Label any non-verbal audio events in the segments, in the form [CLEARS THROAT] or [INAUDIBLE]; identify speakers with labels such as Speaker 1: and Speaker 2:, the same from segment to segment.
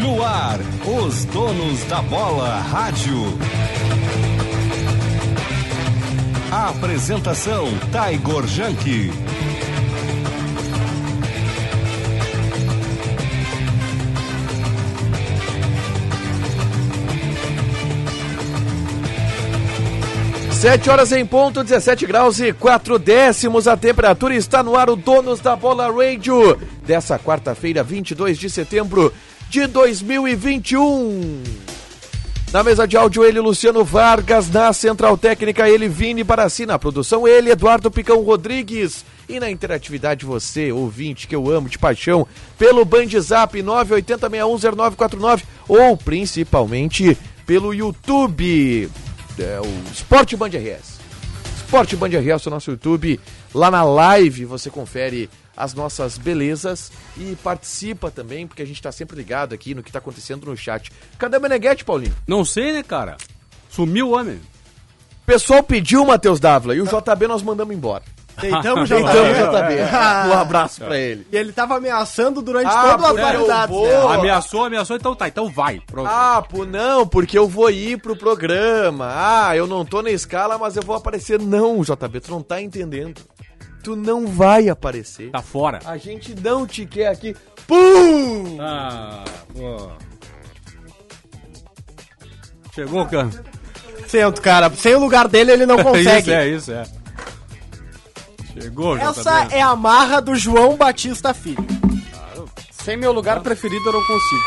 Speaker 1: no ar, os donos da bola rádio. A apresentação Taigor Janke.
Speaker 2: Sete horas em ponto, 17 graus e 4 décimos a temperatura está no ar o Donos da Bola Radio dessa quarta-feira, 22 de setembro de 2021. Na mesa de áudio, ele, Luciano Vargas. Na central técnica, ele, Vini Barassi. Na produção, ele, Eduardo Picão Rodrigues. E na interatividade, você, ouvinte, que eu amo de paixão, pelo Bandzap 980610949 ou, principalmente, pelo YouTube, é, o Esporte Band RS. Esporte Band RS, o nosso YouTube. Lá na live você confere as nossas belezas e participa também, porque a gente tá sempre ligado aqui no que tá acontecendo no chat. Cadê o Meneghete, Paulinho?
Speaker 3: Não sei, né, cara? Sumiu o homem.
Speaker 2: O pessoal pediu, Matheus Dávila, e o JB nós mandamos embora.
Speaker 3: [LAUGHS]
Speaker 4: Deitamos Então,
Speaker 3: Então-
Speaker 4: já.
Speaker 2: Deitamos, JB. Um abraço pra ele.
Speaker 4: E ele tava ameaçando durante
Speaker 2: Ah,
Speaker 4: todas as
Speaker 2: porque eu
Speaker 4: variedades.
Speaker 2: vou.
Speaker 4: né?
Speaker 3: Ameaçou, ameaçou, então tá, então vai. Pronto.
Speaker 2: Ah, pô, não, porque eu vou ir pro programa. Ah, eu não tô na escala, mas eu vou aparecer. Não, JB, tu não tá entendendo. Tu não vai aparecer.
Speaker 3: Tá fora.
Speaker 2: A gente não te quer aqui. Pum!
Speaker 3: Ah, pô. Chegou o can.
Speaker 4: Sento, cara. Sem o lugar dele,
Speaker 2: [LAUGHS]
Speaker 4: ele não consegue.
Speaker 3: isso, é, isso, é. Chegou,
Speaker 4: Essa
Speaker 3: JB.
Speaker 4: é a marra do João Batista Filho.
Speaker 5: Sem meu lugar preferido eu não consigo.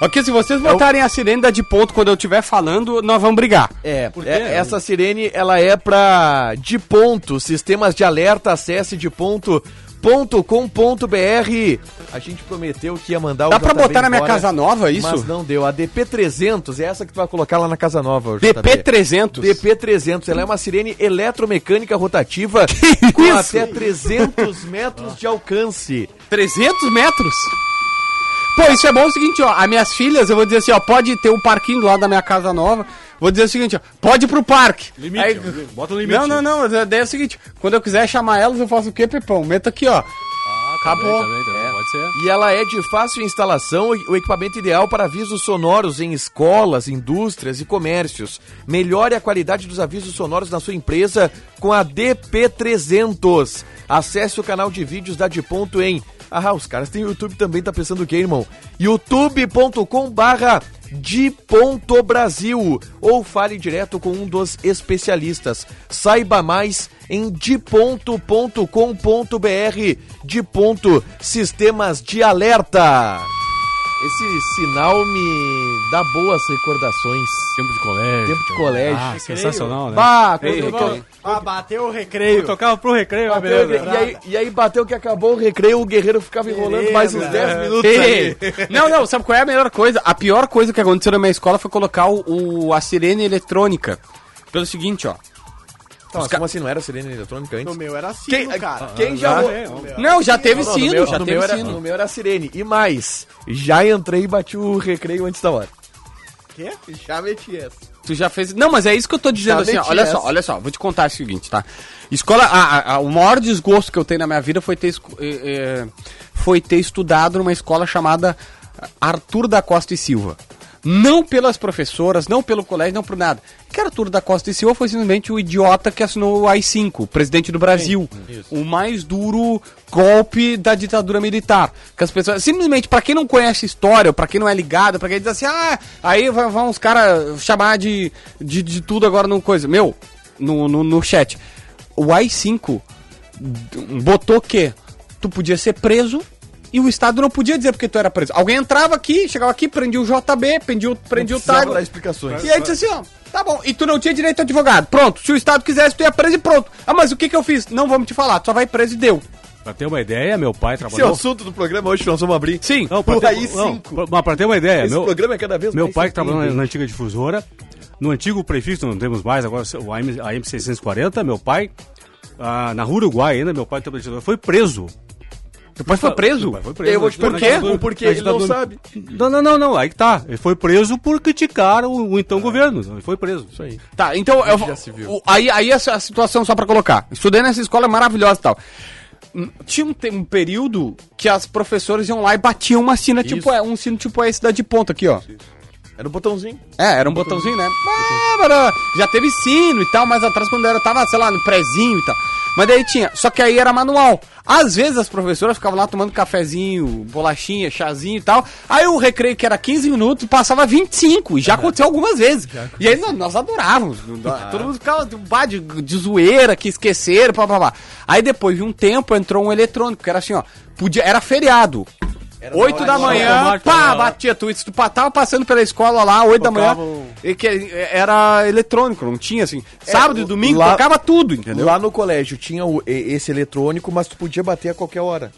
Speaker 5: Ok, se vocês botarem a sirene da de ponto quando eu estiver falando, nós vamos brigar.
Speaker 2: É,
Speaker 3: quê?
Speaker 2: é, essa sirene ela é pra de ponto, sistemas de alerta, acesse de ponto. Ponto com ponto BR. A gente prometeu que ia mandar o
Speaker 5: Dá pra
Speaker 2: JB
Speaker 5: botar na minha
Speaker 2: embora,
Speaker 5: casa nova isso?
Speaker 2: Mas não deu. A DP300 é essa que tu vai colocar lá na casa nova.
Speaker 3: Tá,
Speaker 2: o JB.
Speaker 5: DP300.
Speaker 2: DP300, ela é uma sirene eletromecânica rotativa com até 300 metros de alcance.
Speaker 5: 300 metros? Pô, isso é bom o seguinte, ó. As minhas filhas, eu vou dizer assim, ó. Pode ter um parquinho do lado da minha casa nova. Vou dizer o seguinte, ó. Pode ir pro parque.
Speaker 3: Limite,
Speaker 5: Aí-
Speaker 3: ó, bota um limite.
Speaker 5: Não, não, não. A ideia é o seguinte. Quando eu quiser chamar elas, eu faço o quê, Pepão? Meto aqui, ó.
Speaker 3: Acabou.
Speaker 5: Acabou.
Speaker 3: tá Pode ser.
Speaker 2: E ela é de fácil instalação e o equipamento ideal para avisos sonoros em escolas, indústrias e comércios. Melhore a qualidade dos avisos sonoros na sua empresa com a DP300. Acesse o canal de vídeos da De Ponto em... Ah, os caras têm YouTube também, tá pensando o quê, irmão? youtube.com barra de Ponto Brasil ou fale direto com um dos especialistas. Saiba mais em diponto.com.br de ponto sistemas de alerta. Esse sinal me dá boas recordações.
Speaker 3: Tempo de colégio.
Speaker 2: Tempo de colégio.
Speaker 3: Ah, sensacional, né?
Speaker 2: Bah, quando
Speaker 3: Ei,
Speaker 2: eu
Speaker 3: recreio.
Speaker 4: Ah, bateu o recreio.
Speaker 3: Tocava pro recreio,
Speaker 6: Tá
Speaker 3: ah,
Speaker 2: bateu,
Speaker 3: beleza.
Speaker 2: e, aí, e aí bateu que acabou o recreio, o guerreiro ficava enrolando mais uns
Speaker 4: Beleza.
Speaker 2: 10 minutos.
Speaker 5: Ei,
Speaker 2: ali.
Speaker 5: não, não, sabe qual é a melhor coisa? A pior coisa que aconteceu na minha escola foi colocar o, o- a sirene eletrônica. Pelo seguinte, ó.
Speaker 2: Tá,
Speaker 3: Então,
Speaker 2: mas como assim? Não era sirene eletrônica
Speaker 4: No
Speaker 2: antes?
Speaker 4: meu era assim,
Speaker 2: Quem,
Speaker 3: Ah,
Speaker 4: cara.
Speaker 2: quem já...
Speaker 3: é,
Speaker 5: Não, já teve
Speaker 2: Não, não,
Speaker 5: sino,
Speaker 2: no meu,
Speaker 5: já
Speaker 2: no
Speaker 5: teve
Speaker 2: meu era,
Speaker 5: sino.
Speaker 2: no meu era a sirene. E mais, já entrei e bati o recreio antes da hora.
Speaker 4: Quê?
Speaker 2: Já meti essa.
Speaker 5: Tu já fez. Não, mas é isso que eu tô dizendo assim, ó,
Speaker 2: meti
Speaker 5: olha
Speaker 2: essa.
Speaker 5: só, olha só, vou te contar o seguinte, tá? Escola. a- a- a- o maior desgosto que eu tenho na minha vida foi ter, esco- eh, eh, foi ter estudado numa escola chamada Arthur da Costa e Silva. Não pelas professoras, não pelo colégio, não por nada. É Que Arthur da Costa e Silva foi simplesmente o idiota que assinou o AI-5, o presidente do Brasil. o mais duro golpe da ditadura militar. Que as pessoas, simplesmente, pra quem não conhece história, ou pra quem não é ligado, pra quem diz assim, ah, aí vão vão uns caras chamar de, de, de tudo agora no coisa. Meu, no, no, no chat. O AI-5 botou que tu podia ser preso e o Estado não podia dizer porque tu era preso. Alguém entrava aqui, chegava aqui, prendia o JB, prendia o, prendia o
Speaker 2: Precisava
Speaker 5: Tago.
Speaker 2: dar explicações.
Speaker 5: E aí disse assim, ó, tá bom, e tu não tinha direito a advogado. Pronto, se o Estado quisesse, tu ia preso e pronto. Ah, mas o que que eu fiz? Não vamos te falar, tu só vai preso e deu.
Speaker 3: Pra ter uma ideia, meu pai
Speaker 2: Esse é o
Speaker 3: trabalhou.
Speaker 2: assunto do programa hoje, nós vamos abrir.
Speaker 5: Sim.
Speaker 3: Não, pra
Speaker 2: O
Speaker 3: ter,
Speaker 2: AI-5.
Speaker 3: não, pra- mas pra ter uma ideia,
Speaker 2: Esse
Speaker 3: meu,
Speaker 2: programa é cada vez
Speaker 3: meu
Speaker 2: mais
Speaker 3: pai que trabalhou na,
Speaker 2: sensível.
Speaker 3: na antiga difusora, no antigo prefixo, não temos mais, agora o AM, AM 640, meu pai, ah, na Rua Uruguai ainda, meu pai trabalhador, foi preso.
Speaker 5: Depois foi preso.
Speaker 3: Meu pai foi
Speaker 2: E aí eu vou te
Speaker 3: Por
Speaker 2: perguntar
Speaker 3: quê?
Speaker 2: o porquê, ele não sabe.
Speaker 3: Não, não, não, não, aí que tá. Ele foi preso por criticar o, o
Speaker 2: Ah.
Speaker 3: então governo. Ele foi preso. Isso aí.
Speaker 5: Tá, então eu vou.
Speaker 2: é já se viu.
Speaker 5: o- Aí, aí essa- a, situação só pra colocar. Estudei nessa escola é maravilhosa e tal. N- Tinha um, te- um período que as professoras iam lá e batiam uma sina tipo, é, um sino tipo esse da de ponta aqui, ó.
Speaker 2: Era o botãozinho.
Speaker 5: É, era um botãozinho, né? Ah, bará, já teve sino e tal, mas atrás quando era, tava, sei lá, no prezinho e tal. Mas daí tinha, só que aí era manual. Às vezes as professoras ficavam lá tomando cafezinho, bolachinha, chazinho e tal. Aí o recreio que era 15 minutos passava 25, e já aconteceu algumas vezes. E aí nó- nós adorávamos. Todo mundo ficava de, bah, de, de zoeira, que esqueceram, blá, blá, blá. Aí depois de um tempo entrou um eletrônico, que era assim, ó, podia, era feriado. oito 8 da manhã,
Speaker 3: automático,
Speaker 5: pá,
Speaker 3: né?
Speaker 5: bate tinha tu, se tu pa- tava passando pela escola lá, 8 da manhã,
Speaker 4: Tocava um-
Speaker 5: e que era eletrônico, não tinha assim. Sábado e
Speaker 2: É, o-
Speaker 5: domingo
Speaker 2: lá-
Speaker 5: tocava tudo, entendeu?
Speaker 2: Lá no colégio tinha o- e- esse eletrônico, mas tu podia bater a qualquer hora.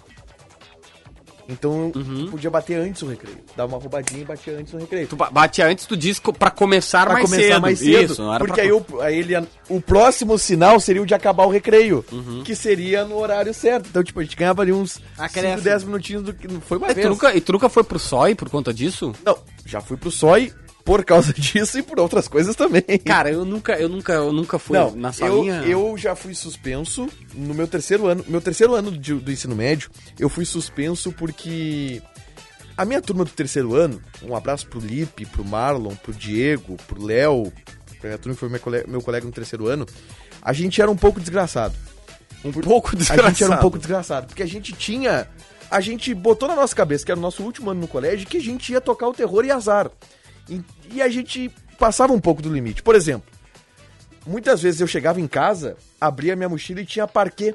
Speaker 2: Então tu podia bater antes do recreio. Dar uma roubadinha e bater antes do recreio.
Speaker 5: Uhum. Tu ba- batia antes do disco pra começar
Speaker 2: Pra
Speaker 5: mais
Speaker 2: começar
Speaker 5: cedo.
Speaker 2: mais cedo.
Speaker 5: Isso, não era
Speaker 2: porque
Speaker 5: pra-
Speaker 2: aí, o, aí ele, o próximo sinal seria o de acabar o recreio,
Speaker 5: Uhum.
Speaker 2: que seria no horário certo. Então, tipo, a gente ganhava ali uns
Speaker 4: Acréscimo.
Speaker 2: 5, 10 minutinhos do que. não Foi uma
Speaker 5: E
Speaker 2: vez.
Speaker 5: É, tu, nunca, e tu nunca foi pro SOI por conta disso?
Speaker 2: Não, já fui pro SOI por causa [LAUGHS] disso e por outras coisas também.
Speaker 5: Cara, eu nunca, eu nunca, eu nunca fui
Speaker 2: não,
Speaker 5: na
Speaker 2: eu,
Speaker 5: salinha.
Speaker 2: eu já fui suspenso no meu terceiro ano. Meu terceiro ano de- do ensino médio, eu fui suspenso porque. A minha turma do terceiro ano, um abraço pro Lipe, pro Marlon, pro Diego, pro Léo, pra minha turma que foi minha colega- meu colega no terceiro ano, a gente era um pouco desgraçado.
Speaker 5: um pouco
Speaker 2: A gente era um
Speaker 5: desgraçado.
Speaker 2: pouco desgraçado, porque a gente tinha. A gente botou na nossa cabeça, que era o nosso último ano no colégio, que a gente ia tocar o terror e azar. E, e a gente passava um pouco do limite. Por exemplo, muitas vezes eu chegava em casa, abria minha mochila e tinha parquê.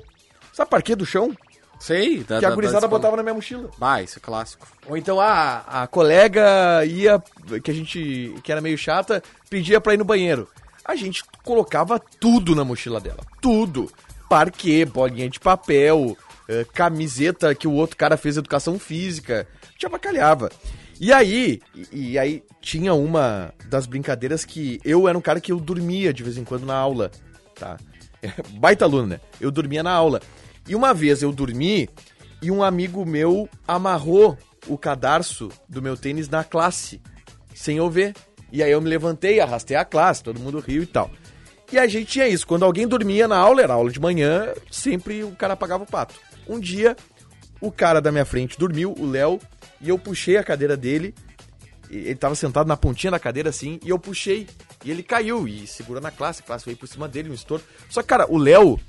Speaker 2: Sabe parquê do chão?
Speaker 5: Sei, tá, da,
Speaker 2: Que a
Speaker 5: da-
Speaker 2: gurizada
Speaker 5: da-
Speaker 2: botava na minha mochila.
Speaker 5: Bah, isso é clássico.
Speaker 2: Ou então a, a colega ia, que a gente, que era meio chata, pedia pra ir no banheiro. A gente colocava tudo na mochila dela. Tudo. Parquê, bolinha de papel, eh, camiseta que o outro cara fez educação física. A gente abacalhava. E aí, e, e aí tinha uma das brincadeiras que eu era um cara que eu dormia de vez em quando na aula, tá? [LAUGHS] Baita aluno, né? Eu dormia na aula. E uma vez eu dormi e um amigo meu amarrou o cadarço do meu tênis na classe, sem eu ver. E aí eu me levantei, arrastei a classe, todo mundo riu e tal. E a gente tinha isso, quando alguém dormia na aula, era aula de manhã, sempre o cara apagava o pato. Um dia, o cara da minha frente dormiu, o Léo, e eu puxei a cadeira dele, e ele tava sentado na pontinha da cadeira assim, e eu puxei, e ele caiu, e segurou na classe, a classe veio por cima dele, um estouro. Só que, cara, o Léo,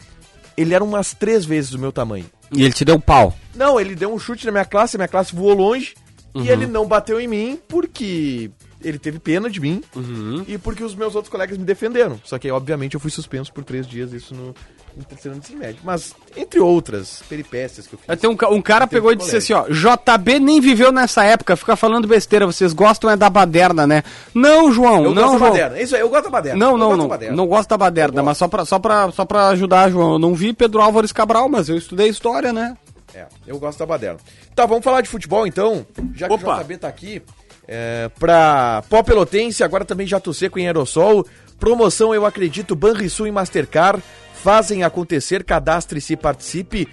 Speaker 2: ele era umas três vezes do meu tamanho.
Speaker 5: E ele te deu um pau.
Speaker 2: Não, ele deu um chute na minha classe, a minha classe voou longe
Speaker 5: Uhum.
Speaker 2: e ele não bateu em mim porque ele teve pena de mim
Speaker 5: Uhum.
Speaker 2: e porque os meus outros colegas me defenderam. Só que, aí, obviamente, eu fui suspenso por três dias, isso no, no terceiro ano de ensino médio. Mas, entre outras peripécias que eu fiz.
Speaker 5: Aí tem um, ca- um cara
Speaker 2: Tem
Speaker 5: pegou e
Speaker 2: que
Speaker 5: disse assim, ó, JB nem viveu nessa época, fica falando besteira, vocês gostam é da baderna, né? Não, João,
Speaker 2: Eu
Speaker 5: não,
Speaker 2: gosto da
Speaker 5: João.
Speaker 2: baderna. Isso aí, eu gosto da baderna.
Speaker 5: Não,
Speaker 2: Eu
Speaker 5: não,
Speaker 2: gosto da
Speaker 5: não.
Speaker 2: baderna.
Speaker 5: Não gosto da baderna, mas só pra, só, pra, só pra ajudar, João. Eu não vi Pedro Álvares Cabral, mas eu estudei história, né?
Speaker 2: É, eu gosto da baderna. Tá, vamos falar de futebol então, já que
Speaker 3: Opa.
Speaker 2: o JB tá aqui. É, pra Pó Pelotense, agora também Jato Seco em Aerosol. Promoção Eu Acredito, Banrisul e Mastercard. Fazem acontecer, cadastre-se e participe.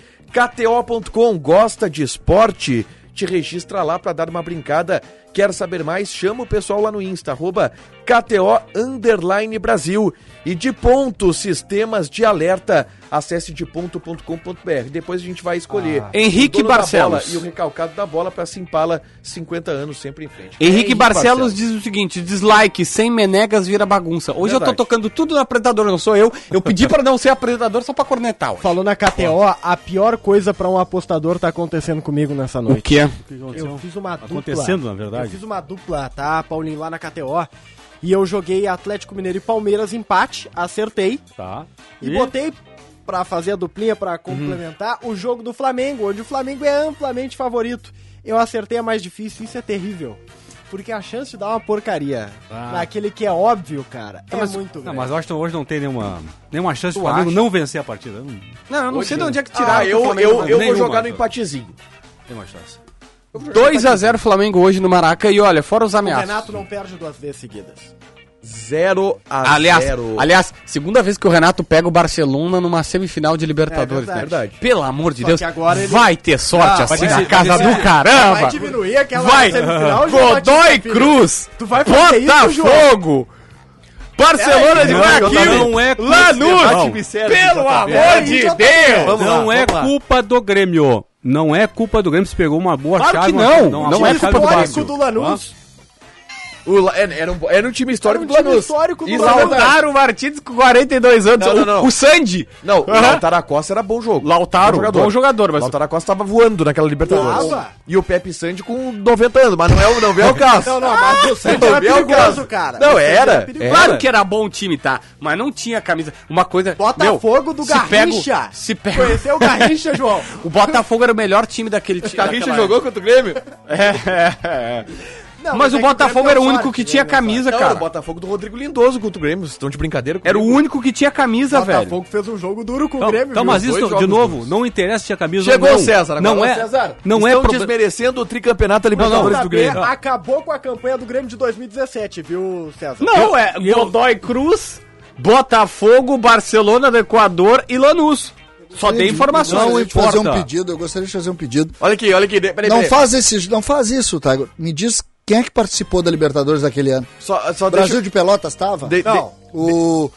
Speaker 2: KTO.com, gosta de esporte? Te registra lá pra dar uma brincada. Quer saber mais? Chama o pessoal lá no Insta, arroba KTO Underline Brasil. E de ponto, sistemas de alerta. Acesse de ponto.com.br. Depois a gente vai escolher.
Speaker 5: Henrique
Speaker 2: o dono da
Speaker 5: Barcelos.
Speaker 2: bola E o recalcado da bola pra Simpala, 50 anos sempre em frente.
Speaker 4: É,
Speaker 2: É,
Speaker 5: Henrique, Barcelos, diz o seguinte: dislike, sem menegas vira bagunça. Hoje eu
Speaker 2: Verdade.
Speaker 5: tô tocando tudo no apresentador, não sou eu. Eu pedi pra não ser apresentador só pra cornetar. hoje.
Speaker 4: Falou na KTO, a pior coisa pra um apostador tá acontecendo comigo nessa noite.
Speaker 5: quê?
Speaker 4: Eu fiz uma dupla.
Speaker 3: Acontecendo, na verdade.
Speaker 4: Eu fiz uma dupla, tá, Paulinho, lá na KTO. E eu joguei Atlético Mineiro e Palmeiras empate, acertei.
Speaker 3: Tá.
Speaker 4: E, botei pra fazer a duplinha
Speaker 3: Uhum.
Speaker 4: pra complementar o jogo do Flamengo, onde o Flamengo é amplamente favorito. Eu acertei a mais difícil, isso é terrível. Porque a chance de dar uma porcaria
Speaker 3: Ah.
Speaker 4: naquele que é óbvio, cara,
Speaker 3: Tá,
Speaker 4: é
Speaker 3: mas,
Speaker 4: muito
Speaker 3: não,
Speaker 4: grande.
Speaker 3: mas eu acho que hoje não tem nenhuma, nenhuma chance
Speaker 5: Tu
Speaker 3: do Flamengo
Speaker 5: acha?
Speaker 3: não vencer a partida. Não
Speaker 5: Não, eu não sei de onde é que tiraram.
Speaker 2: Ah,
Speaker 5: que o
Speaker 2: eu,
Speaker 5: Flamengo
Speaker 2: eu,
Speaker 5: não-
Speaker 2: eu vou
Speaker 3: nenhuma,
Speaker 2: jogar no
Speaker 3: então.
Speaker 2: empatezinho.
Speaker 3: tem uma chance.
Speaker 5: 2x0 Flamengo hoje no Maraca. E olha, fora os
Speaker 4: O
Speaker 5: ameaços.
Speaker 4: Renato não perde duas vezes seguidas.
Speaker 2: 0
Speaker 4: tá
Speaker 2: a
Speaker 5: Aliás,
Speaker 2: 0.
Speaker 5: aliás, segunda vez que o Renato pega o Barcelona numa semifinal de Libertadores,
Speaker 4: É verdade.
Speaker 5: né? Pelo amor de
Speaker 4: Só
Speaker 5: Deus,
Speaker 4: que agora ele-
Speaker 5: vai ter sorte
Speaker 4: Ah,
Speaker 5: assim
Speaker 4: vai
Speaker 5: na
Speaker 3: ser-
Speaker 5: casa
Speaker 3: vai ser-
Speaker 5: do caramba.
Speaker 4: Vai diminuir aquela
Speaker 5: É, Vai!
Speaker 4: semifinal, é já bate
Speaker 5: Godoy
Speaker 4: na filha.
Speaker 5: Cruz!
Speaker 4: Tu vai fazer isso, João?
Speaker 5: Botafogo!
Speaker 2: Barcelona de
Speaker 3: Não,
Speaker 2: Guayaquil.
Speaker 4: um
Speaker 3: não é culpa- Não.
Speaker 2: Lanús. Pelo amor de
Speaker 4: Vamos
Speaker 2: Deus.
Speaker 3: não é culpa do Grêmio. Não é culpa do Grêmio se pegou uma boa
Speaker 5: Claro
Speaker 3: chave.
Speaker 5: que
Speaker 3: uma-
Speaker 5: não.
Speaker 3: uma
Speaker 5: Não
Speaker 3: boa
Speaker 5: é
Speaker 3: chave
Speaker 5: culpa do
Speaker 3: Vasco.
Speaker 4: do Lanús.
Speaker 2: O La- era, era um, era um time histórico
Speaker 4: Era
Speaker 2: do
Speaker 4: um time
Speaker 2: Lanús.
Speaker 4: histórico do
Speaker 2: Isso é
Speaker 4: Lanús.
Speaker 2: verdade.
Speaker 5: Lautaro Martins com 42 anos.
Speaker 2: Não, não,
Speaker 5: O-
Speaker 2: não.
Speaker 5: O, Sandy.
Speaker 2: Não, o
Speaker 5: Aham.
Speaker 2: Lautaro Acosta era bom jogo.
Speaker 5: Lautaro,
Speaker 2: bom
Speaker 5: bom jogador, mas-
Speaker 2: Lautaro Acosta tava voando naquela Libertadores.
Speaker 4: Tava.
Speaker 2: E o Pepe Sandy com 90 anos, mas não é, o- não é o caso.
Speaker 4: Não, não, mas o Santos
Speaker 2: Não
Speaker 4: era
Speaker 2: é o
Speaker 4: perigoso,
Speaker 2: caso.
Speaker 4: cara.
Speaker 2: Não,
Speaker 4: O Santos
Speaker 2: era.
Speaker 4: perigoso.
Speaker 2: É.
Speaker 5: Claro que era bom o time, tá? Mas não tinha camisa. Uma coisa.
Speaker 4: Botafogo do
Speaker 5: se pego-
Speaker 4: Garrincha.
Speaker 5: Se pega.
Speaker 4: Conheceu o Garrincha,
Speaker 5: [LAUGHS]
Speaker 4: João?
Speaker 5: O Botafogo era o melhor time daquele time. daquela
Speaker 2: contra o Grêmio?
Speaker 4: Não,
Speaker 5: Mas o
Speaker 4: é que
Speaker 5: Botafogo
Speaker 4: Grêmio
Speaker 5: era o
Speaker 4: deu
Speaker 5: único
Speaker 4: sorte,
Speaker 5: que tinha
Speaker 4: Grêmio deu
Speaker 2: né,
Speaker 5: camisa,
Speaker 2: Não, era o
Speaker 5: cara.
Speaker 2: Botafogo do Rodrigo Lindoso contra o Grêmio. Vocês estão de brincadeira
Speaker 5: Era o
Speaker 2: comigo?
Speaker 5: único que tinha camisa,
Speaker 4: sorte. O
Speaker 5: velho.
Speaker 4: Botafogo fez um jogo duro com
Speaker 3: Então,
Speaker 4: o Grêmio.
Speaker 3: então,
Speaker 4: viu?
Speaker 3: mas
Speaker 2: Dois
Speaker 3: isso,
Speaker 2: jogos
Speaker 3: de novo,
Speaker 2: juntos.
Speaker 3: não interessa se tinha camisa
Speaker 2: Chegou
Speaker 3: ou
Speaker 2: o
Speaker 3: não.
Speaker 2: César agora.
Speaker 3: Não
Speaker 2: Ô,
Speaker 3: é,
Speaker 2: César,
Speaker 3: não é
Speaker 2: estão
Speaker 3: problema.
Speaker 2: desmerecendo o tricampeonato da
Speaker 4: Não,
Speaker 2: Libertadores
Speaker 4: não,
Speaker 2: do Grêmio.
Speaker 4: acabou com a campanha do Grêmio de 2017, viu, César?
Speaker 5: Não, é Godoy Cruz, Botafogo, Barcelona do Equador e Lanús. Só tem informações.
Speaker 7: Eu gostaria de fazer um
Speaker 3: importa.
Speaker 7: pedido, eu gostaria de fazer um pedido.
Speaker 2: Olha aqui, olha aqui. de- Peraí,
Speaker 7: Não
Speaker 2: peraí.
Speaker 7: faz, esse, não faz isso, tá? Me diz quem é que participou da Libertadores daquele ano.
Speaker 2: Só, só
Speaker 7: O Brasil
Speaker 2: deixa...
Speaker 7: de Pelotas tava?
Speaker 2: De- de-
Speaker 7: não. O,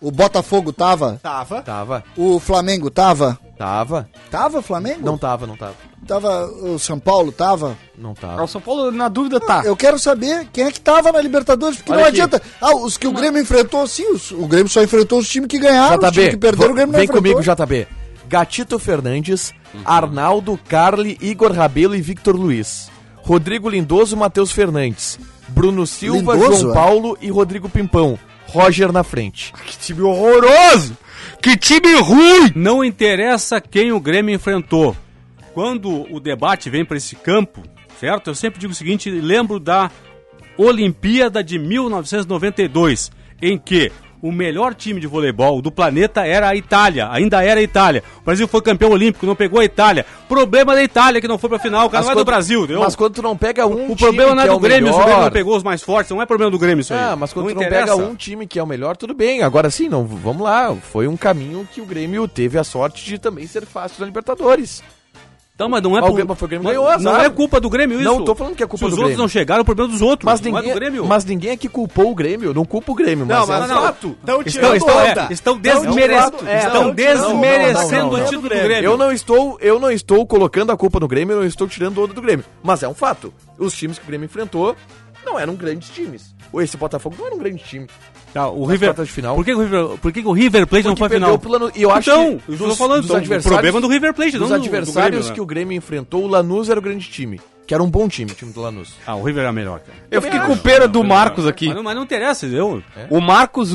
Speaker 7: o Botafogo tava?
Speaker 4: Tava.
Speaker 2: Tava,
Speaker 7: O Flamengo tava?
Speaker 2: tava.
Speaker 7: Tava o Flamengo?
Speaker 2: Não tava, não tava.
Speaker 7: Tava o São Paulo tava?
Speaker 2: Não
Speaker 5: Ah,
Speaker 2: tava.
Speaker 5: O São Paulo, na dúvida, tá.
Speaker 7: Eu quero saber quem é que tava na Libertadores, porque
Speaker 2: Olha
Speaker 7: não
Speaker 2: aqui.
Speaker 7: adianta. Ah, os que o Grêmio enfrentou, sim, os- o Grêmio só enfrentou os times que ganharam, os times
Speaker 2: JB,
Speaker 7: que perderam, o Grêmio não
Speaker 2: vem
Speaker 7: enfrentou.
Speaker 2: comigo, JB. Gatito Fernandes,
Speaker 3: Uhum.
Speaker 2: Arnaldo, Carli, Igor Rabelo e Victor Luiz. Rodrigo Lindoso, Matheus Fernandes. Bruno Silva,
Speaker 7: Lindoso,
Speaker 2: João
Speaker 7: é?
Speaker 2: Paulo e Rodrigo Pimpão. Roger na frente.
Speaker 5: Que time horroroso! Que time ruim!
Speaker 3: Não interessa quem o Grêmio enfrentou. Quando o debate vem para esse campo, certo? Eu sempre digo o seguinte, lembro da Olimpíada de 1992, em que o melhor time de voleibol do planeta era a Itália, ainda era a Itália. O Brasil foi campeão olímpico, não pegou a Itália. Problema da Itália que não foi pra final, o cara
Speaker 2: Mas
Speaker 3: não é do
Speaker 2: quando-
Speaker 3: Brasil, deu?
Speaker 2: Mas quando tu não pega um
Speaker 3: O problema
Speaker 2: time
Speaker 3: não é
Speaker 2: que
Speaker 3: do Grêmio, se o Grêmio
Speaker 2: melhor-
Speaker 3: não pegou os mais fortes, não é problema do Grêmio isso aí.
Speaker 2: Ah, mas quando tu não pega um time que é o melhor, tudo bem. Agora sim, não, vamos lá. Foi um caminho que o Grêmio teve a sorte de também ser fácil na Libertadores.
Speaker 3: Então, mas não é
Speaker 2: Mas o
Speaker 3: pro-
Speaker 2: Grêmio- foi o Grêmio
Speaker 3: mas
Speaker 2: ganhou, azar.
Speaker 3: Não é culpa do Grêmio isso.
Speaker 2: Não, tô falando que é culpa do
Speaker 3: Se os
Speaker 2: Grêmio.
Speaker 3: outros não chegaram, o problema é dos outros.
Speaker 2: Mas
Speaker 3: não é do
Speaker 2: ninguém,
Speaker 3: Grêmio.
Speaker 2: mas ninguém aqui culpou o Grêmio. Não culpa o Grêmio,
Speaker 4: Não,
Speaker 2: mas,
Speaker 4: mas
Speaker 2: é um
Speaker 4: não.
Speaker 2: fato.
Speaker 4: Tão
Speaker 3: Estão,
Speaker 4: tirando
Speaker 3: estão, é,
Speaker 4: onda.
Speaker 3: estão
Speaker 2: desmerec-
Speaker 3: desmerecendo,
Speaker 2: é,
Speaker 3: estão
Speaker 2: não, não, não,
Speaker 3: desmerecendo
Speaker 2: não,
Speaker 3: o
Speaker 2: não.
Speaker 3: título do Grêmio.
Speaker 2: Eu não estou, eu não estou colocando a culpa no Grêmio, eu não estou tirando onda do Grêmio. Mas é um fato. Os times que o Grêmio enfrentou não eram grandes times. Ou Esse Botafogo não era um grande time.
Speaker 3: Tá, o
Speaker 2: Nas
Speaker 3: River,
Speaker 2: quartas de final.
Speaker 3: Por que, que o River, por que, que o River Plate não
Speaker 2: Porque
Speaker 3: foi
Speaker 2: perdeu
Speaker 3: final?
Speaker 2: pro Lanús. E eu acho
Speaker 3: então,
Speaker 2: que
Speaker 3: eu
Speaker 2: dos-
Speaker 3: tô falando,
Speaker 2: dos
Speaker 3: então, o
Speaker 2: adversários-
Speaker 3: problema é do River Plate, não
Speaker 2: Dos
Speaker 3: do- do
Speaker 2: adversários que
Speaker 3: Grêmio, né?
Speaker 2: o Grêmio enfrentou, o Lanús era o grande time. Que era um bom time, o time do Lanús.
Speaker 3: né? Ah, o River é melhor, cara.
Speaker 5: Eu fiquei com pena do Marcos aqui.
Speaker 3: Mas não, mas não interessa, eu...
Speaker 2: É?
Speaker 5: O Marcos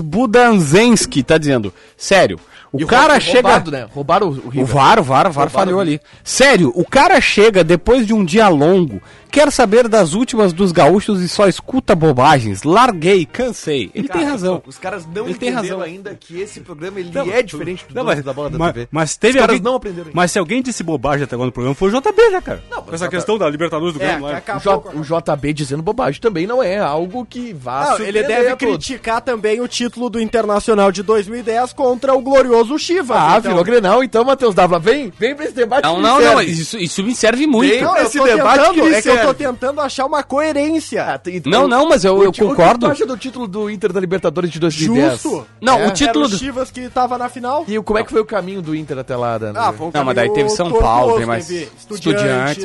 Speaker 5: Budanzenski tá dendo. Sério, o
Speaker 2: E
Speaker 5: cara
Speaker 2: roubado,
Speaker 5: chega.
Speaker 2: Roubado, né? Roubaram o, o
Speaker 5: O
Speaker 2: River.
Speaker 5: VAR, o VAR, o VAR falhou ali. Sério, o cara chega depois de um dia longo, quer saber das últimas dos gaúchos e só escuta bobagens. Larguei, cansei. Ele tem razão.
Speaker 2: Ah, Os caras não
Speaker 5: Ele tem
Speaker 2: entenderam
Speaker 5: razão.
Speaker 2: ainda que esse programa ele
Speaker 3: Não,
Speaker 2: é diferente do
Speaker 3: não,
Speaker 2: Donos
Speaker 3: mas-
Speaker 2: da bola da
Speaker 3: mas,
Speaker 2: TV.
Speaker 3: Mas teve
Speaker 2: Os caras
Speaker 3: alguém-
Speaker 2: não aprenderam ainda.
Speaker 3: Mas se alguém disse bobagem até agora no programa, foi o JB, né, cara?
Speaker 2: Não, mas
Speaker 3: Com essa
Speaker 2: o JB
Speaker 3: questão da Libertadores do
Speaker 4: É,
Speaker 3: Grêmio.
Speaker 4: que
Speaker 3: lá.
Speaker 2: O,
Speaker 4: acabou
Speaker 2: J-
Speaker 4: com a-
Speaker 2: o JB dizendo bobagem também não é algo que vá
Speaker 4: Não, ele é
Speaker 2: surpreender
Speaker 4: deve
Speaker 2: a é todos.
Speaker 4: criticar também o título do Internacional de 2010 contra o glorioso Chivas.
Speaker 2: Ah,
Speaker 4: então.
Speaker 2: virou Grenal, então, Matheus Dávila, vem, vem pra esse debate.
Speaker 5: Não,
Speaker 2: que
Speaker 5: não,
Speaker 2: me
Speaker 5: não.
Speaker 2: serve.
Speaker 5: Isso, isso me serve muito.
Speaker 2: Bem-
Speaker 4: Não, eu
Speaker 2: Esse
Speaker 4: tô
Speaker 2: debate
Speaker 4: tentando,
Speaker 2: que lhe
Speaker 4: é que eu tô
Speaker 2: serve.
Speaker 4: tentando achar uma coerência.
Speaker 2: Ah, tem-
Speaker 5: Não, não, mas eu, eu
Speaker 2: O que- O que tu
Speaker 5: concordo.
Speaker 2: acha do título do Inter da Libertadores de 2010?
Speaker 4: Justo.
Speaker 5: Não,
Speaker 4: É.
Speaker 5: o título
Speaker 4: Era o
Speaker 5: do-
Speaker 4: Chivas que tava na final.
Speaker 2: E como é que foi o caminho do Inter até lá, Dan?
Speaker 4: foi um
Speaker 5: Não, mas daí
Speaker 4: caminho
Speaker 5: teve São
Speaker 4: tortuoso,
Speaker 5: Paulo, tem mais
Speaker 4: teve
Speaker 5: Estudiantes,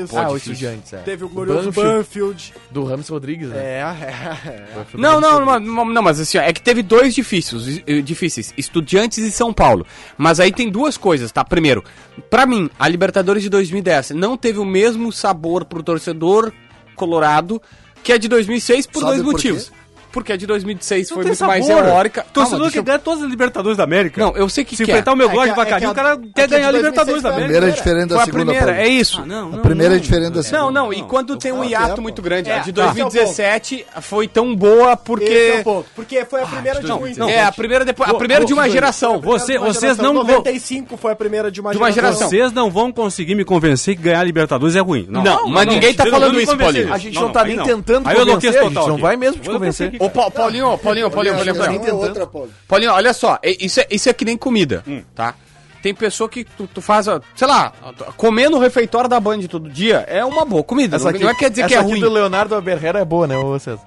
Speaker 4: Estudiantes,
Speaker 5: pô,
Speaker 2: ah, o
Speaker 5: difícil.
Speaker 2: Estudiantes, é.
Speaker 4: teve o glorioso
Speaker 2: Banfield,
Speaker 4: Banfield.
Speaker 2: Do Ramos Rodrigues, né?
Speaker 4: É, é.
Speaker 2: Banfield
Speaker 5: Não,
Speaker 2: Ramos
Speaker 5: não,
Speaker 2: Rodrigues.
Speaker 5: não, não, não, mas assim, ó, é que teve dois difíceis, eh, difíceis, Estudiantes e São Paulo. Mas aí tem duas coisas, tá? Primeiro, pra mim, a Libertadores de 2010 não teve o mesmo sabor pro torcedor colorado que a de 2006 por
Speaker 7: Sabe
Speaker 5: dois
Speaker 7: por quê?
Speaker 5: motivos. Porque a de 2006
Speaker 3: Não
Speaker 5: foi
Speaker 3: tem
Speaker 5: muito mais
Speaker 3: sabor.
Speaker 5: teórica.
Speaker 3: Torcedor
Speaker 5: Calma,
Speaker 3: que
Speaker 5: deixa eu-
Speaker 3: ganha todas as Libertadores da América.
Speaker 5: Não, eu sei que
Speaker 3: Se
Speaker 5: que é.
Speaker 3: enfrentar o meu
Speaker 4: É
Speaker 3: Gorge
Speaker 4: que a- é
Speaker 3: Vacarinho,
Speaker 4: que a-
Speaker 3: o cara
Speaker 4: é que a
Speaker 3: quer
Speaker 4: de
Speaker 3: ganhar a
Speaker 4: 2006
Speaker 3: Libertadores da
Speaker 4: foi a
Speaker 3: América.
Speaker 7: Primeira é diferente da
Speaker 5: Foi a
Speaker 7: segunda.
Speaker 5: primeira,
Speaker 7: Paulo.
Speaker 5: é isso.
Speaker 3: não,
Speaker 7: A primeira é diferente da segunda.
Speaker 5: Não, não, e
Speaker 3: Ah, não.
Speaker 5: quando tem um
Speaker 7: fato é,
Speaker 5: hiato
Speaker 7: pô.
Speaker 5: muito grande,
Speaker 4: É,
Speaker 5: a de
Speaker 4: tá.
Speaker 5: 2017 foi tão boa
Speaker 4: Esse é
Speaker 5: porque
Speaker 4: o ponto. Porque foi a primeira de
Speaker 3: não,
Speaker 4: muito.
Speaker 3: não,
Speaker 5: é a primeira depois, a
Speaker 3: Vou-
Speaker 5: primeira
Speaker 3: vou-
Speaker 5: de uma
Speaker 3: vou-
Speaker 5: geração.
Speaker 3: Você,
Speaker 4: Uma
Speaker 3: vocês
Speaker 4: geração.
Speaker 3: não vão.
Speaker 4: 95 foi a primeira de uma
Speaker 5: De uma geração.
Speaker 3: Vocês não vão conseguir me convencer que ganhar a Libertadores é ruim.
Speaker 5: Não, mas ninguém tá
Speaker 3: Vocês
Speaker 5: falando
Speaker 3: vão me
Speaker 5: isso,
Speaker 3: convencer.
Speaker 5: Paulinho.
Speaker 2: A gente não, tá
Speaker 3: aí
Speaker 2: nem tentando
Speaker 3: Aí eu enlouqueço
Speaker 2: convencer, a gente
Speaker 3: total
Speaker 2: não
Speaker 3: aqui.
Speaker 2: vai mesmo te
Speaker 3: Eu enlouqueci
Speaker 2: convencer.
Speaker 3: aqui,
Speaker 5: Ô, Pa- Paulinho, Paulinho, Paulinho, Paulinho, Paulinho.
Speaker 7: Não é outra, Paulo.
Speaker 5: Paulinho, olha só, é- isso é, isso é que nem comida, tá? Tem pessoa que tu, tu faz, ó, sei lá, comer no refeitório da Band todo dia é uma boa comida. não, não é quer dizer que é
Speaker 2: essa aqui
Speaker 5: ruim.
Speaker 2: do Leonardo Berrera é boa, né, ô César?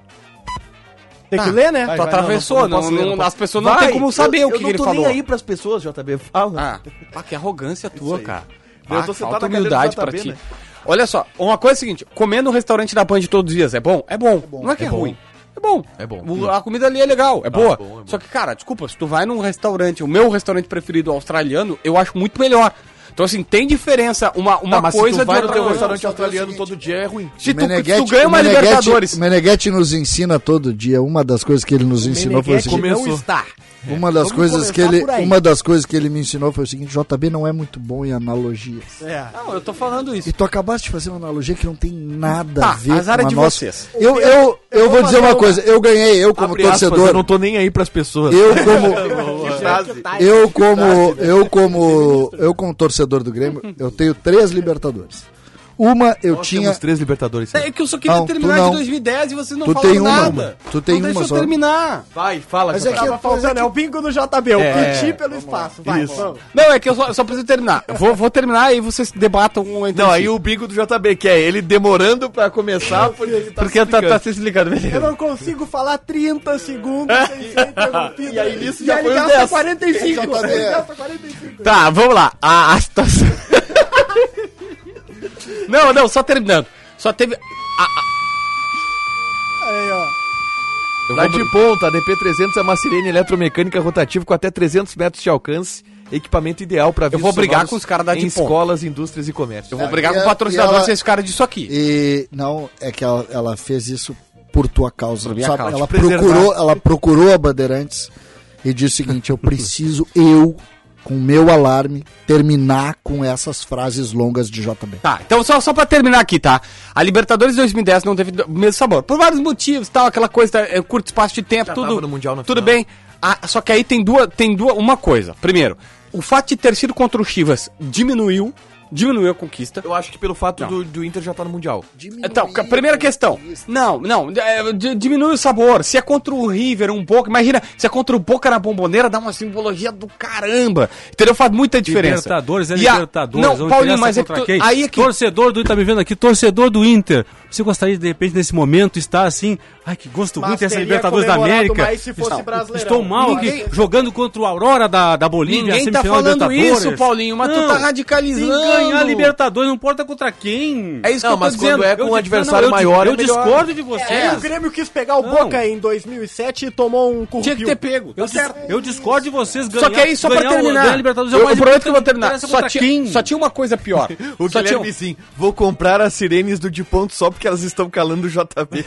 Speaker 4: Tem que ler, né?
Speaker 5: Tu atravessou,
Speaker 2: não-
Speaker 5: Tá. não,
Speaker 2: não- não-
Speaker 5: as pessoas não têm como saber o que, ele
Speaker 2: Eu não
Speaker 5: falou.
Speaker 2: tô nem aí pras pessoas, JB. Fala.
Speaker 5: Ah, ah, que arrogância tua,
Speaker 2: aí.
Speaker 5: cara.
Speaker 2: Eu
Speaker 5: Ah,
Speaker 2: tô sentado
Speaker 5: falta
Speaker 2: na cadeira do
Speaker 5: humildade pra
Speaker 2: JB,
Speaker 5: ti.
Speaker 2: né?
Speaker 5: Olha só, uma coisa é a seguinte, comer no restaurante da Band todos os dias é bom? É bom. não é que é,
Speaker 2: É bom.
Speaker 5: ruim. É bom.
Speaker 2: É bom.
Speaker 5: O- a comida ali é legal, é boa.
Speaker 2: bom, é bom.
Speaker 5: Só que, cara, desculpa, se tu vai num restaurante, o meu restaurante preferido australiano, eu acho muito melhor. Então, assim, tem diferença uma, uma
Speaker 2: Tá, mas
Speaker 5: coisa
Speaker 2: se tu vai no
Speaker 5: outra
Speaker 2: teu
Speaker 5: coisa.
Speaker 2: restaurante
Speaker 7: só tem o
Speaker 2: australiano
Speaker 7: seguinte,
Speaker 2: todo dia é ruim.
Speaker 5: Se tu, se
Speaker 7: Meneghetti-
Speaker 5: tu ganha uma
Speaker 7: o Meneghetti-
Speaker 5: Libertadores.
Speaker 7: O Meneghetti nos ensina todo dia. Uma das coisas que ele nos ensinou foi o
Speaker 4: Meneghetti
Speaker 7: seguinte.
Speaker 5: é
Speaker 4: não
Speaker 5: um
Speaker 2: Começou.
Speaker 4: está.
Speaker 7: Uma das,
Speaker 4: Vamos
Speaker 7: coisas que
Speaker 4: começar
Speaker 7: ele,
Speaker 4: por aí.
Speaker 7: uma das coisas que ele me ensinou foi o seguinte: JB não é muito bom em analogias.
Speaker 4: É.
Speaker 5: Não, eu tô falando isso.
Speaker 7: E tu acabaste de fazer uma analogia que não tem nada
Speaker 5: Tá,
Speaker 7: a ver
Speaker 5: azar
Speaker 7: com
Speaker 5: é
Speaker 7: a
Speaker 5: de
Speaker 7: nossa.
Speaker 5: vocês.
Speaker 7: Eu, eu, eu, vou dizer uma coisa: eu ganhei, eu como
Speaker 2: Abre aspas,
Speaker 7: torcedor.
Speaker 2: eu não tô nem aí pras pessoas.
Speaker 7: Eu [LAUGHS] como. Eu como, eu como, eu como torcedor do Grêmio, eu tenho três Libertadores. Uma eu
Speaker 2: Nós
Speaker 7: tinha,
Speaker 2: temos três Libertadores.
Speaker 5: É que eu só queria
Speaker 7: Não, tu
Speaker 5: terminar
Speaker 7: não.
Speaker 5: de 2010 e vocês não
Speaker 7: Tu
Speaker 5: falam
Speaker 7: tem uma,
Speaker 5: nada.
Speaker 7: uma. Tu tem
Speaker 5: não
Speaker 7: uma
Speaker 5: deixa
Speaker 7: só.
Speaker 5: eu terminar.
Speaker 2: Vai, fala.
Speaker 7: Mas
Speaker 2: Cacau.
Speaker 7: é que-
Speaker 4: Tava faltando, é o bingo do JB, o
Speaker 5: É,
Speaker 4: piti pelo espaço. Vai, vamos.
Speaker 5: Não, é que eu só, só preciso terminar. Eu Vou, vou terminar e vocês debatam um entre
Speaker 2: Não,
Speaker 5: si.
Speaker 2: aí o bico do JB, que é ele demorando pra começar, porque ele tá
Speaker 5: Porque
Speaker 2: se
Speaker 5: tá,
Speaker 2: ligando.
Speaker 5: tá se ligando,
Speaker 4: Eu
Speaker 5: beleza.
Speaker 4: não consigo falar 30 segundos sem ser interrompido.
Speaker 2: E aí, nisso,
Speaker 4: E
Speaker 2: já
Speaker 4: ele
Speaker 2: foi os
Speaker 4: gasta
Speaker 2: 10.
Speaker 4: 45.
Speaker 7: JB.
Speaker 4: Ele gasta 45.
Speaker 5: Tá, vamos lá. A, a situação... [LAUGHS] não, não, só terminando. Só teve...
Speaker 4: Aí, ó.
Speaker 2: Lá de ponta, a DP300 é uma sirene eletromecânica rotativa com até 300 metros de alcance. Equipamento ideal para
Speaker 5: vou brigar com os caras da
Speaker 2: em
Speaker 5: de ponta.
Speaker 2: escolas, indústrias e comércio.
Speaker 5: Eu vou
Speaker 7: É,
Speaker 5: brigar
Speaker 7: e
Speaker 5: com o
Speaker 7: ela-
Speaker 5: patrocinador
Speaker 7: e ela-
Speaker 5: se esse cara disso aqui.
Speaker 7: E não, é que ela, ela fez isso por tua causa.
Speaker 5: minha
Speaker 7: sabe?
Speaker 5: causa,
Speaker 7: Ela
Speaker 2: te preservar.
Speaker 7: procurou, ela procurou a Bandeirantes e disse o seguinte: eu preciso eu com meu alarme terminar com essas frases longas de JB.
Speaker 5: Tá, então só, só pra terminar aqui, tá? A Libertadores 2010 não teve o mesmo sabor. Por vários motivos, tal, aquela coisa, tá, é, curto espaço de tempo,
Speaker 2: Já
Speaker 5: tudo.
Speaker 2: tava no Mundial na
Speaker 5: tudo
Speaker 2: final.
Speaker 5: bem. Ah, só que aí tem duas, tem duas, uma coisa. Primeiro, o fato de ter sido contra o Chivas diminuiu, diminuiu a conquista.
Speaker 2: Eu acho que pelo fato do, do Inter já tá no Mundial.
Speaker 5: Então, ca- primeira questão. Não, não, é, di- diminui o sabor. Se é contra o River, um Boca, imagina, se é contra o Boca na bomboneira, dá uma simbologia do caramba. Entendeu? Faz muita diferença.
Speaker 3: Libertadores é
Speaker 5: E a-
Speaker 3: Libertadores.
Speaker 5: Não,
Speaker 3: não
Speaker 5: Paulinho,
Speaker 3: interessa
Speaker 5: mas é que
Speaker 3: contra
Speaker 5: tu-
Speaker 3: quem.
Speaker 5: aí é que
Speaker 3: Torcedor do... Tá me vendo aqui? Torcedor do Inter. Você gostaria, de repente, nesse momento, estar assim... Ai, que gosto
Speaker 4: Mas
Speaker 3: ruim dessa
Speaker 4: teria
Speaker 3: Libertadores da
Speaker 4: comemorado
Speaker 3: América.
Speaker 4: mais se fosse
Speaker 3: Estou-
Speaker 4: Brasileirão.
Speaker 3: Estou mal aqui,
Speaker 4: Ninguém-
Speaker 3: jogando contra o Aurora da, da Bolívia.
Speaker 5: Ninguém tá
Speaker 3: semifinal
Speaker 5: falando
Speaker 3: assim Libertadores.
Speaker 5: isso, Paulinho, mas tu
Speaker 3: Não,
Speaker 5: tá radicalizando.
Speaker 3: Tem que ganhar a Libertadores, não importa contra quem.
Speaker 5: É isso
Speaker 2: Não,
Speaker 5: que eu
Speaker 2: mas
Speaker 5: tô
Speaker 2: quando
Speaker 5: dizendo.
Speaker 2: é com
Speaker 5: Eu
Speaker 2: um
Speaker 5: di-
Speaker 2: adversário
Speaker 5: não, não, eu
Speaker 2: maior,
Speaker 5: di-
Speaker 2: é
Speaker 5: Eu
Speaker 2: melhor.
Speaker 5: discordo de
Speaker 4: É,
Speaker 5: vocês.
Speaker 4: o Grêmio quis pegar o
Speaker 3: Não.
Speaker 4: Boca em 2007 e tomou um currículo.
Speaker 5: Tinha que ter pego.
Speaker 3: Eu, dis- eu discordo de vocês ganhar.
Speaker 5: Só que aí, só pra
Speaker 3: ganhar o- ganhar a
Speaker 5: terminar.
Speaker 3: Libertadores é
Speaker 5: eu,
Speaker 3: mais
Speaker 5: eu prometo que eu vou
Speaker 3: importante, não
Speaker 5: terminar.
Speaker 3: interessa
Speaker 5: Só
Speaker 3: contra
Speaker 5: tinha,
Speaker 3: quem.
Speaker 5: só tinha uma coisa
Speaker 3: [LAUGHS]
Speaker 5: pior.
Speaker 2: O
Speaker 5: só
Speaker 3: é
Speaker 5: tinha, um.
Speaker 2: Guilherme sim, vou comprar as sirenes do de ponto só porque elas estão calando o
Speaker 4: [LAUGHS]
Speaker 2: JB.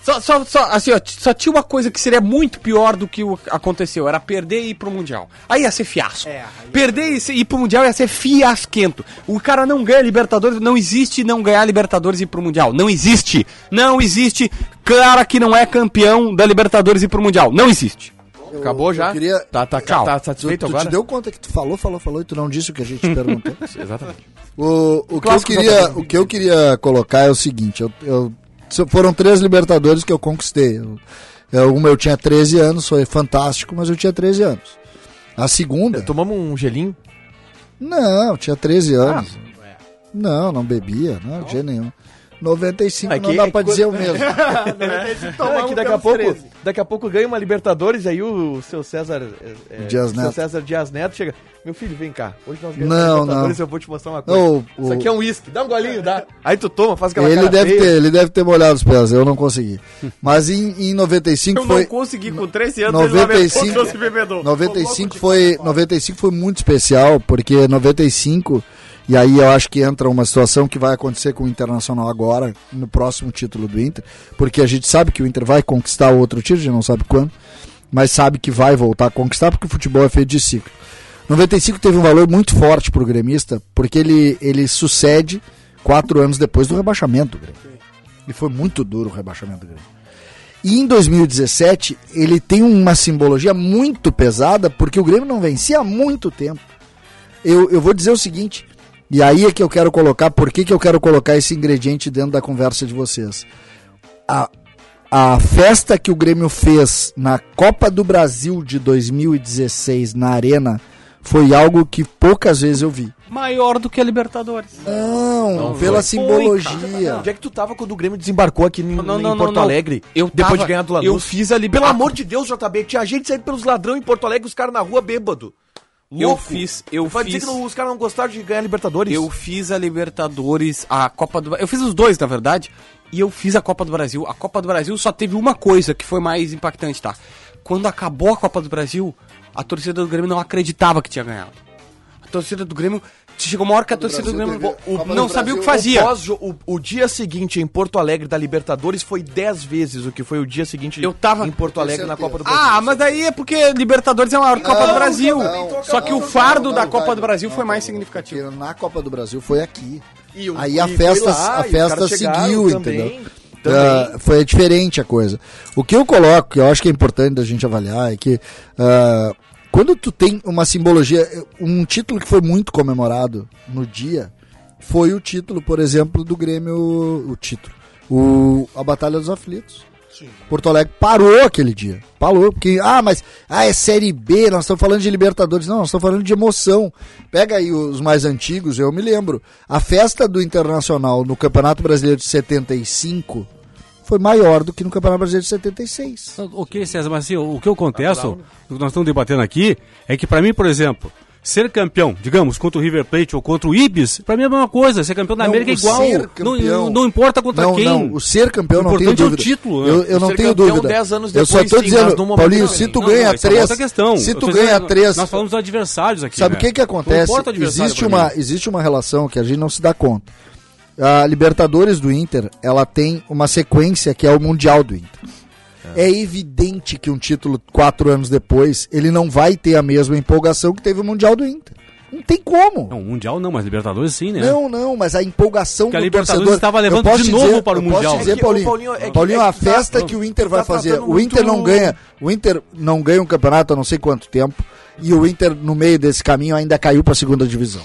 Speaker 5: só, só, só, assim, ó, t- só tinha uma coisa que seria muito pior do que o que aconteceu. Era perder e ir pro Mundial. Aí ia ser fiasco.
Speaker 4: É, aí
Speaker 5: perder e se- ir pro Mundial ia ser fiasquento. O cara não ganha Libertadores. Não existe não ganhar Libertadores e ir pro Mundial. Não existe. Não existe cara que não é campeão da Libertadores e ir pro Mundial. Não existe.
Speaker 2: Acabou já?
Speaker 7: eu queria-
Speaker 2: Tá, tá,
Speaker 5: Tchau.
Speaker 2: tá
Speaker 7: Tu,
Speaker 2: satisfeito
Speaker 7: tu
Speaker 2: agora?
Speaker 7: te deu conta que tu falou, falou, falou e tu não disse o que a gente te perguntou?
Speaker 2: Exatamente.
Speaker 7: O, o, que eu
Speaker 5: clássico
Speaker 7: queria,
Speaker 5: JB.
Speaker 7: o que eu queria colocar é o seguinte: eu, eu- so- foram três Libertadores que eu conquistei. Eu, eu- uma eu tinha 13 anos, foi fantástico, mas eu tinha 13 anos. A segunda?
Speaker 2: Tomamos um gelinho.
Speaker 7: Não, eu tinha 13
Speaker 2: Ah.
Speaker 7: anos. Não, não bebia, não, de jeito nenhum. 95
Speaker 2: É que-
Speaker 7: não dá
Speaker 2: é
Speaker 7: pra
Speaker 2: que
Speaker 7: dizer
Speaker 2: [LAUGHS]
Speaker 7: o mesmo.
Speaker 2: É
Speaker 4: um
Speaker 5: um
Speaker 2: que daqui a pouco, daqui a pouco ganha uma Libertadores, aí o seu César é, é,
Speaker 7: Dias
Speaker 2: o seu
Speaker 7: Neto.
Speaker 2: César Dias Neto chega. Meu filho, vem cá. Hoje nós ganhamos
Speaker 7: Não,
Speaker 2: Libertadores,
Speaker 7: não.
Speaker 2: eu vou te mostrar uma coisa.
Speaker 7: Não, o-
Speaker 2: Isso aqui é um uísque, dá um golinho,
Speaker 7: [LAUGHS]
Speaker 2: dá. Aí tu toma, faz aquela
Speaker 7: Ele
Speaker 2: cara
Speaker 7: deve,
Speaker 2: feia.
Speaker 7: ter, ele deve ter molhado os pés, eu não consegui. Mas em, em 95 foi.
Speaker 2: consegui com 13 ele
Speaker 7: 95,
Speaker 2: lamentou, trouxe bebedouro.
Speaker 7: 95 foi 95 foi muito especial porque 95 e aí eu acho que entra uma situação que vai acontecer com o Internacional agora no próximo título do Inter porque a gente sabe que o Inter vai conquistar outro título a gente não sabe quando mas sabe que vai voltar a conquistar porque o futebol é feito de ciclo 95 teve um valor muito forte pro gremista porque ele ele sucede quatro anos depois do rebaixamento do Grêmio e foi muito duro o rebaixamento do Grêmio e em 2017, ele tem uma simbologia muito pesada, porque o Grêmio não vencia há muito tempo. Eu, eu vou dizer o seguinte, e aí é que eu quero colocar, por que, que eu quero colocar esse ingrediente dentro da conversa de vocês. A, a festa que o Grêmio fez na Copa do Brasil de 2016, na Arena, foi algo que poucas vezes eu vi.
Speaker 5: maior do que a Libertadores.
Speaker 7: Não, pela simbologia.
Speaker 2: Onde é que tu tava quando o Grêmio desembarcou aqui em,
Speaker 5: não,
Speaker 2: em
Speaker 5: não,
Speaker 2: Porto
Speaker 5: não.
Speaker 2: Alegre?
Speaker 5: Eu
Speaker 2: depois
Speaker 5: tava-
Speaker 2: de ganhar do Lanús.
Speaker 5: eu fiz ali-
Speaker 2: Pelo amor de Deus, JB, tinha gente saindo pelos ladrão em Porto Alegre, os caras na rua bêbado.
Speaker 5: Eu
Speaker 2: Louco.
Speaker 5: fiz- eu
Speaker 2: Vai dizer
Speaker 5: fiz-
Speaker 2: que não- os caras não gostaram de ganhar Libertadores.
Speaker 5: Eu fiz a Libertadores, a Copa do Eu fiz os dois, na verdade, e eu fiz a Copa do Brasil. A Copa do Brasil só teve uma coisa que foi mais impactante, tá? Quando acabou a Copa do Brasil, a torcida do Grêmio não acreditava que tinha ganhado. A torcida do Grêmio. Chegou uma hora que a torcida do
Speaker 7: Brasil
Speaker 5: Grêmio
Speaker 7: teve-
Speaker 5: o-
Speaker 7: Copa do
Speaker 5: não sabia o que
Speaker 7: Brasil,
Speaker 5: fazia.
Speaker 2: O, pós- o- o dia seguinte em Porto Alegre da Libertadores foi 10 vezes o que foi o dia seguinte
Speaker 5: Eu tava-
Speaker 2: em Porto Alegre na
Speaker 7: certeza.
Speaker 2: Copa do Brasil.
Speaker 5: Ah, mas daí é porque Libertadores é maior que a Copa do
Speaker 7: Não,
Speaker 5: Brasil.
Speaker 7: não,
Speaker 5: Só que
Speaker 7: não,
Speaker 5: o
Speaker 7: não,
Speaker 5: fardo
Speaker 7: não,
Speaker 5: da
Speaker 7: não,
Speaker 5: Copa
Speaker 7: não,
Speaker 5: do Brasil
Speaker 7: não,
Speaker 5: foi
Speaker 7: não,
Speaker 5: mais
Speaker 7: não,
Speaker 5: significativo.
Speaker 7: porque na Copa do Brasil foi aqui.
Speaker 2: E o-
Speaker 7: Aí a
Speaker 2: e
Speaker 7: festa,
Speaker 2: foi lá,
Speaker 7: a
Speaker 2: e os
Speaker 7: festa
Speaker 2: caras chegaram
Speaker 7: seguiu,
Speaker 2: também,
Speaker 7: entendeu?
Speaker 2: também.
Speaker 7: Ah, foi diferente a coisa. O que eu coloco, que eu acho que é importante da gente avaliar, é que ah, quando tu tem uma simbologia, um título que foi muito comemorado no dia, foi o título, por exemplo, do Grêmio, o título, o, a Batalha dos Aflitos. Porto Alegre parou aquele dia. Parou, porque, ah, mas ah, é Série B, nós estamos falando de Libertadores. Não, nós estamos falando de emoção. Pega aí os mais antigos, eu me lembro. A festa do Internacional no Campeonato Brasileiro de 75 foi maior do que no Campeonato Brasileiro de 76.
Speaker 3: Ok, César, mas assim, o que eu contesto,
Speaker 7: um
Speaker 3: o que nós estamos debatendo aqui, é que pra mim, por exemplo, ser campeão, digamos, contra o River Plate ou contra o Ibis, pra mim é a mesma coisa. Ser campeão da América é
Speaker 7: o
Speaker 3: igual.
Speaker 7: ser
Speaker 3: Não,
Speaker 7: campeão-
Speaker 3: não- não importa contra
Speaker 7: não,
Speaker 3: quem.
Speaker 7: Não, o ser campeão
Speaker 3: O
Speaker 7: não tenho
Speaker 3: importante é o
Speaker 7: dúvida.
Speaker 3: título, né?
Speaker 7: Eu, eu
Speaker 2: O
Speaker 7: não
Speaker 2: ser
Speaker 7: tenho
Speaker 2: campeão
Speaker 7: dúvida.
Speaker 2: 10 anos
Speaker 7: eu só
Speaker 2: depois,
Speaker 7: tô
Speaker 2: sim,
Speaker 7: dizendo,
Speaker 2: mas num momento
Speaker 7: Paulinho, se
Speaker 2: diferente.
Speaker 7: tu
Speaker 3: Não, não,
Speaker 7: ganha
Speaker 3: isso é uma
Speaker 7: três,
Speaker 3: outra questão.
Speaker 7: se
Speaker 3: Eu
Speaker 7: tu
Speaker 3: tô
Speaker 7: ganha
Speaker 3: dizendo,
Speaker 7: três,
Speaker 3: Nós falamos dos adversários aqui.
Speaker 7: Sabe o
Speaker 3: né?
Speaker 7: que que
Speaker 3: Não
Speaker 7: acontece?
Speaker 3: importa o adversário
Speaker 7: Existe
Speaker 3: pra
Speaker 7: uma,
Speaker 3: mim.
Speaker 7: existe uma relação que a gente não se dá conta. A Libertadores do Inter, ela tem uma sequência que é o Mundial do Inter. É evidente que um título quatro anos depois, ele não vai ter a mesma empolgação que teve o Mundial do Inter. Não tem como.
Speaker 3: Não, Mundial não, mas Libertadores sim, né?
Speaker 7: Não, não, mas a empolgação
Speaker 3: Porque a
Speaker 7: do
Speaker 3: Libertadores
Speaker 7: torcedor...
Speaker 3: estava
Speaker 7: Eu
Speaker 3: levando
Speaker 7: posso
Speaker 3: de
Speaker 7: te
Speaker 3: novo para o
Speaker 7: eu posso
Speaker 2: Mundial.
Speaker 7: te dizer,
Speaker 2: É que, ô,
Speaker 7: Paulinho,
Speaker 2: Paulinho, é que-
Speaker 7: Paulinho,
Speaker 2: é
Speaker 7: a
Speaker 2: que tu tá-
Speaker 7: festa que o Inter
Speaker 2: tu
Speaker 7: vai
Speaker 2: tá
Speaker 7: fazer...
Speaker 2: tratando
Speaker 7: O Inter
Speaker 2: muito-
Speaker 7: não ganha... O Inter não ganha um campeonato há não sei quanto tempo e o Inter, no meio desse caminho, ainda caiu para a segunda divisão.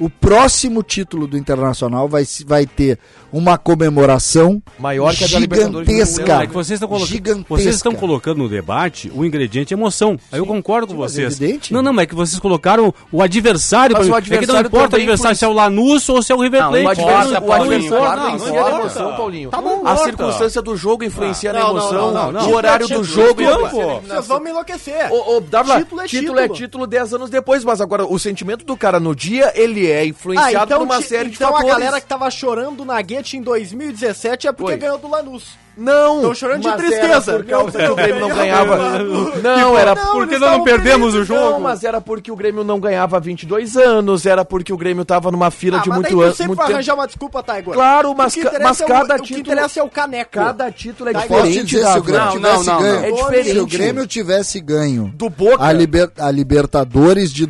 Speaker 7: O próximo título do Internacional vai, se- vai ter uma comemoração
Speaker 2: Maior que a da Libertadores do
Speaker 7: gigantesca.
Speaker 2: Inter,
Speaker 3: É que vocês estão, coloca-
Speaker 7: Gigantesca.
Speaker 3: vocês estão colocando no debate o ingrediente emoção. Aí eu concordo com
Speaker 7: mas é
Speaker 3: vocês.
Speaker 7: evidente.
Speaker 3: não, não, mas é que vocês colocaram o adversário.
Speaker 2: Mas
Speaker 3: pra
Speaker 2: o
Speaker 3: mim. é que não
Speaker 2: adversário
Speaker 3: importa o
Speaker 2: também
Speaker 3: adversário
Speaker 2: foi-
Speaker 3: se é o Lanús ou se é o River
Speaker 5: Não,
Speaker 3: Plate.
Speaker 2: O adversário,
Speaker 5: Não
Speaker 2: o adversário
Speaker 5: importa, Paulinho, não
Speaker 2: influencia na
Speaker 5: importa.
Speaker 2: emoção, Paulinho.
Speaker 5: Tá bom,
Speaker 2: a
Speaker 5: importa.
Speaker 2: circunstância do jogo influencia na
Speaker 4: Ah, Não, não,
Speaker 2: emoção.
Speaker 4: não, é
Speaker 3: não, não.
Speaker 2: O horário do jogo.
Speaker 3: título, pô.
Speaker 4: Vocês vão me enlouquecer.
Speaker 2: Ô, ô, Dávila,
Speaker 4: Título é
Speaker 2: título é
Speaker 4: título.
Speaker 2: título 10 anos depois, mas agora o sentimento do cara no dia, ele é influenciado por uma
Speaker 4: ti-
Speaker 2: série de
Speaker 4: Ah, então
Speaker 2: fatores.
Speaker 4: a galera que tava chorando na Guete em 2017 é porque
Speaker 2: Foi.
Speaker 4: ganhou do Lanús.
Speaker 2: Não!
Speaker 4: Tão chorando de
Speaker 2: mas
Speaker 4: tristeza.
Speaker 2: era Por causa
Speaker 4: Não,
Speaker 2: que o Grêmio não
Speaker 4: ganhou,
Speaker 2: ganhava.
Speaker 4: ganhou.
Speaker 2: Não, era
Speaker 4: Não,
Speaker 3: Por
Speaker 4: eles
Speaker 3: que nós não
Speaker 4: estavam
Speaker 3: perdemos
Speaker 4: felizes,
Speaker 3: o jogo?
Speaker 2: Não, mas era porque o Grêmio não ganhava há 22 anos, era porque o Grêmio tava numa fila
Speaker 4: Ah,
Speaker 2: de
Speaker 4: mas daí
Speaker 2: muito
Speaker 4: tu
Speaker 2: anos.
Speaker 4: sempre
Speaker 2: Muito
Speaker 4: vai
Speaker 2: tempo.
Speaker 4: arranjar uma desculpa, Taigo.
Speaker 2: Claro, mas
Speaker 4: o que
Speaker 2: ca-
Speaker 4: interessa
Speaker 2: mas
Speaker 4: é o-
Speaker 2: cada
Speaker 4: o que
Speaker 2: título-
Speaker 4: interessa é o caneco.
Speaker 2: Cada título é
Speaker 4: Tá,
Speaker 7: Posso te
Speaker 2: diferente.
Speaker 7: dizer, se o Grêmio
Speaker 5: Não,
Speaker 7: tivesse
Speaker 5: não, não.
Speaker 7: ganho...
Speaker 2: É
Speaker 7: Se o
Speaker 2: diferente.
Speaker 7: Grêmio tivesse ganho
Speaker 2: Do Boca.
Speaker 7: a, liber- a Libertadores de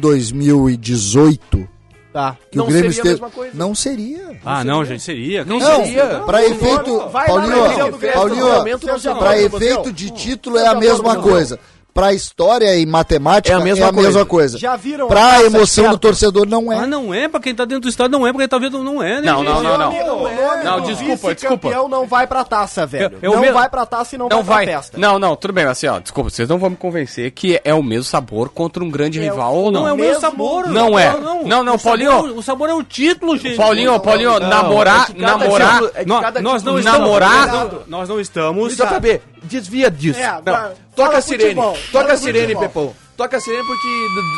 Speaker 7: 2018,
Speaker 4: Tá.
Speaker 7: que
Speaker 2: Não
Speaker 7: o Grêmio
Speaker 2: seria a
Speaker 7: esteve-
Speaker 2: mesma coisa.
Speaker 7: Não seria.
Speaker 3: Ah, não, gente, seria.
Speaker 2: Não
Speaker 7: Não,
Speaker 2: seria.
Speaker 7: pra efeito.
Speaker 4: vai lá
Speaker 7: Paulinho,
Speaker 4: na revisão do Grêmio,
Speaker 7: Paulinho,
Speaker 4: no
Speaker 2: momento não
Speaker 7: pra
Speaker 2: se
Speaker 4: fala,
Speaker 7: efeito
Speaker 4: Marcelo.
Speaker 7: de título é a mesma
Speaker 4: Marcelo.
Speaker 7: coisa. Pra história e matemática
Speaker 2: É a mesma coisa.
Speaker 7: coisa.
Speaker 4: Já viram a
Speaker 7: Pra
Speaker 4: taça
Speaker 7: emoção do
Speaker 4: certa?
Speaker 7: torcedor não
Speaker 3: Ah,
Speaker 7: é.
Speaker 3: não é pra quem tá dentro do estádio, não é pra quem tá vendo, não é, né?
Speaker 5: Não,
Speaker 3: gente?
Speaker 5: não, não, não. Não, desculpa,
Speaker 4: desculpa,
Speaker 5: desculpa.
Speaker 4: campeão não vai pra taça, velho.
Speaker 5: Eu- eu
Speaker 4: não
Speaker 5: mesmo-
Speaker 4: vai pra taça e não,
Speaker 5: Não
Speaker 4: vai
Speaker 5: vai.
Speaker 4: pra festa.
Speaker 5: Não, não, tudo bem, mas assim, ó, desculpa, vocês não vão me convencer que é o mesmo sabor contra um grande rival ou não.
Speaker 3: Não é o
Speaker 4: Mesmo-
Speaker 3: mesmo sabor.
Speaker 5: Não é. Não, não,
Speaker 3: O sabor
Speaker 5: Paulinho.
Speaker 3: é o- O sabor é o título, gente.
Speaker 5: Paulinho, Paulinho, namorar, namorar.
Speaker 2: título- é que
Speaker 3: Nó-
Speaker 2: cada
Speaker 3: nós não
Speaker 5: título-
Speaker 3: estamos.
Speaker 5: Namorar-
Speaker 3: nós não- Nós não estamos.
Speaker 2: Precisa saber, desvia disso.
Speaker 4: É,
Speaker 2: Não.
Speaker 4: vai.
Speaker 2: Toca
Speaker 4: Fala
Speaker 2: a sirene.
Speaker 4: futebol,
Speaker 2: Toca
Speaker 4: fala
Speaker 2: a sirene,
Speaker 4: futebol.
Speaker 2: Pepão. Toca a sirene porque.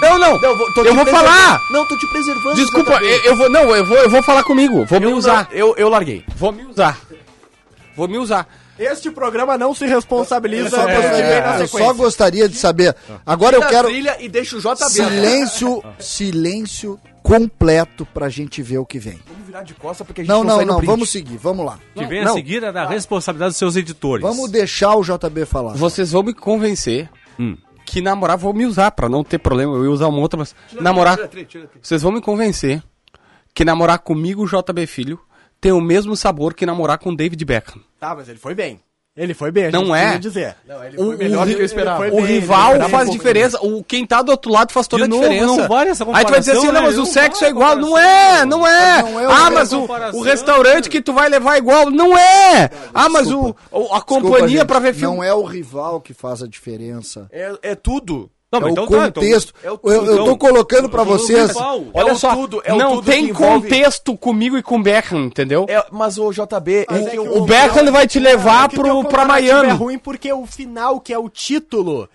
Speaker 5: Não, não.
Speaker 2: vou- tô te
Speaker 5: Eu vou
Speaker 2: preservando.
Speaker 5: falar.
Speaker 2: Não, tô te preservando.
Speaker 5: Desculpa,
Speaker 2: JB.
Speaker 5: eu, eu vou, não, eu vou, eu vou falar comigo, vou me
Speaker 2: Eu não-
Speaker 5: usar,
Speaker 2: Eu, eu larguei.
Speaker 5: vou me usar. Vou me usar.
Speaker 4: Este programa não se
Speaker 7: Eu
Speaker 4: responsabiliza
Speaker 7: só
Speaker 4: pelo que
Speaker 7: gostaria-
Speaker 4: vem na
Speaker 7: eu É. só
Speaker 4: sequência.
Speaker 7: gostaria de saber. Agora eu
Speaker 2: Da
Speaker 7: quero
Speaker 2: trilha e deixa o JB.
Speaker 7: silêncio, silêncio completo pra gente ver o que vem.
Speaker 2: Vamos virar de costa porque a gente
Speaker 7: Não, não,
Speaker 2: sai no
Speaker 7: não,
Speaker 2: print.
Speaker 7: vamos seguir, vamos lá.
Speaker 3: O que vem a
Speaker 7: Não,
Speaker 3: seguir é da responsabilidade dos seus editores.
Speaker 7: Vamos deixar o JB falar.
Speaker 5: Vocês vão me convencer que namorar vou me usar pra não ter problema, eu ia usar uma outra, mas namorar.
Speaker 2: Tira, tira, tira, tira.
Speaker 5: Vocês vão me convencer que namorar comigo, JB Filho, tem o mesmo sabor que namorar com David Beckham.
Speaker 4: Tá, mas ele foi bem. Ele foi bem, a gente
Speaker 5: Não é.
Speaker 4: precisa dizer.
Speaker 2: Ele
Speaker 5: O,
Speaker 2: foi melhor
Speaker 5: o-
Speaker 2: do que eu esperava.
Speaker 4: ele
Speaker 5: o
Speaker 4: foi bem,
Speaker 5: rival
Speaker 4: ele foi
Speaker 5: faz
Speaker 4: bem.
Speaker 5: diferença. O, quem tá do outro lado faz toda
Speaker 3: De
Speaker 5: a
Speaker 3: novo,
Speaker 5: diferença.
Speaker 3: não vale essa
Speaker 5: Aí tu vai dizer assim,
Speaker 3: comparação,
Speaker 5: não,
Speaker 3: né?
Speaker 5: mas o
Speaker 3: Não
Speaker 5: sexo
Speaker 3: vale
Speaker 5: é igual. Não
Speaker 3: comparação.
Speaker 5: é, não é.
Speaker 7: Não é
Speaker 5: ah,
Speaker 7: uma
Speaker 5: mas o,
Speaker 3: comparação.
Speaker 5: o restaurante que tu vai levar é igual. Não é. Ah, mas o, o- a
Speaker 7: Desculpa,
Speaker 5: companhia
Speaker 7: gente,
Speaker 5: pra ver filme.
Speaker 7: Não é o rival que faz a diferença.
Speaker 2: É, é tudo.
Speaker 3: Não,
Speaker 7: é
Speaker 3: mas então
Speaker 7: o
Speaker 3: tá, então-
Speaker 7: contexto.
Speaker 2: é o-
Speaker 7: eu, eu
Speaker 3: então-
Speaker 7: tô colocando pra
Speaker 3: Tudo
Speaker 7: vocês.
Speaker 3: igual.
Speaker 5: Olha
Speaker 2: É o
Speaker 5: só,
Speaker 2: tudo, é o
Speaker 5: não
Speaker 2: tudo
Speaker 5: tem
Speaker 2: que envolve-
Speaker 5: contexto comigo e com o Beckham, entendeu?
Speaker 2: É, mas o JB,
Speaker 4: Mas
Speaker 2: o
Speaker 4: é
Speaker 2: que
Speaker 4: que
Speaker 2: eu-
Speaker 5: o Beckham vai te levar
Speaker 4: É que o teu
Speaker 5: pro, pra
Speaker 4: comparativo
Speaker 5: Miami.
Speaker 4: É ruim porque o final, que é o título,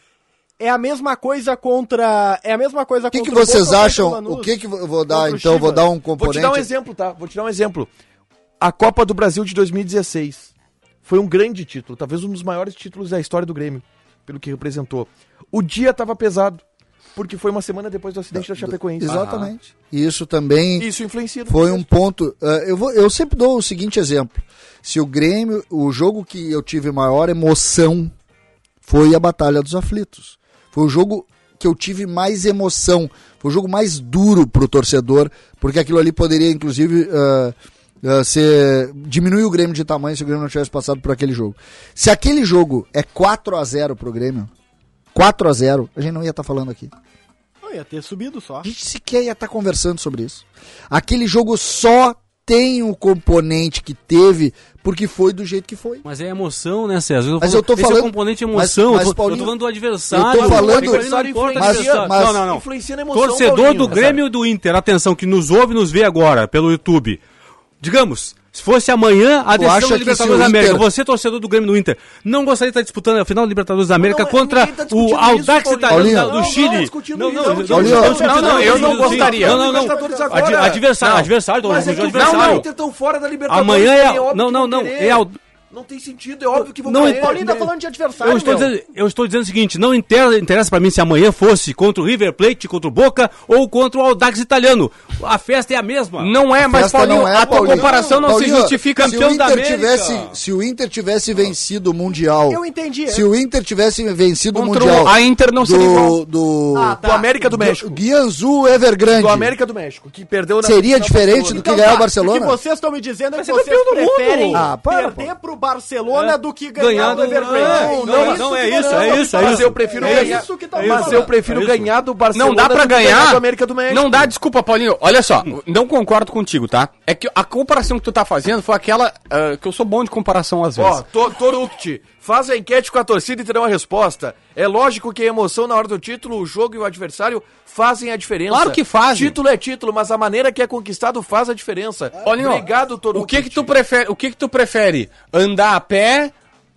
Speaker 4: é a mesma coisa contra. É a mesma coisa
Speaker 7: O que, que
Speaker 4: contra Boca,
Speaker 7: vocês
Speaker 4: contra
Speaker 7: acham?
Speaker 4: Lanús.
Speaker 7: O que, que eu vou dar,
Speaker 4: Contra o
Speaker 7: então? Vou
Speaker 4: Chivas.
Speaker 7: dar um
Speaker 2: Vou te
Speaker 7: componente.
Speaker 2: dar um exemplo, tá? Vou te dar um exemplo. A Copa do Brasil de 2016 foi um grande título, talvez um dos maiores títulos da história do Grêmio, pelo que representou. O dia tava pesado, porque foi uma semana depois do acidente da Chapecoense.
Speaker 7: Exatamente. Isso também.
Speaker 2: Isso influencia. no
Speaker 7: Foi um
Speaker 2: contexto.
Speaker 7: ponto. eh, eu, vou- eu sempre dou o seguinte exemplo. Se o Grêmio, o jogo que eu tive maior emoção foi a Batalha dos Aflitos. Foi o jogo que eu tive mais emoção. Foi o jogo mais duro pro torcedor, porque aquilo ali poderia, inclusive, ah, ah, ser. diminuir o Grêmio de tamanho se o Grêmio não tivesse passado por aquele jogo. Se aquele jogo é 4 a 0 pro Grêmio, 4 a 0 a gente não ia estar falando aqui.
Speaker 4: Não, ia ter subido só.
Speaker 7: A gente sequer ia estar conversando sobre isso. Aquele jogo só tem o componente que teve porque foi do jeito que foi.
Speaker 3: Mas é emoção, né, César? Eu
Speaker 7: Mas eu tô
Speaker 3: esse é o
Speaker 7: falando-
Speaker 3: componente
Speaker 7: mas-
Speaker 3: emoção.
Speaker 7: mas,
Speaker 3: eu, tô,
Speaker 7: Paulinho,
Speaker 3: eu tô falando do adversário.
Speaker 7: eu tô falando-
Speaker 3: é que ele não importa
Speaker 7: mas-
Speaker 3: adversário.
Speaker 7: mas-
Speaker 3: não, não, não.
Speaker 2: Influencia na emoção,
Speaker 3: Torcedor
Speaker 2: Paulinho.
Speaker 3: do Grêmio e do Inter, atenção, que nos ouve e nos vê agora pelo YouTube. Digamos, se fosse amanhã a decisão
Speaker 7: acha
Speaker 3: da
Speaker 7: que se
Speaker 3: Libertadores
Speaker 7: o
Speaker 3: da América,
Speaker 7: Inter-
Speaker 3: você, torcedor do Grêmio e do Inter, não gostaria de estar disputando a final da Libertadores da América
Speaker 2: Não, não,
Speaker 3: contra
Speaker 2: ninguém tá
Speaker 3: o
Speaker 2: discutindo
Speaker 3: Aldax
Speaker 2: isso,
Speaker 3: Italiano
Speaker 7: Paulinho.
Speaker 3: da-
Speaker 7: Não,
Speaker 3: do
Speaker 2: não,
Speaker 3: Chile.
Speaker 2: discutindo
Speaker 3: Não,
Speaker 2: isso,
Speaker 3: não,
Speaker 2: não,
Speaker 3: não,
Speaker 7: Paulinho.
Speaker 3: não, não, eu não
Speaker 2: Sim, sim.
Speaker 3: gostaria.
Speaker 2: Não,
Speaker 3: Não, não, não.
Speaker 2: Libertadores agora.
Speaker 3: Ad- Adversário, adversário,
Speaker 2: Mas é que o
Speaker 3: adversário.
Speaker 2: Inter tão fora da Libertadores.
Speaker 3: Amanhã é.
Speaker 2: é óbvio
Speaker 3: Não,
Speaker 2: que
Speaker 3: não,
Speaker 2: vão
Speaker 3: não.
Speaker 2: querer.
Speaker 3: É ao-
Speaker 2: Não tem sentido, é óbvio que vão
Speaker 3: Não,
Speaker 2: querer.
Speaker 3: o
Speaker 4: Paulinho tá falando de adversário.
Speaker 3: Eu estou,
Speaker 4: meu.
Speaker 3: dizendo, eu estou dizendo o seguinte, não inter- interessa pra mim se amanhã fosse contra o River Plate, contra o Boca ou contra o Aldax italiano. A festa é a mesma.
Speaker 5: Não é, mas
Speaker 7: Festa
Speaker 5: Paulinho,
Speaker 7: não é,
Speaker 5: a tua
Speaker 7: Paulinho.
Speaker 5: comparação não
Speaker 7: Paulinho,
Speaker 5: se justifica.
Speaker 7: se
Speaker 5: Campeão
Speaker 7: o
Speaker 5: da
Speaker 7: Inter
Speaker 5: América.
Speaker 7: Tivesse, se o Inter tivesse vencido o Mundial.
Speaker 4: Eu entendi.
Speaker 7: Se o Inter tivesse vencido
Speaker 5: é. Contra
Speaker 7: o
Speaker 5: o-
Speaker 7: Mundial.
Speaker 5: a Inter não se livrou.
Speaker 7: do, do,
Speaker 4: Ah,
Speaker 5: tá.
Speaker 2: Do América do México.
Speaker 7: Guianzu Evergrande.
Speaker 2: Tá. Do América do México, que perdeu na
Speaker 7: Seria
Speaker 2: na-
Speaker 7: diferente do que
Speaker 4: Então
Speaker 7: ganhar
Speaker 5: é
Speaker 4: tá,
Speaker 7: o Barcelona?
Speaker 4: O que vocês estão me dizendo é que
Speaker 3: ser campeão
Speaker 4: vocês
Speaker 3: do mundo. É.
Speaker 4: preferem
Speaker 7: Ah, para,
Speaker 4: perder pro Barcelona do que ganhar
Speaker 3: Ganhar
Speaker 4: do
Speaker 3: do-
Speaker 4: Evergrande.
Speaker 3: Não, não, mas não, é
Speaker 4: que tá
Speaker 3: isso,
Speaker 4: falando.
Speaker 3: é isso, é
Speaker 2: Mas
Speaker 3: isso.
Speaker 2: eu prefiro
Speaker 4: É
Speaker 2: ganhar.
Speaker 4: isso que tá
Speaker 2: mas
Speaker 4: falando.
Speaker 2: eu prefiro
Speaker 3: É isso.
Speaker 2: ganhar do Barcelona.
Speaker 5: Não dá pra
Speaker 2: do que
Speaker 5: ganhar.
Speaker 2: do América do México.
Speaker 5: Não dá, desculpa, Paulinho. Olha só, não concordo contigo, tá? É que a comparação que tu tá fazendo foi aquela ah, que eu sou bom de comparação às vezes.
Speaker 2: Ó, to- Torucci, faz a enquete com a torcida e terão a resposta. É lógico que a emoção na hora do título, o jogo e o adversário fazem a diferença.
Speaker 5: Claro que fazem.
Speaker 2: Título é título, mas a maneira que é conquistado faz a diferença.
Speaker 5: Paulinho,
Speaker 2: Obrigado, Torucci.
Speaker 5: o que que tu prefere? O que que tu prefere? Andar a pé?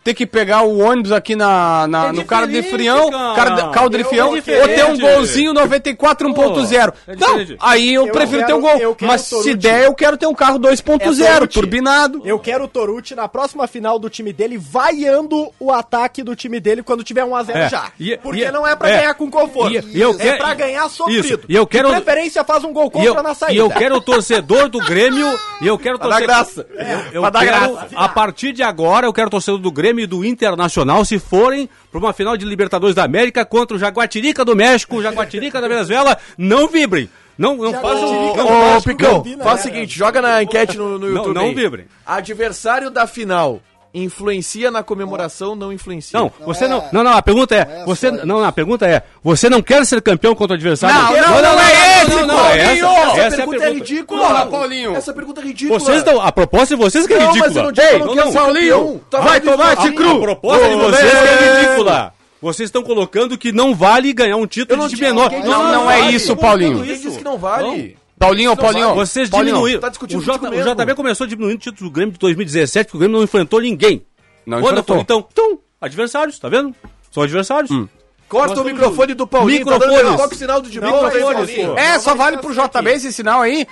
Speaker 5: Ter que pegar o ônibus aqui na, na-
Speaker 3: É
Speaker 5: no cara de
Speaker 3: diferente,
Speaker 5: frião,
Speaker 3: cara.
Speaker 5: cara de- caldo de
Speaker 3: Eu-
Speaker 5: frião,
Speaker 3: é
Speaker 5: ou ter um
Speaker 3: diferente.
Speaker 5: golzinho 94 1.0.
Speaker 3: Pô, é
Speaker 5: não,
Speaker 3: diferente.
Speaker 5: aí eu,
Speaker 4: Eu
Speaker 5: prefiro
Speaker 4: quero-
Speaker 5: ter um gol.
Speaker 4: eu quero
Speaker 5: Mas
Speaker 4: o Torucci.
Speaker 5: se der, eu quero ter um carro 2.0,
Speaker 4: Torucci.
Speaker 5: turbinado.
Speaker 4: Eu quero o Torucci na próxima final do time dele, vaiando o ataque do time dele quando tiver 1x0
Speaker 3: É.
Speaker 4: já.
Speaker 3: E-
Speaker 4: Porque
Speaker 3: e-
Speaker 4: não é pra
Speaker 3: é.
Speaker 4: ganhar com conforto.
Speaker 3: E- e eu
Speaker 4: é
Speaker 3: quero-
Speaker 4: pra ganhar sofrido.
Speaker 3: Isso. E eu quero-
Speaker 4: De preferência faz um gol
Speaker 3: E
Speaker 4: contra
Speaker 3: eu,
Speaker 4: na saída.
Speaker 3: e eu quero o torcedor do Grêmio. E eu quero torcedor.
Speaker 5: graça.
Speaker 3: Eu, eu quero, a partir de agora, eu quero torcedor do Grêmio e do Internacional se forem para uma final de Libertadores da América contra o Jaguatirica do México, o Jaguatirica da Venezuela. Não vibrem. Não, não façam.
Speaker 4: Jaguatirica
Speaker 3: não-
Speaker 4: do
Speaker 2: Ô,
Speaker 4: México,
Speaker 2: Picão,
Speaker 4: Gambina,
Speaker 2: faz o
Speaker 4: né?
Speaker 2: seguinte, joga na enquete no, no
Speaker 3: Não,
Speaker 2: YouTube.
Speaker 3: não
Speaker 2: aí.
Speaker 3: vibrem.
Speaker 2: Adversário da final influencia na comemoração, não influencia.
Speaker 3: Não, você não. Não, não, a pergunta é. você, não, não, a pergunta é. Você não quer ser campeão contra o adversário?
Speaker 5: Não, não, não é esse, Paulinho!
Speaker 3: essa,
Speaker 2: Essa,
Speaker 3: essa é a
Speaker 2: pergunta é,
Speaker 3: pergunta.
Speaker 2: ridícula.
Speaker 5: Porra, Paulinho.
Speaker 2: Essa pergunta é ridícula.
Speaker 3: Vocês dão, a proposta de vocês que é
Speaker 2: Não,
Speaker 3: ridícula.
Speaker 2: mas eu não digo que eu não
Speaker 3: Ei,
Speaker 2: quero ser
Speaker 3: Paulinho,
Speaker 2: campeão. Tá
Speaker 3: vai
Speaker 2: falando
Speaker 3: tomar
Speaker 2: isso,
Speaker 3: te
Speaker 2: Paulinho.
Speaker 3: cru. A proposta de vocês que é ridícula. Vocês estão colocando que não vale ganhar um título de menor.
Speaker 2: Quem
Speaker 5: Não, não é
Speaker 2: vale?
Speaker 5: isso, Paulinho.
Speaker 2: Quem disse que não vale?
Speaker 5: Paulinho, Paulinho.
Speaker 2: vai.
Speaker 3: Vocês
Speaker 5: Paulinho,
Speaker 3: diminuíram.
Speaker 2: tá discutindo
Speaker 3: o, J,
Speaker 2: contigo
Speaker 3: o
Speaker 2: mesmo.
Speaker 3: JB começou diminuindo o título do Grêmio de 2017, porque o Grêmio não enfrentou ninguém.
Speaker 5: Não
Speaker 3: Olha,
Speaker 5: enfrentou.
Speaker 3: Então, então, adversários, tá vendo? São adversários.
Speaker 2: Corta o microfone do Paulinho. tá
Speaker 3: Microfones.
Speaker 2: dando- Toca é o sinal do Dibão.
Speaker 3: Microfones, pô.
Speaker 5: É, só vale pro JB esse sinal aí.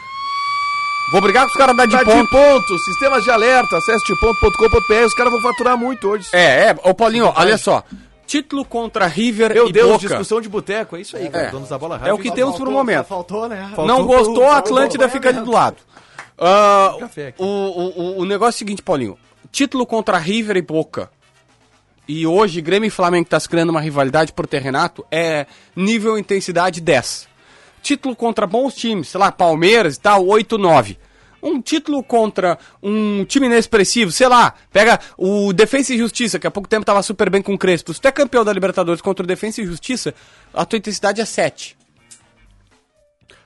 Speaker 5: Vou brigar com os caras da de
Speaker 2: Tá
Speaker 5: ponto.
Speaker 2: de ponto, sistemas de alerta, acesse de ponto.com.br, os caras vão faturar muito hoje.
Speaker 5: É, é. Ô, Paulinho, olha só. Título contra River
Speaker 2: Meu
Speaker 5: e
Speaker 2: Deus,
Speaker 5: Boca.
Speaker 2: discussão de boteco, é isso aí, cara. Donos da bola rádio.
Speaker 5: É o que temos por um
Speaker 4: Só
Speaker 5: momento.
Speaker 4: Faltou, né?
Speaker 5: Não gostou, a Atlântida fica ali do lado. Ah,
Speaker 2: Café aqui.
Speaker 5: o, o, o- o negócio é o seguinte, Paulinho. Título contra River e Boca. E hoje, Grêmio e Flamengo tá se criando uma rivalidade por terrenato. É nível intensidade 10. Título contra bons times, sei lá, Palmeiras e tal, 8, 9. Um título contra um time inexpressivo, sei lá, pega o Defensa e Justiça, que há pouco tempo tava super bem com o Crespo. Se tu é campeão da Libertadores contra o Defensa e Justiça, a tua intensidade é 7.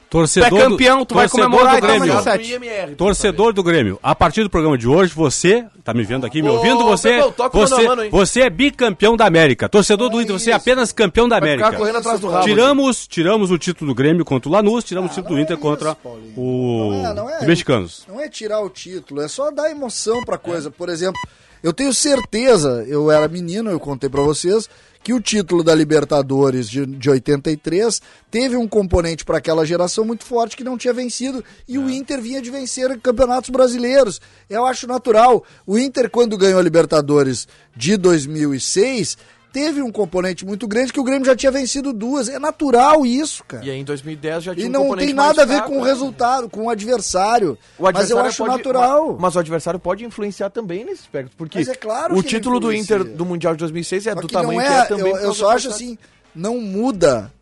Speaker 3: Torcedor
Speaker 5: Tu é campeão, tu vai
Speaker 3: torcedor
Speaker 5: comemorar,
Speaker 3: do
Speaker 5: então,
Speaker 3: Grêmio.
Speaker 5: mas não
Speaker 3: Torcedor do Grêmio, a partir do programa de hoje, você, tá me vendo aqui, me
Speaker 2: Ô,
Speaker 3: ouvindo, você,
Speaker 2: Pepão, toca o
Speaker 3: você,
Speaker 2: Manamano, hein?
Speaker 3: você é bicampeão da América. Torcedor do Inter, você é apenas campeão da
Speaker 2: Vai ficar
Speaker 3: América.
Speaker 2: correndo atrás do rabo.
Speaker 3: Tiramos, tiramos o título do Grêmio contra o Lanús, tiramos o título do
Speaker 7: não é
Speaker 3: Inter
Speaker 7: isso,
Speaker 3: contra
Speaker 7: Paulinho.
Speaker 3: o
Speaker 7: Não é, não é.
Speaker 3: os mexicanos.
Speaker 7: Não é tirar o título, é só dar emoção pra coisa. Por exemplo, eu tenho certeza, eu era menino, eu contei pra vocês, que o título da Libertadores de, de 83 teve um componente pra aquela geração muito forte que não tinha vencido. E
Speaker 3: É.
Speaker 7: o Inter vinha de vencer campeonatos brasileiros. Eu acho natural. O Inter, quando ganhou a Libertadores de 2006, teve um componente muito grande que o Grêmio já tinha vencido duas. É natural isso, cara.
Speaker 2: E aí em 2010 já tinha
Speaker 7: E
Speaker 2: um
Speaker 7: não
Speaker 2: componente
Speaker 7: tem nada a
Speaker 2: mais
Speaker 7: ver
Speaker 2: fraco,
Speaker 7: com o
Speaker 2: né?
Speaker 7: resultado, com o adversário.
Speaker 2: O
Speaker 7: mas eu
Speaker 2: adversário
Speaker 7: acho
Speaker 2: pode-
Speaker 7: natural.
Speaker 2: ma- Mas o adversário pode influenciar também nesse aspecto, porque
Speaker 7: Mas é claro
Speaker 2: o
Speaker 7: que ele
Speaker 2: título do
Speaker 7: influencia.
Speaker 2: Inter do Mundial de 2006 é
Speaker 7: Só
Speaker 2: do
Speaker 7: que não
Speaker 2: tamanho
Speaker 7: é,
Speaker 2: que é também.
Speaker 7: eu,
Speaker 2: por
Speaker 7: eu
Speaker 2: causa
Speaker 7: só
Speaker 2: do
Speaker 7: acho
Speaker 2: adversário.
Speaker 7: assim, não muda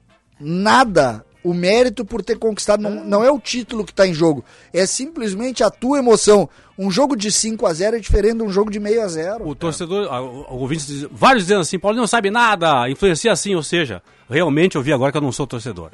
Speaker 7: nada o mérito por ter conquistado. Não, não é o título que está em jogo. É simplesmente a tua emoção. Um jogo de 5 a 0 é diferente de um jogo de meio a 0
Speaker 3: O torcedor, a- o o ouvinte, diz- vários dizendo assim, Paulo não sabe nada, influencia assim, ou seja, realmente eu vi agora que eu não sou torcedor.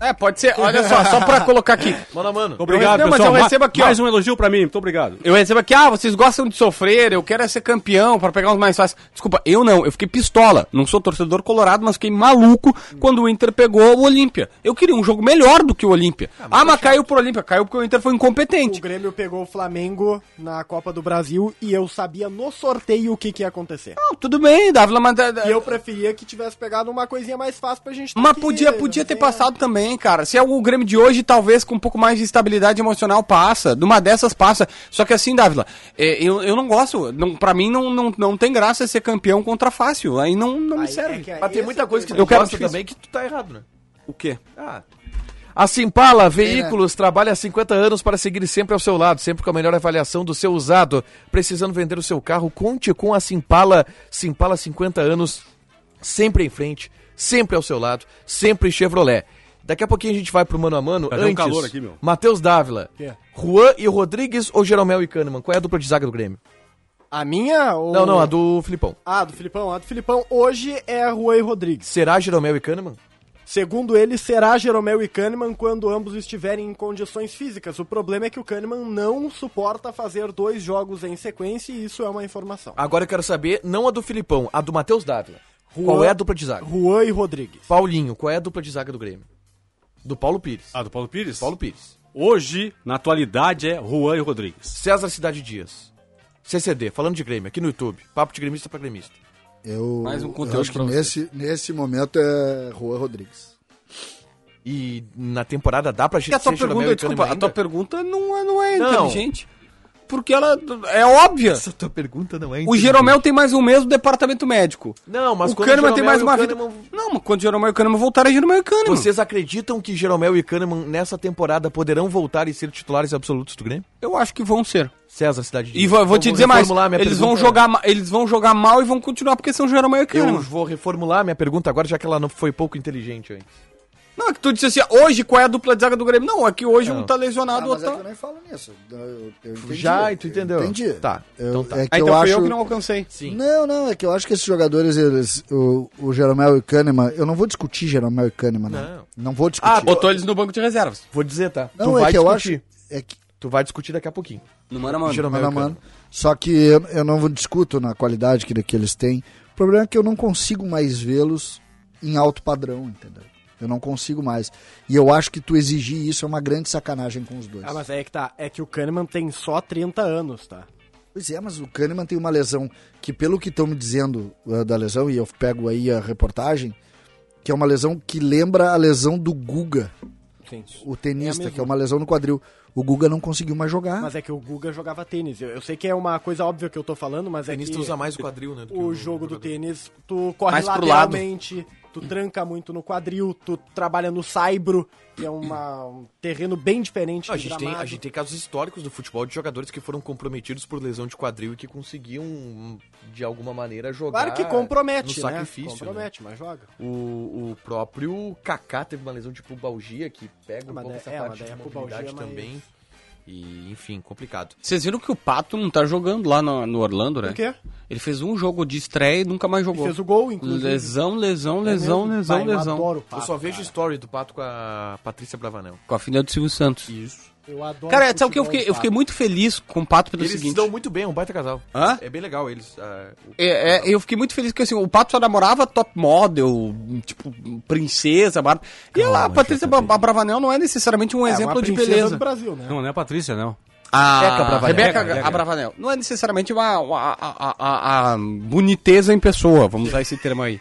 Speaker 5: É, pode ser. Olha só, só pra colocar aqui.
Speaker 2: Mano a mano.
Speaker 3: Obrigado,
Speaker 5: Não, mas
Speaker 3: pessoal.
Speaker 5: eu
Speaker 3: Ma-
Speaker 5: recebo aqui, ó.
Speaker 3: mais um elogio pra mim, muito obrigado.
Speaker 5: Eu recebo aqui, ah, vocês gostam de sofrer, eu quero é ser campeão pra pegar uns mais fáceis. Desculpa, eu não, eu fiquei pistola. Não sou torcedor colorado, mas fiquei maluco quando o Inter pegou o Olímpia. Eu queria um jogo melhor do que o Olímpia. Ah, mas, caiu pro Olímpia, caiu porque o Inter foi
Speaker 4: O
Speaker 5: incompetente.
Speaker 4: Grêmio pegou o Flamengo na Copa do Brasil e eu sabia no sorteio o que, que ia acontecer.
Speaker 5: Não, tudo bem, Dávila, mas...
Speaker 4: E eu preferia que tivesse pegado uma coisinha mais fácil pra gente... ter
Speaker 5: Mas
Speaker 4: que-
Speaker 5: podia, podia ter
Speaker 4: né?
Speaker 5: passado também, cara. Se é o Grêmio de hoje, talvez com um pouco mais de estabilidade emocional passa. Numa dessas passa. Só que assim, Dávila, é, eu, eu não gosto. Não, pra mim não, não, não tem graça ser campeão contra fácil. Aí não, não me
Speaker 4: Aí é
Speaker 5: serve.
Speaker 4: que aí
Speaker 2: Mas tem
Speaker 4: essa
Speaker 2: muita coisa que tu
Speaker 5: Eu quero
Speaker 2: gosta
Speaker 5: difícil.
Speaker 2: também que tu tá errado, né?
Speaker 5: O quê?
Speaker 2: Ah. A Simpala Veículos trabalha há 50 anos para seguir sempre ao seu lado, sempre com a melhor avaliação do seu usado. Precisando vender o seu carro, conte com a Simpala. Simpala 50 anos, sempre em frente, sempre ao seu lado, sempre Chevrolet. Daqui a pouquinho a gente vai pro mano a mano.
Speaker 3: Tá dando
Speaker 2: antes,
Speaker 3: calor aqui, meu.
Speaker 2: Matheus Dávila, Juan e Rodrigues ou Jeromel e Kahneman? Qual é a dupla de zaga do Grêmio?
Speaker 4: A minha ou...
Speaker 2: Não, não, a do Filipão.
Speaker 4: Ah, do Filipão. A do Filipão hoje é Rui Rodrigues.
Speaker 2: Será Jeromel e Kahneman?
Speaker 4: Segundo ele, será Jeromel e Kahneman quando ambos estiverem em condições físicas. O problema é que o Kahneman não suporta fazer dois jogos em sequência e isso é uma informação.
Speaker 2: Agora eu quero saber, não a do Filipão, a do Matheus Dávila. Qual
Speaker 4: Juan-
Speaker 2: é a dupla de zaga?
Speaker 4: Juan e Rodrigues.
Speaker 2: Paulinho, qual é a dupla de zaga do Grêmio? Do Paulo Pires.
Speaker 3: Ah, do Paulo Pires?
Speaker 2: Paulo Pires.
Speaker 3: Hoje, na atualidade, é Juan e Rodrigues.
Speaker 2: César Cidade Dias. CCD, falando de Grêmio, aqui no YouTube. Papo de gremista pra gremista.
Speaker 7: Eu,
Speaker 5: Mais um
Speaker 7: eu
Speaker 5: conteúdo
Speaker 7: acho que
Speaker 5: pra você.
Speaker 7: nesse, nesse momento é Juan Rodrigues.
Speaker 2: E na temporada dá pra gente
Speaker 5: a tua
Speaker 2: ser Jeromel
Speaker 5: pergunta,
Speaker 2: e Kahneman
Speaker 5: desculpa, a
Speaker 2: ainda?
Speaker 5: tua pergunta não, é- não é
Speaker 2: Não.
Speaker 5: inteligente. Porque ela é óbvia.
Speaker 2: Essa tua pergunta não é
Speaker 5: O
Speaker 2: inteligente.
Speaker 5: Jeromel tem mais um mês do departamento médico.
Speaker 2: Não, mas
Speaker 5: o
Speaker 2: quando
Speaker 5: Kahneman
Speaker 2: o Jeromel
Speaker 5: tem mais
Speaker 2: e o
Speaker 5: uma
Speaker 2: Kahneman-
Speaker 5: vida. Não, mas quando o Jeromel e o Kahneman voltaram, é Jeromel e o Kahneman.
Speaker 2: Vocês acreditam que Jeromel e Kahneman nessa temporada poderão voltar e ser titulares absolutos do Grêmio?
Speaker 5: Eu acho que vão ser.
Speaker 2: César Cidade Dias.
Speaker 5: E vou, vou te dizer mais,
Speaker 2: reformular minha
Speaker 5: eles vão,
Speaker 2: pergunta.
Speaker 5: jogar, ma- eles vão jogar mal e vão continuar porque são Jeromel e
Speaker 2: Eu
Speaker 5: Kahneman.
Speaker 2: vou reformular minha pergunta agora, já que ela não foi pouco inteligente antes.
Speaker 5: Não, é que tu disse assim, ó, hoje qual é a dupla de zaga do Grêmio? Não, é que hoje
Speaker 2: Não.
Speaker 5: um tá lesionado, o
Speaker 7: mas
Speaker 5: outro
Speaker 7: é que
Speaker 5: tá...
Speaker 7: eu nem falo nisso. Eu- eu entendi.
Speaker 2: Já, e tu
Speaker 7: Eu
Speaker 2: entendeu?
Speaker 7: Entendi.
Speaker 2: Tá,
Speaker 7: Eu-
Speaker 2: então tá.
Speaker 7: É que
Speaker 5: Ah, então
Speaker 7: eu
Speaker 5: foi
Speaker 7: acho...
Speaker 5: eu que não alcancei.
Speaker 2: Sim.
Speaker 7: Não, não, é que eu acho que esses jogadores, eles, o, o Jeromel e Kahneman, eu não vou discutir Jeromel e Kahneman, não. Não vou discutir.
Speaker 2: Ah, bom,
Speaker 5: Botou eles no banco de reservas.
Speaker 2: Vou dizer, tá?
Speaker 7: não,
Speaker 2: tu
Speaker 7: é
Speaker 2: vai
Speaker 7: que eu
Speaker 2: discutir.
Speaker 7: acho. É que,
Speaker 2: Tu vai discutir daqui a pouquinho.
Speaker 5: No mano a mano.
Speaker 2: Jeromel
Speaker 7: mano a
Speaker 2: e Kahneman.
Speaker 7: mano. Só que eu, eu não discuto na qualidade que, que eles têm. O problema é que eu não consigo mais vê-los em alto padrão, entendeu? Eu não consigo mais. E eu acho que tu exigir isso é uma grande sacanagem com os dois.
Speaker 4: Ah, mas é que tá. É que o Kahneman tem só 30 anos, tá?
Speaker 7: Pois é, mas o Kahneman tem uma lesão que, pelo que estão me dizendo eh, da lesão, e eu pego aí a reportagem, que é uma lesão que lembra a lesão do Guga,
Speaker 4: Sim.
Speaker 7: o tenista, que é uma lesão no quadril. O Guga não conseguiu mais jogar.
Speaker 4: Mas é que o Guga jogava tênis. Eu, eu sei que é uma coisa óbvia que eu tô falando, mas
Speaker 2: O tenista
Speaker 4: é que
Speaker 2: usa mais o quadril, né? do que
Speaker 4: o jogo do tênis, tu corre
Speaker 5: Mais pro
Speaker 4: lateralmente, tu tranca muito no quadril, tu trabalha no saibro, que
Speaker 2: [CLEARS THROAT]
Speaker 4: é uma- um terreno bem diferente
Speaker 2: A
Speaker 4: de
Speaker 2: gente, tem, a
Speaker 4: gramado.
Speaker 2: gente tem casos históricos do futebol de jogadores que foram comprometidos por lesão de quadril e que conseguiam, de alguma maneira, jogar.
Speaker 4: Claro que compromete,
Speaker 2: no
Speaker 4: né?
Speaker 2: sacrifício. né?
Speaker 4: compromete, mas joga.
Speaker 2: O, o próprio Kaká teve uma lesão de pubalgia que pega um
Speaker 4: Mas
Speaker 2: pouco
Speaker 4: é-
Speaker 2: essa
Speaker 4: é, mas
Speaker 2: parte
Speaker 4: daí
Speaker 2: de
Speaker 4: é pubalgia,
Speaker 2: mobilidade
Speaker 4: mas-
Speaker 2: também.
Speaker 8: E, enfim, complicado.
Speaker 5: Vocês viram que o Pato não tá jogando lá no, no Orlando, né?
Speaker 4: Por quê?
Speaker 5: Ele fez um jogo de estreia e nunca mais jogou.
Speaker 4: Fez um o gol, inclusive.
Speaker 5: Lesão, lesão, lesão,
Speaker 4: É mesmo?
Speaker 5: lesão,
Speaker 4: Pai, eu
Speaker 5: lesão.
Speaker 4: adoro o Pato,
Speaker 2: Eu só vejo
Speaker 4: cara.
Speaker 2: story do Pato com a Patrícia Bravanel.
Speaker 5: Com a filha do Silvio Santos.
Speaker 2: Isso.
Speaker 4: Eu adoro
Speaker 5: Cara, sabe o que eu
Speaker 4: futebol
Speaker 5: fiquei?
Speaker 4: do
Speaker 5: Eu fiquei muito feliz com o Pato pelo
Speaker 2: Eles se
Speaker 5: seguinte.
Speaker 2: dão muito bem, é um baita casal.
Speaker 5: Hã?
Speaker 2: É bem legal eles. ah, o-
Speaker 5: É, é, eu fiquei muito feliz que assim, o Pato só namorava top model, tipo, princesa, bar... E ela, a Patrícia Bra- Bravanel não é necessariamente um
Speaker 4: Pato. É,
Speaker 5: exemplo
Speaker 4: uma
Speaker 5: de
Speaker 4: princesa
Speaker 5: beleza.
Speaker 4: do Brasil, né?
Speaker 3: Não, não é a Patrícia, não.
Speaker 5: A
Speaker 2: Rebeca Bravanel.
Speaker 5: Rebeca
Speaker 3: Rebeca.
Speaker 5: a Bravanel. Não é necessariamente uma, uma- a, a- a- a boniteza em pessoa, vamos usar esse termo aí.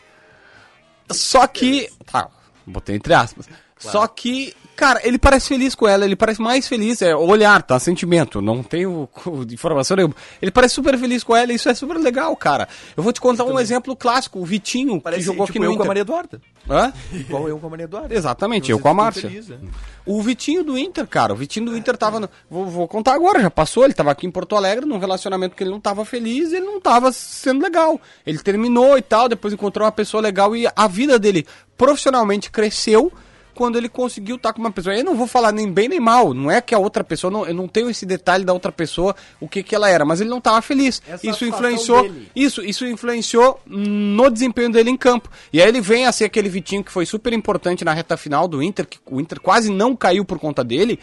Speaker 5: Só que. Tá, botei entre aspas. Só que, cara, ele parece feliz com ela, ele parece mais feliz, é olhar, tá? Sentimento, não tenho co- informação nenhuma. Ele parece super feliz com ela e isso é super legal, cara. Eu vou te contar um exemplo clássico, o Vitinho, que jogou
Speaker 2: tipo,
Speaker 5: aqui
Speaker 2: eu
Speaker 5: no
Speaker 2: com a
Speaker 5: Inter.
Speaker 2: Maria Eduarda.
Speaker 5: Hã?
Speaker 2: Igual eu com a Maria Eduarda.
Speaker 5: Exatamente,
Speaker 2: Vocês
Speaker 5: eu com a
Speaker 2: ficam
Speaker 5: Márcia.
Speaker 2: felizes, né?
Speaker 5: O Vitinho do Inter, cara, o Vitinho do Inter tava. no- vou, vou contar agora, já passou. Ele tava aqui em Porto Alegre num relacionamento que ele não tava feliz e ele não tava sendo legal. Ele terminou e tal, depois encontrou uma pessoa legal e a vida dele profissionalmente cresceu quando ele conseguiu estar com uma pessoa. Eu não vou falar nem bem nem mal, não é que a outra pessoa. Não, eu não tenho esse detalhe da outra pessoa, o que, que ela era, mas ele não tava feliz.
Speaker 4: É a
Speaker 5: isso
Speaker 4: satisfação
Speaker 5: influenciou.
Speaker 4: dele.
Speaker 5: Isso, isso influenciou no desempenho dele em campo. E aí ele vem a ser aquele Vitinho que foi super importante na reta final do Inter, que o Inter quase não caiu por conta dele,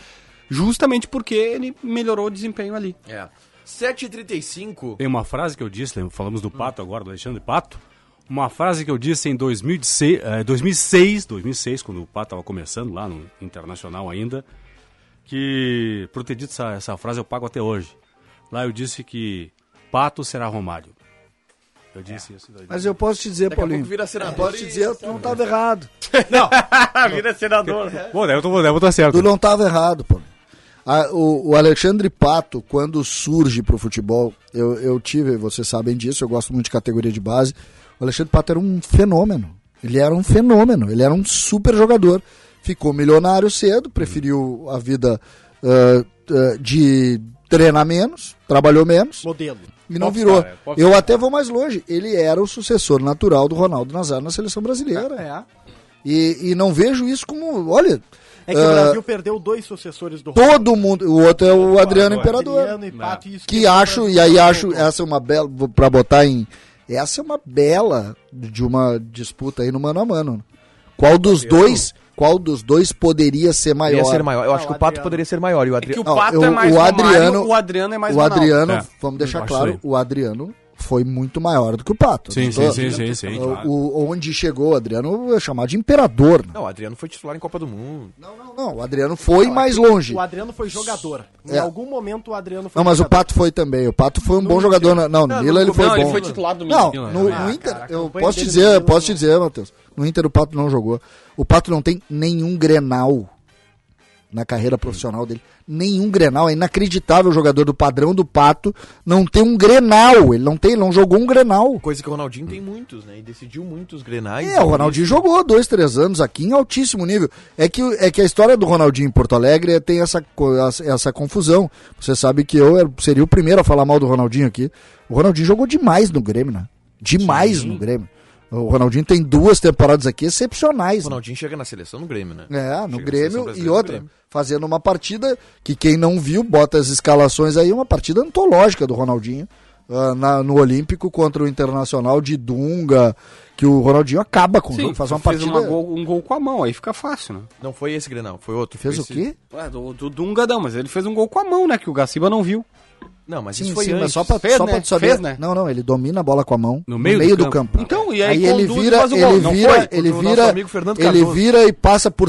Speaker 5: justamente porque ele melhorou o desempenho ali.
Speaker 2: É. 7h35.
Speaker 3: Tem uma frase que eu disse, lembra? falamos do
Speaker 4: Hum.
Speaker 3: Pato agora, do Alexandre Pato. Uma frase que eu disse em 2006, eh, 2006, 2006, quando o Pato estava começando lá no Internacional ainda, que, por ter dito essa, essa frase, eu pago até hoje. Lá eu disse que Pato será Romário. Eu
Speaker 4: É.
Speaker 3: disse isso. daí.
Speaker 7: Mas eu posso te dizer,
Speaker 2: Daqui a pouco
Speaker 7: Paulinho.
Speaker 2: vira
Speaker 7: Eu
Speaker 2: senador né?
Speaker 7: posso te dizer, tu não estava errado.
Speaker 3: Bom, daí eu tô, daí eu tô tá certo.
Speaker 7: Tu não estava errado, pô. A- o, o Alexandre Pato, quando surge pro futebol, eu, eu tive, vocês sabem disso, eu gosto muito de categoria de base. O Alexandre Pato era um fenômeno. Ele era um fenômeno, ele era um super jogador. Ficou milionário cedo, preferiu a vida ah, ah, de treinar menos, trabalhou menos
Speaker 4: Modelo.
Speaker 7: e não virou. Eu até vou mais longe. Ele era o sucessor natural do Ronaldo Nazário na seleção brasileira. E, e não vejo isso como. Olha.
Speaker 4: É que o
Speaker 7: ah,
Speaker 4: Brasil perdeu dois sucessores do
Speaker 7: todo mundo. O outro é o Adriano Imperador.
Speaker 4: Adriano e Pato, e isso é
Speaker 7: Que
Speaker 4: deu
Speaker 7: acho,
Speaker 4: pra-
Speaker 7: e aí acho, essa é uma bela. Pra botar em. Essa é uma bela de uma disputa aí no mano a mano. Qual dos dois. Qual dos dois poderia ser maior?
Speaker 2: Ia ser maior. Eu acho
Speaker 4: Ah,
Speaker 2: que
Speaker 4: o
Speaker 2: o Pato
Speaker 4: Adriano.
Speaker 2: poderia ser maior. E É o Ah. Adriano.
Speaker 5: o
Speaker 7: Não, eu- o Adriano-
Speaker 5: o Adriano é mais
Speaker 7: o
Speaker 5: Ronaldo.
Speaker 7: Adriano,
Speaker 3: É,
Speaker 7: vamos deixar
Speaker 3: acho
Speaker 7: claro,
Speaker 3: aí.
Speaker 7: o Adriano foi muito maior do que o Pato.
Speaker 3: Sim,
Speaker 7: Não
Speaker 3: sim,
Speaker 7: tô-
Speaker 3: sim, sim, sim,
Speaker 7: o-
Speaker 3: claro.
Speaker 7: o- onde chegou o Adriano é chamado de imperador. né?
Speaker 2: Não, o Adriano foi titular em Copa do Mundo.
Speaker 7: Não, não, não. O Adriano foi mais longe.
Speaker 4: O Adriano foi jogador. Em
Speaker 7: É.
Speaker 4: algum momento o Adriano foi
Speaker 7: Não, mas o
Speaker 4: jogador.
Speaker 7: Pato foi também. O Pato foi um bom jogador. na- Não, no Milan ele foi
Speaker 5: Não,
Speaker 7: bom.
Speaker 5: ele foi titular do
Speaker 7: Não,
Speaker 5: Milan.
Speaker 7: no,
Speaker 4: Ah,
Speaker 7: no Inter,
Speaker 4: cara, a
Speaker 7: eu
Speaker 4: campanha
Speaker 7: posso te
Speaker 4: dele
Speaker 7: dizer,
Speaker 4: no
Speaker 7: eu
Speaker 4: Milan
Speaker 7: posso te
Speaker 4: não-
Speaker 7: dizer, Matheus. No Inter o Pato não jogou. O Pato não tem nenhum Grenal na carreira profissional dele. Nenhum Grenal, é inacreditável o jogador do padrão do Pato não tem um Grenal. Ele não tem, ele não jogou um Grenal.
Speaker 2: Coisa que o Ronaldinho tem muitos, né? E decidiu muitos grenais.
Speaker 7: É, o Ronaldinho jogou dois, três anos aqui em altíssimo nível. É que, é que a história do Ronaldinho em Porto Alegre tem essa, co- essa, essa confusão. Você sabe que eu era- seria o primeiro a falar mal do Ronaldinho aqui. O Ronaldinho jogou demais no Grêmio, né? Demais no Grêmio. O Ronaldinho tem duas temporadas aqui excepcionais.
Speaker 2: O Ronaldinho chega na seleção no Grêmio, né?
Speaker 7: É,
Speaker 2: Chega
Speaker 7: no
Speaker 2: na seleção
Speaker 7: Grêmio e
Speaker 2: brasileira,
Speaker 7: outra.
Speaker 2: no Grêmio.
Speaker 7: Fazendo uma partida que quem não viu, bota as escalações aí, uma partida antológica do Ronaldinho ah, na- no Olímpico contra o Internacional de Dunga, que o Ronaldinho acaba com o
Speaker 5: Sim,
Speaker 7: jogo, faz uma
Speaker 5: fez
Speaker 7: partida.
Speaker 5: uma gol- um gol com a mão, aí fica fácil, né?
Speaker 2: Não foi esse grenal, foi outro.
Speaker 7: Fez
Speaker 2: Foi
Speaker 7: o
Speaker 2: esse-
Speaker 7: quê?
Speaker 5: Ué, do, do Dunga não, mas ele fez um gol com a mão, né? Que o Gaciba não viu.
Speaker 2: Não, mas
Speaker 7: Sim,
Speaker 2: isso foi
Speaker 7: sim,
Speaker 2: antes.
Speaker 7: mas só pra,
Speaker 5: Fez,
Speaker 7: só
Speaker 5: né?
Speaker 7: pra tu saber.
Speaker 5: Fez, né?
Speaker 7: Não, não, ele domina a bola com a mão
Speaker 3: No meio do
Speaker 7: do,
Speaker 3: campo.
Speaker 7: campo.
Speaker 5: Então, e aí,
Speaker 7: Aí, ele
Speaker 5: conduz e
Speaker 7: vira,
Speaker 5: faz o gol.
Speaker 7: ele
Speaker 5: Não
Speaker 7: vira,
Speaker 5: foi?
Speaker 7: ele
Speaker 2: Contra o nosso
Speaker 7: vira,
Speaker 2: amigo Fernando
Speaker 7: ele
Speaker 2: Cardoso.
Speaker 7: vira e passa por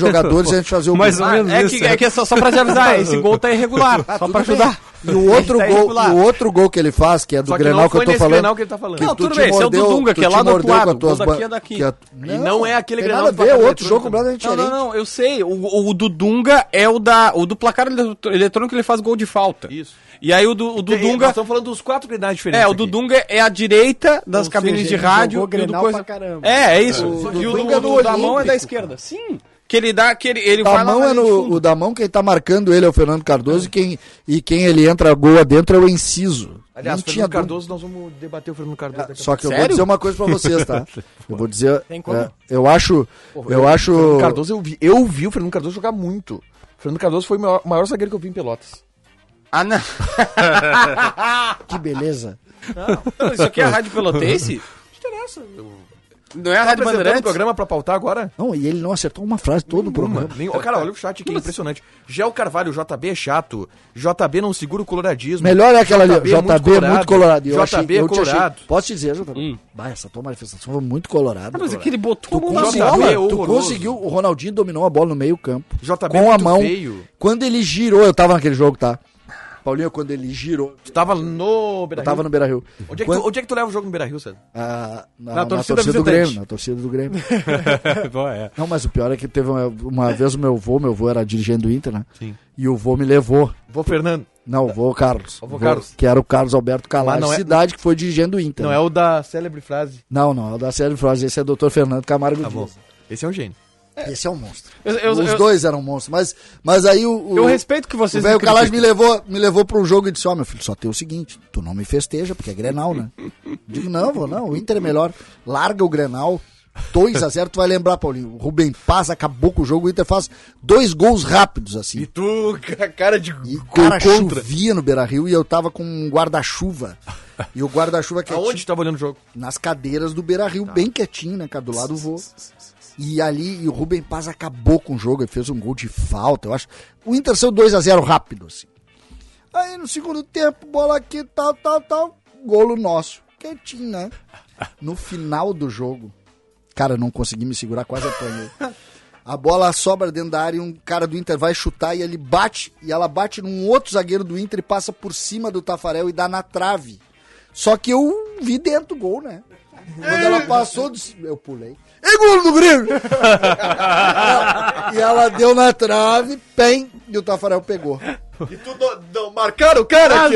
Speaker 5: [LAUGHS]
Speaker 7: jogadores antes de fazer o
Speaker 3: Mais
Speaker 7: gol.
Speaker 3: ou menos
Speaker 5: é
Speaker 3: isso,
Speaker 5: que,
Speaker 3: é.
Speaker 5: é que é só, só pra te avisar, esse gol tá irregular, só pra
Speaker 7: Tudo
Speaker 5: ajudar.
Speaker 7: bem. E o outro
Speaker 5: Ele [LAUGHS] tá
Speaker 7: gol,
Speaker 5: irregular.
Speaker 7: e o outro gol que ele faz, que é do
Speaker 2: Só que
Speaker 7: Grenal
Speaker 2: não
Speaker 7: que eu
Speaker 2: foi
Speaker 7: tô
Speaker 2: nesse
Speaker 7: falando.
Speaker 2: grenal que ele tá falando.
Speaker 7: que
Speaker 5: Não,
Speaker 7: tu
Speaker 5: tudo
Speaker 7: te
Speaker 5: bem, esse é o do
Speaker 7: mordeu-
Speaker 5: Dunga,
Speaker 7: tu
Speaker 5: que é
Speaker 7: te
Speaker 5: lá do outro
Speaker 7: mordeu com
Speaker 5: lado,
Speaker 7: as tuas
Speaker 5: o daqui
Speaker 7: ban-
Speaker 5: é daqui.
Speaker 7: que a-
Speaker 2: E não é aquele
Speaker 7: tem
Speaker 2: Grenal
Speaker 7: nada
Speaker 2: do
Speaker 7: a ver, é
Speaker 2: placar
Speaker 7: outro jogo
Speaker 2: eletrônico.
Speaker 7: completamente
Speaker 5: Não,
Speaker 7: diferente.
Speaker 5: não, não, eu sei. O, o- o do Dunga é o da. O do placar eletro- eletrônico ele faz gol de falta.
Speaker 2: Isso.
Speaker 5: E aí o do, o do
Speaker 2: Tem-
Speaker 5: Dunga.
Speaker 2: Nós estamos falando dos quatro grenais diferentes.
Speaker 5: É, o do
Speaker 2: aqui.
Speaker 5: Dunga é a direita das
Speaker 4: Ou
Speaker 5: cabines
Speaker 4: seja,
Speaker 5: de
Speaker 4: ele
Speaker 5: rádio.
Speaker 4: jogou
Speaker 5: e o do
Speaker 4: Grenal pra caramba.
Speaker 5: É, é isso.
Speaker 7: O do
Speaker 5: e o do,
Speaker 7: Dunga é
Speaker 5: do-
Speaker 7: no
Speaker 5: da mão é da
Speaker 7: Olímpico,
Speaker 5: esquerda. Sim. Que ele dá. Que ele, ele
Speaker 7: A
Speaker 5: vai lá
Speaker 7: mão
Speaker 5: na
Speaker 7: é
Speaker 5: linha de
Speaker 7: no,
Speaker 5: fundo.
Speaker 7: o da mão quem tá marcando ele é o Fernando Cardoso e quem, e quem ele entra gol adentro é o Enciso.
Speaker 2: Aliás,
Speaker 7: Não tinha
Speaker 2: Fernando
Speaker 7: dúvida.
Speaker 2: Cardoso, nós vamos debater o Fernando Cardoso daqui a
Speaker 7: Só que eu vou
Speaker 5: Sério?
Speaker 7: dizer
Speaker 5: [LAUGHS]
Speaker 7: uma coisa pra vocês, tá? Eu vou dizer.
Speaker 4: Tem como?
Speaker 7: é, eu acho. eu acho.
Speaker 2: Fernando Cardoso, eu vi, eu vi o Fernando Cardoso jogar muito. Fernando Cardoso foi o maior, maior zagueiro que eu vi em Pelotas.
Speaker 5: Ah, não.
Speaker 7: Que beleza.
Speaker 5: Não, Isso aqui é a Rádio [LAUGHS] Pelotense?
Speaker 2: Interessa.
Speaker 5: Não é a Rádio
Speaker 2: Apresentando o
Speaker 5: Bandeirantes?
Speaker 2: programa pra pautar agora?
Speaker 7: Não, e ele não acertou uma frase todo o programa.
Speaker 2: Nem- ó, cara, olha o chat aqui, é impressionante. Gel Carvalho, JB é chato. JB não segura o coloradismo.
Speaker 7: Melhor é aquela ali,
Speaker 2: JB
Speaker 7: JB,
Speaker 2: é muito colorado.
Speaker 7: muito colorado. Eu
Speaker 2: JB
Speaker 7: achei-
Speaker 2: é
Speaker 7: eu te achei-
Speaker 2: colorado. Hum.
Speaker 7: Posso te dizer, JB? Bah, essa tua manifestação foi muito
Speaker 2: Ah,
Speaker 7: colorada.
Speaker 5: Mas é
Speaker 7: colorado.
Speaker 5: que ele botou
Speaker 7: Tu
Speaker 5: a mão na
Speaker 7: conseguiu,
Speaker 5: bola.
Speaker 2: é
Speaker 7: tu
Speaker 2: horroroso.
Speaker 7: conseguiu, o Ronaldinho dominou a bola no meio campo.
Speaker 2: JB é
Speaker 7: com a
Speaker 2: muito
Speaker 7: mão.
Speaker 2: feio.
Speaker 7: Quando ele girou, eu tava naquele jogo, tá? Paulinho, quando ele girou,
Speaker 2: Tu tava no
Speaker 7: eu
Speaker 2: Beira
Speaker 7: tava no Beira-Rio.
Speaker 2: onde, é que
Speaker 7: Quando-
Speaker 2: tu, onde é que tu leva o jogo no Beira-Rio, César?
Speaker 7: Ah, na,
Speaker 5: Na
Speaker 7: na
Speaker 5: torcida
Speaker 7: torcida, do
Speaker 5: visitante.
Speaker 7: Grêmio, na torcida
Speaker 2: [LAUGHS]
Speaker 7: do Grêmio.
Speaker 3: é.
Speaker 7: Não, mas o pior é que teve uma, uma vez o meu vô, meu vô era dirigente do Inter, né? Sim. E o vô me levou.
Speaker 2: Vou, Fernando.
Speaker 7: Não, o vô Carlos.
Speaker 2: O vô Carlos.
Speaker 7: Que era o Carlos Alberto Calar,
Speaker 2: Mas não é-
Speaker 7: cidade que foi dirigente do Inter.
Speaker 2: Não é o da célebre frase.
Speaker 7: Não, não, é o da série Frost, esse é o Dr. Fernando Camargo
Speaker 2: Tá bom.
Speaker 7: Dias.
Speaker 2: Esse é um gênio.
Speaker 7: Esse é um monstro.
Speaker 5: Eu, eu,
Speaker 7: Os
Speaker 5: eu-
Speaker 7: dois eram monstros, mas, mas aí o, o,
Speaker 5: eu respeito que
Speaker 7: o
Speaker 5: vocês...
Speaker 7: velho
Speaker 5: me critiquem.
Speaker 7: Calage me levou, me levou para um jogo e disse, ó meu filho, só tem o seguinte, tu não me festeja, porque é Grenal, né? Eu Digo, não, vô, não, o Inter é melhor. Larga o Grenal, 2x0, tu vai lembrar, Paulinho. O Rubem Paz acabou com o jogo, o Inter faz dois gols rápidos, assim.
Speaker 2: E tu, [LAUGHS] a cara de
Speaker 7: E
Speaker 2: gol
Speaker 7: cara,
Speaker 2: contra.
Speaker 7: chovia no Beira-Rio e eu tava com um guarda-chuva. E o guarda-chuva que é
Speaker 2: Aonde tu tava olhando o jogo?
Speaker 7: nas cadeiras do Beira Rio, bem quietinho, né, cara? Do lado do vô. E ali, e o Rubem Paz acabou com o jogo, ele fez um gol de falta, eu acho. O Inter saiu 2x0 rápido, assim. Aí no segundo tempo, bola aqui, tal, tal, tal. Golo nosso. Quietinho, né? No final do jogo, cara, eu não consegui me segurar, quase apanhei. A bola sobra dentro da área e um cara do Inter vai chutar e ele bate, e ela bate num outro zagueiro do Inter e passa por cima do Tafarel e dá na trave. Só que eu vi dentro do gol, né? Quando ela passou, eu disse- eu pulei. E gol do Grêmio! [LAUGHS] e ela deu na trave, bem, e o Tafarel pegou.
Speaker 2: E tu não marcaram o cara aqui?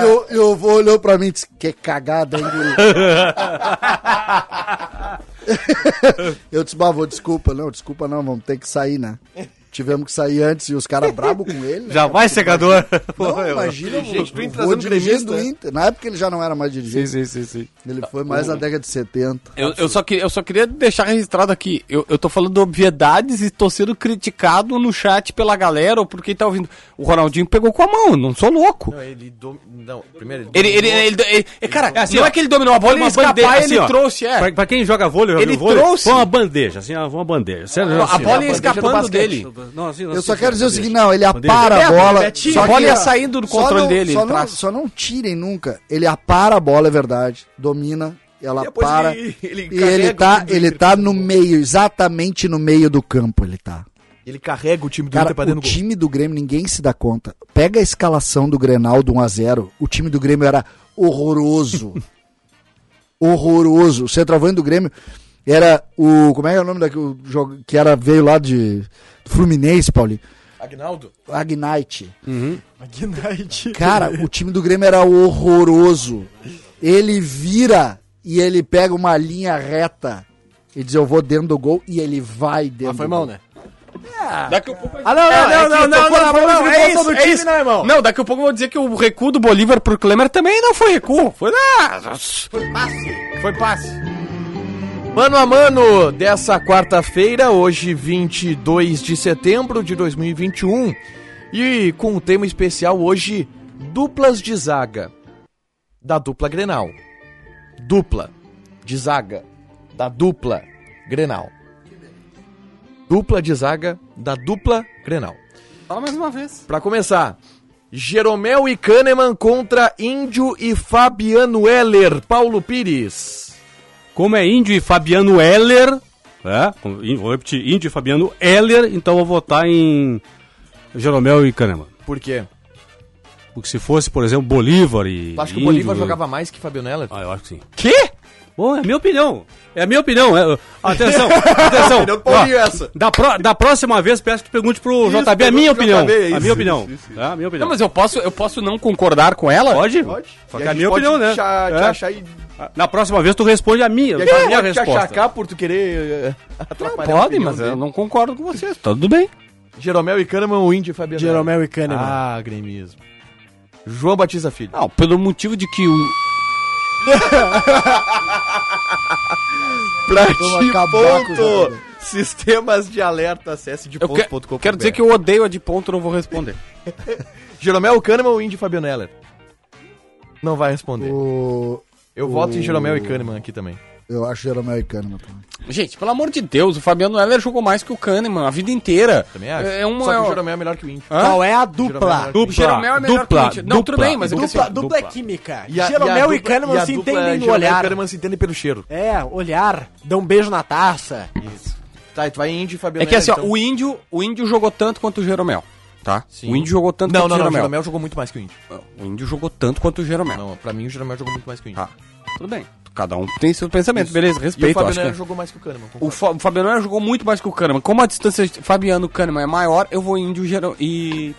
Speaker 7: Eu, eu vou olhou pra mim e disse, que cagada, hein, guri? eu disse, "Bah, vô, desculpa, não, desculpa não, vamos ter que sair, né? Tivemos que sair antes e os caras brabo com ele. né?
Speaker 3: Já vai, secador.
Speaker 4: [LAUGHS]
Speaker 7: Não, imagina,
Speaker 2: Dirigente do
Speaker 7: o,
Speaker 2: Inter
Speaker 7: o,
Speaker 2: trazendo
Speaker 7: dirigente do
Speaker 2: gremista, né?
Speaker 7: Inter. Na época ele já não era mais
Speaker 5: um
Speaker 7: dirigente,
Speaker 5: Sim, sim, sim, Tá sim.
Speaker 7: ele foi mais na década de 70.
Speaker 5: Eu, eu só queria, eu só queria deixar registrado aqui. Eu, eu tô falando obviedades e tô sendo criticado no chat pela galera ou por quem tá ouvindo. O Ronaldinho pegou com a mão, eu não sou louco.
Speaker 2: Não, ele dom... Não, primeiro ele...
Speaker 5: Ele, ele, ele, ele- é, cara,
Speaker 3: É assim,
Speaker 5: não
Speaker 3: ó,
Speaker 5: é que ele dominou a bola,
Speaker 3: Foi
Speaker 5: ele escapar, ele trouxe, é.
Speaker 3: Pra, pra quem joga vôlei, joga
Speaker 5: Ele
Speaker 3: vôlei,
Speaker 5: trouxe.
Speaker 3: Foi uma bandeja, assim, ó, foi uma bandeja. Sério,
Speaker 5: A bola
Speaker 3: assim, ó,
Speaker 5: ia
Speaker 3: bandeja do
Speaker 5: escapando
Speaker 3: basquete.
Speaker 5: dele.
Speaker 3: Não, assim,
Speaker 7: Eu
Speaker 3: assim,
Speaker 7: só quero dizer o
Speaker 3: bandeja.
Speaker 7: seguinte, não, ele
Speaker 3: Bandeja.
Speaker 7: apara a
Speaker 5: É,
Speaker 7: bola.
Speaker 5: Betinho,
Speaker 7: só
Speaker 5: a bola
Speaker 7: que-
Speaker 5: ia saindo do
Speaker 7: só
Speaker 5: controle
Speaker 7: não-
Speaker 5: dele,
Speaker 7: Só
Speaker 5: ele
Speaker 7: não,
Speaker 5: traz.
Speaker 7: só não tirem nunca. Ele apara a bola, é verdade. Domina, ela
Speaker 2: Depois
Speaker 7: para.
Speaker 2: [LAUGHS] ele- ele
Speaker 7: e ele
Speaker 2: carrega
Speaker 7: tá,
Speaker 2: o time
Speaker 7: ele
Speaker 2: do
Speaker 7: tá
Speaker 2: Inter.
Speaker 7: no meio, exatamente no meio do campo ele tá.
Speaker 2: Ele carrega o time do
Speaker 7: Cara,
Speaker 2: Inter pra
Speaker 7: o
Speaker 2: dentro do gol.
Speaker 7: time do Grêmio, ninguém se dá conta. Pega a escalação do Grenal do 1x0. O time do Grêmio era
Speaker 2: [LAUGHS]
Speaker 7: horroroso. horroroso. O centroavante do Grêmio era o. Como é que é o nome daquele jogo que era, veio lá de do Fluminense, Paulinho?
Speaker 2: Agnaldo?
Speaker 7: Agnite.
Speaker 5: Uhum.
Speaker 4: Ignite.
Speaker 7: Cara, o time do Grêmio era horroroso. Ele vira e ele pega uma linha reta e diz: Eu vou dentro do gol. E ele vai
Speaker 5: Ah,
Speaker 7: dentro.
Speaker 4: Mas foi
Speaker 7: do
Speaker 4: mão,
Speaker 7: gol.
Speaker 4: né?
Speaker 5: Daqui a pouco
Speaker 4: Ah, não, não, não, não, não, não, não, não, é isso,
Speaker 5: é isso. Não, daqui a pouco eu vou dizer que o recuo do Bolívar pro Klemer também não foi recuo. Foi lá.
Speaker 3: Foi passe.
Speaker 2: Mano a mano dessa quarta-feira, hoje 22 de setembro de 2021, e com um tema especial hoje, duplas de zaga da dupla Grenal. Dupla de zaga da dupla Grenal. Dupla de zaga da dupla Grenal.
Speaker 5: Fala mais uma vez.
Speaker 2: Pra começar, Jeromel e Kahneman contra Índio e Fabiano Heller, Paulo Pires.
Speaker 3: Como é índio e Fabiano Heller, é, como- in- vou repetir, índio e Fabiano Heller, então eu vou votar em Jeromel e Kahneman.
Speaker 2: Por quê?
Speaker 3: Porque se fosse, por exemplo, Bolívar e.
Speaker 2: Tu acha que o
Speaker 3: Índio-
Speaker 2: Bolívar jogava mais que Fabiano Heller?
Speaker 3: Ah, eu acho que sim. Quê? Bom, é minha opinião. É a minha opinião. é- Atenção, atenção.
Speaker 2: Opinião do Paulinho é-
Speaker 3: Ó,
Speaker 2: essa.
Speaker 3: Da, pro- da próxima vez, peço que tu pergunte pro JB a
Speaker 2: pergunta
Speaker 3: minha
Speaker 2: pro
Speaker 3: opinião.
Speaker 2: JB, é
Speaker 3: a
Speaker 2: isso,
Speaker 3: minha opinião. Tá? A minha opinião.
Speaker 5: Não, mas eu posso, eu posso não concordar com ela?
Speaker 3: Pode?
Speaker 2: Pode.
Speaker 3: Só
Speaker 2: E a
Speaker 3: que é a
Speaker 2: gente
Speaker 3: minha
Speaker 2: pode
Speaker 3: opinião, né?
Speaker 2: te a- te
Speaker 3: É.
Speaker 2: achar e-
Speaker 3: Na próxima vez tu responde a minha,
Speaker 2: E a
Speaker 3: a
Speaker 2: gente
Speaker 3: minha
Speaker 2: pode te
Speaker 3: resposta.
Speaker 2: achacar por tu querer eh,
Speaker 5: Não,
Speaker 2: atrapalhar a
Speaker 5: pode,
Speaker 2: opinião
Speaker 5: mas
Speaker 2: dele.
Speaker 5: eu não concordo com vocês. Tudo bem.
Speaker 2: Jeromel e Kahneman, o Índio e Fabiano
Speaker 4: Jeromel e Kahneman.
Speaker 2: Ah, gremismo. João Batista Filho.
Speaker 5: Não, pelo motivo de que o,
Speaker 2: pra
Speaker 7: Vamos acabar com o Jeromel.
Speaker 2: Sistemas de alerta, acesse de
Speaker 5: Eu que-
Speaker 2: ponto.com.br.
Speaker 5: quero dizer que eu odeio a de ponto, não vou responder.
Speaker 2: Jeromel Kahneman ou Indy Fabiano Heller? Não vai responder.
Speaker 7: O...
Speaker 2: Eu voto em Jeromel e Kahneman aqui também.
Speaker 7: Eu acho Jeromel e Kahneman também.
Speaker 5: Gente, pelo amor de Deus, o Fabiano Heller jogou mais que o Kahneman a vida inteira.
Speaker 2: Também acho.
Speaker 5: É uma...
Speaker 2: Só que o
Speaker 5: é-
Speaker 2: Jeromel é melhor que o Indy.
Speaker 5: Hã?
Speaker 4: Qual é a
Speaker 2: Jeromel
Speaker 4: dupla?
Speaker 2: é melhor que o
Speaker 5: O
Speaker 2: Indy.
Speaker 5: Jeromel é melhor
Speaker 3: Dupla,
Speaker 5: que o Indy. Não,
Speaker 3: dupla,
Speaker 5: tudo bem, mas eu
Speaker 3: dupla,
Speaker 5: quero
Speaker 4: Dupla,
Speaker 5: assim,
Speaker 4: dupla é química.
Speaker 2: E a- a
Speaker 4: Jeromel
Speaker 2: dupla-
Speaker 4: e Kahneman
Speaker 2: a
Speaker 4: se
Speaker 2: dupla é
Speaker 4: entendem no
Speaker 2: Jeromel e
Speaker 4: olhar.
Speaker 2: Kahneman se entendem pelo cheiro.
Speaker 4: É, olhar, dá um beijo na taça.
Speaker 2: Tá, tu vai em Indy e Fabiano
Speaker 5: É que assim, ó,
Speaker 2: Heller, então.
Speaker 5: o índio, o índio jogou tanto quanto o Jeromel, tá?
Speaker 2: Sim.
Speaker 5: O índio jogou tanto
Speaker 2: então. Não,
Speaker 5: quanto
Speaker 2: não,
Speaker 5: o
Speaker 2: não, o
Speaker 5: Jeromel.
Speaker 2: Jeromel jogou muito mais que o Indy.
Speaker 5: O índio jogou tanto quanto o Jeromel.
Speaker 2: Não, pra mim o Jeromel jogou muito mais que o Indy.
Speaker 5: Tá. Tudo bem. Cada um tem seu pensamento, beleza?
Speaker 2: E o
Speaker 5: Respeito,
Speaker 2: Fabiano
Speaker 5: acho que.
Speaker 2: Heller jogou mais que o Kahneman.
Speaker 5: O,
Speaker 2: concordo.
Speaker 5: Fa- o Fabiano Heller jogou muito mais que o Kahneman. Como a distância de Fabiano Kahneman é maior, eu vou índio Jero... e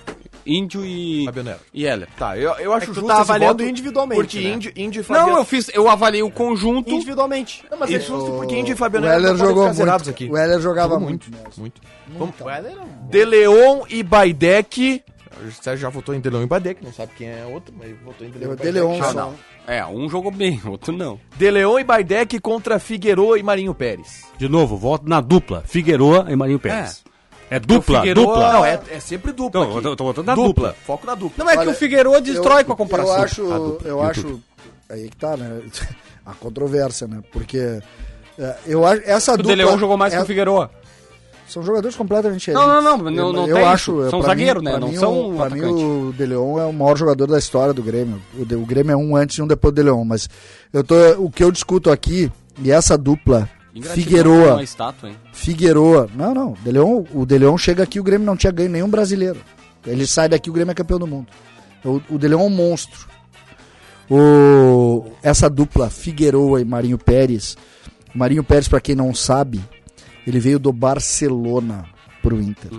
Speaker 5: índio e
Speaker 2: Fabiano Heller.
Speaker 5: e Heller.
Speaker 2: Tá, eu, eu acho
Speaker 4: É que tu
Speaker 2: justo
Speaker 4: tá
Speaker 2: esse
Speaker 4: avaliando
Speaker 2: voto,
Speaker 4: individualmente,
Speaker 2: Porque
Speaker 4: né?
Speaker 2: Indy, Indy e
Speaker 5: Não,
Speaker 2: Fabiano...
Speaker 5: eu fiz, eu avaliei o conjunto.
Speaker 4: Individualmente.
Speaker 2: Não, mas é justo porque Indy e
Speaker 7: O
Speaker 2: Fabiano
Speaker 7: Heller
Speaker 2: não podem
Speaker 7: jogou
Speaker 2: ficar zerados
Speaker 7: muito.
Speaker 2: aqui.
Speaker 7: O Heller jogava muito.
Speaker 2: Muito. muito. Vamos- De Leon e Baidec. O Sérgio já votou em De Leon e Baidec, não sabe quem é outro, mas votou em De Leon e
Speaker 7: Eu
Speaker 2: Baidec.
Speaker 7: dei Leon
Speaker 2: Ah,
Speaker 7: só.
Speaker 2: não.
Speaker 5: É, um jogou bem, [LAUGHS] outro não.
Speaker 2: De Leon e Baidec contra Figueroa e Marinho Pérez.
Speaker 3: De novo, voto na dupla. Figueroa e Marinho Pérez. É, dupla,
Speaker 5: Figueroa-
Speaker 3: dupla.
Speaker 2: Não, é, é sempre dupla.
Speaker 3: Não, eu tô- eu tô votando na dupla.
Speaker 2: Foco na dupla.
Speaker 5: Não é que
Speaker 7: Olha,
Speaker 5: o Figueiredo destrói com a comparação.
Speaker 7: Eu acho,
Speaker 5: A dupla,
Speaker 7: eu
Speaker 5: YouTube.
Speaker 7: acho, aí que tá, né? [LAUGHS] A controvérsia, né? Porque é, eu acho essa
Speaker 5: O
Speaker 7: dupla
Speaker 5: De Leon jogou mais
Speaker 7: é-
Speaker 5: que o Figueiredo.
Speaker 7: são jogadores completamente
Speaker 5: Não,
Speaker 7: diferentes.
Speaker 5: não, não, não- não
Speaker 7: eu
Speaker 5: tem
Speaker 7: acho,
Speaker 5: isso. São
Speaker 7: pra mim-
Speaker 5: zagueiro, né?
Speaker 7: pra
Speaker 5: Não
Speaker 7: mim,
Speaker 5: são
Speaker 7: o- pra mim
Speaker 5: atacante.
Speaker 7: o De Leon é o maior jogador da história do Grêmio. O, De- o Grêmio é um antes e um depois do De Leon, mas eu tô o que eu discuto aqui e essa dupla
Speaker 5: Ingratidão,
Speaker 7: Figueroa,
Speaker 5: Uma estátua, hein?
Speaker 7: Figueroa. Não, não. De Leon, o De Leon chega aqui, o Grêmio não tinha ganho nenhum brasileiro. Ele sai daqui, o Grêmio é campeão do mundo. O, o De Leon é um monstro. O, essa dupla, Figueroa e Marinho Pérez. Marinho Pérez, pra quem não sabe, ele veio do Barcelona pro Inter.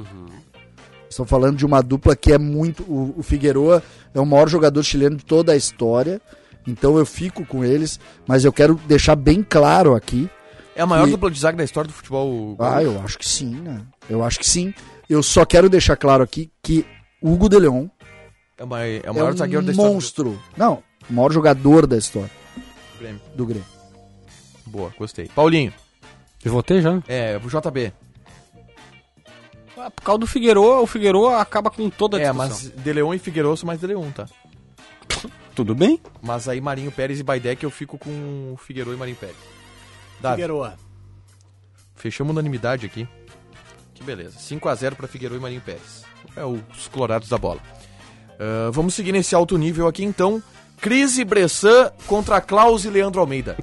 Speaker 7: Estou falando de uma dupla que é muito. O, o Figueroa é o maior jogador chileno de toda a história. Então eu fico com eles, mas eu quero deixar bem claro aqui
Speaker 2: É a maior
Speaker 7: E-
Speaker 2: dupla de zaga da história do futebol.
Speaker 7: ah, eu acho que sim, né? Eu acho que sim. Eu só quero deixar claro aqui que Hugo de Leon
Speaker 2: É, o mai- é o
Speaker 7: é
Speaker 2: maior
Speaker 7: um
Speaker 2: zagueiro da história
Speaker 7: monstro. Não, o maior jogador da história
Speaker 2: do Grêmio.
Speaker 7: do Grêmio.
Speaker 2: Boa, gostei. Paulinho,
Speaker 3: Eu votei já.
Speaker 2: é, o JB.
Speaker 5: Ah, Por causa do Figueiredo, o Figueiredo acaba com toda a
Speaker 2: É,
Speaker 5: discussão.
Speaker 2: mas De Leon e Figueiredo são mais De Leon, tá?
Speaker 5: Tudo bem?
Speaker 2: Mas aí Marinho Pérez e Baidec eu fico com Figueiredo e Marinho Pérez. Davi,
Speaker 4: Figueroa.
Speaker 2: fechamos unanimidade aqui. Que beleza. 5x0 pra Figueiredo e Marinho Pérez. É os colorados da bola. Ah, vamos seguir nesse alto nível aqui então. Crise Bressan contra Klaus e Leandro [LAUGHS] Almeida.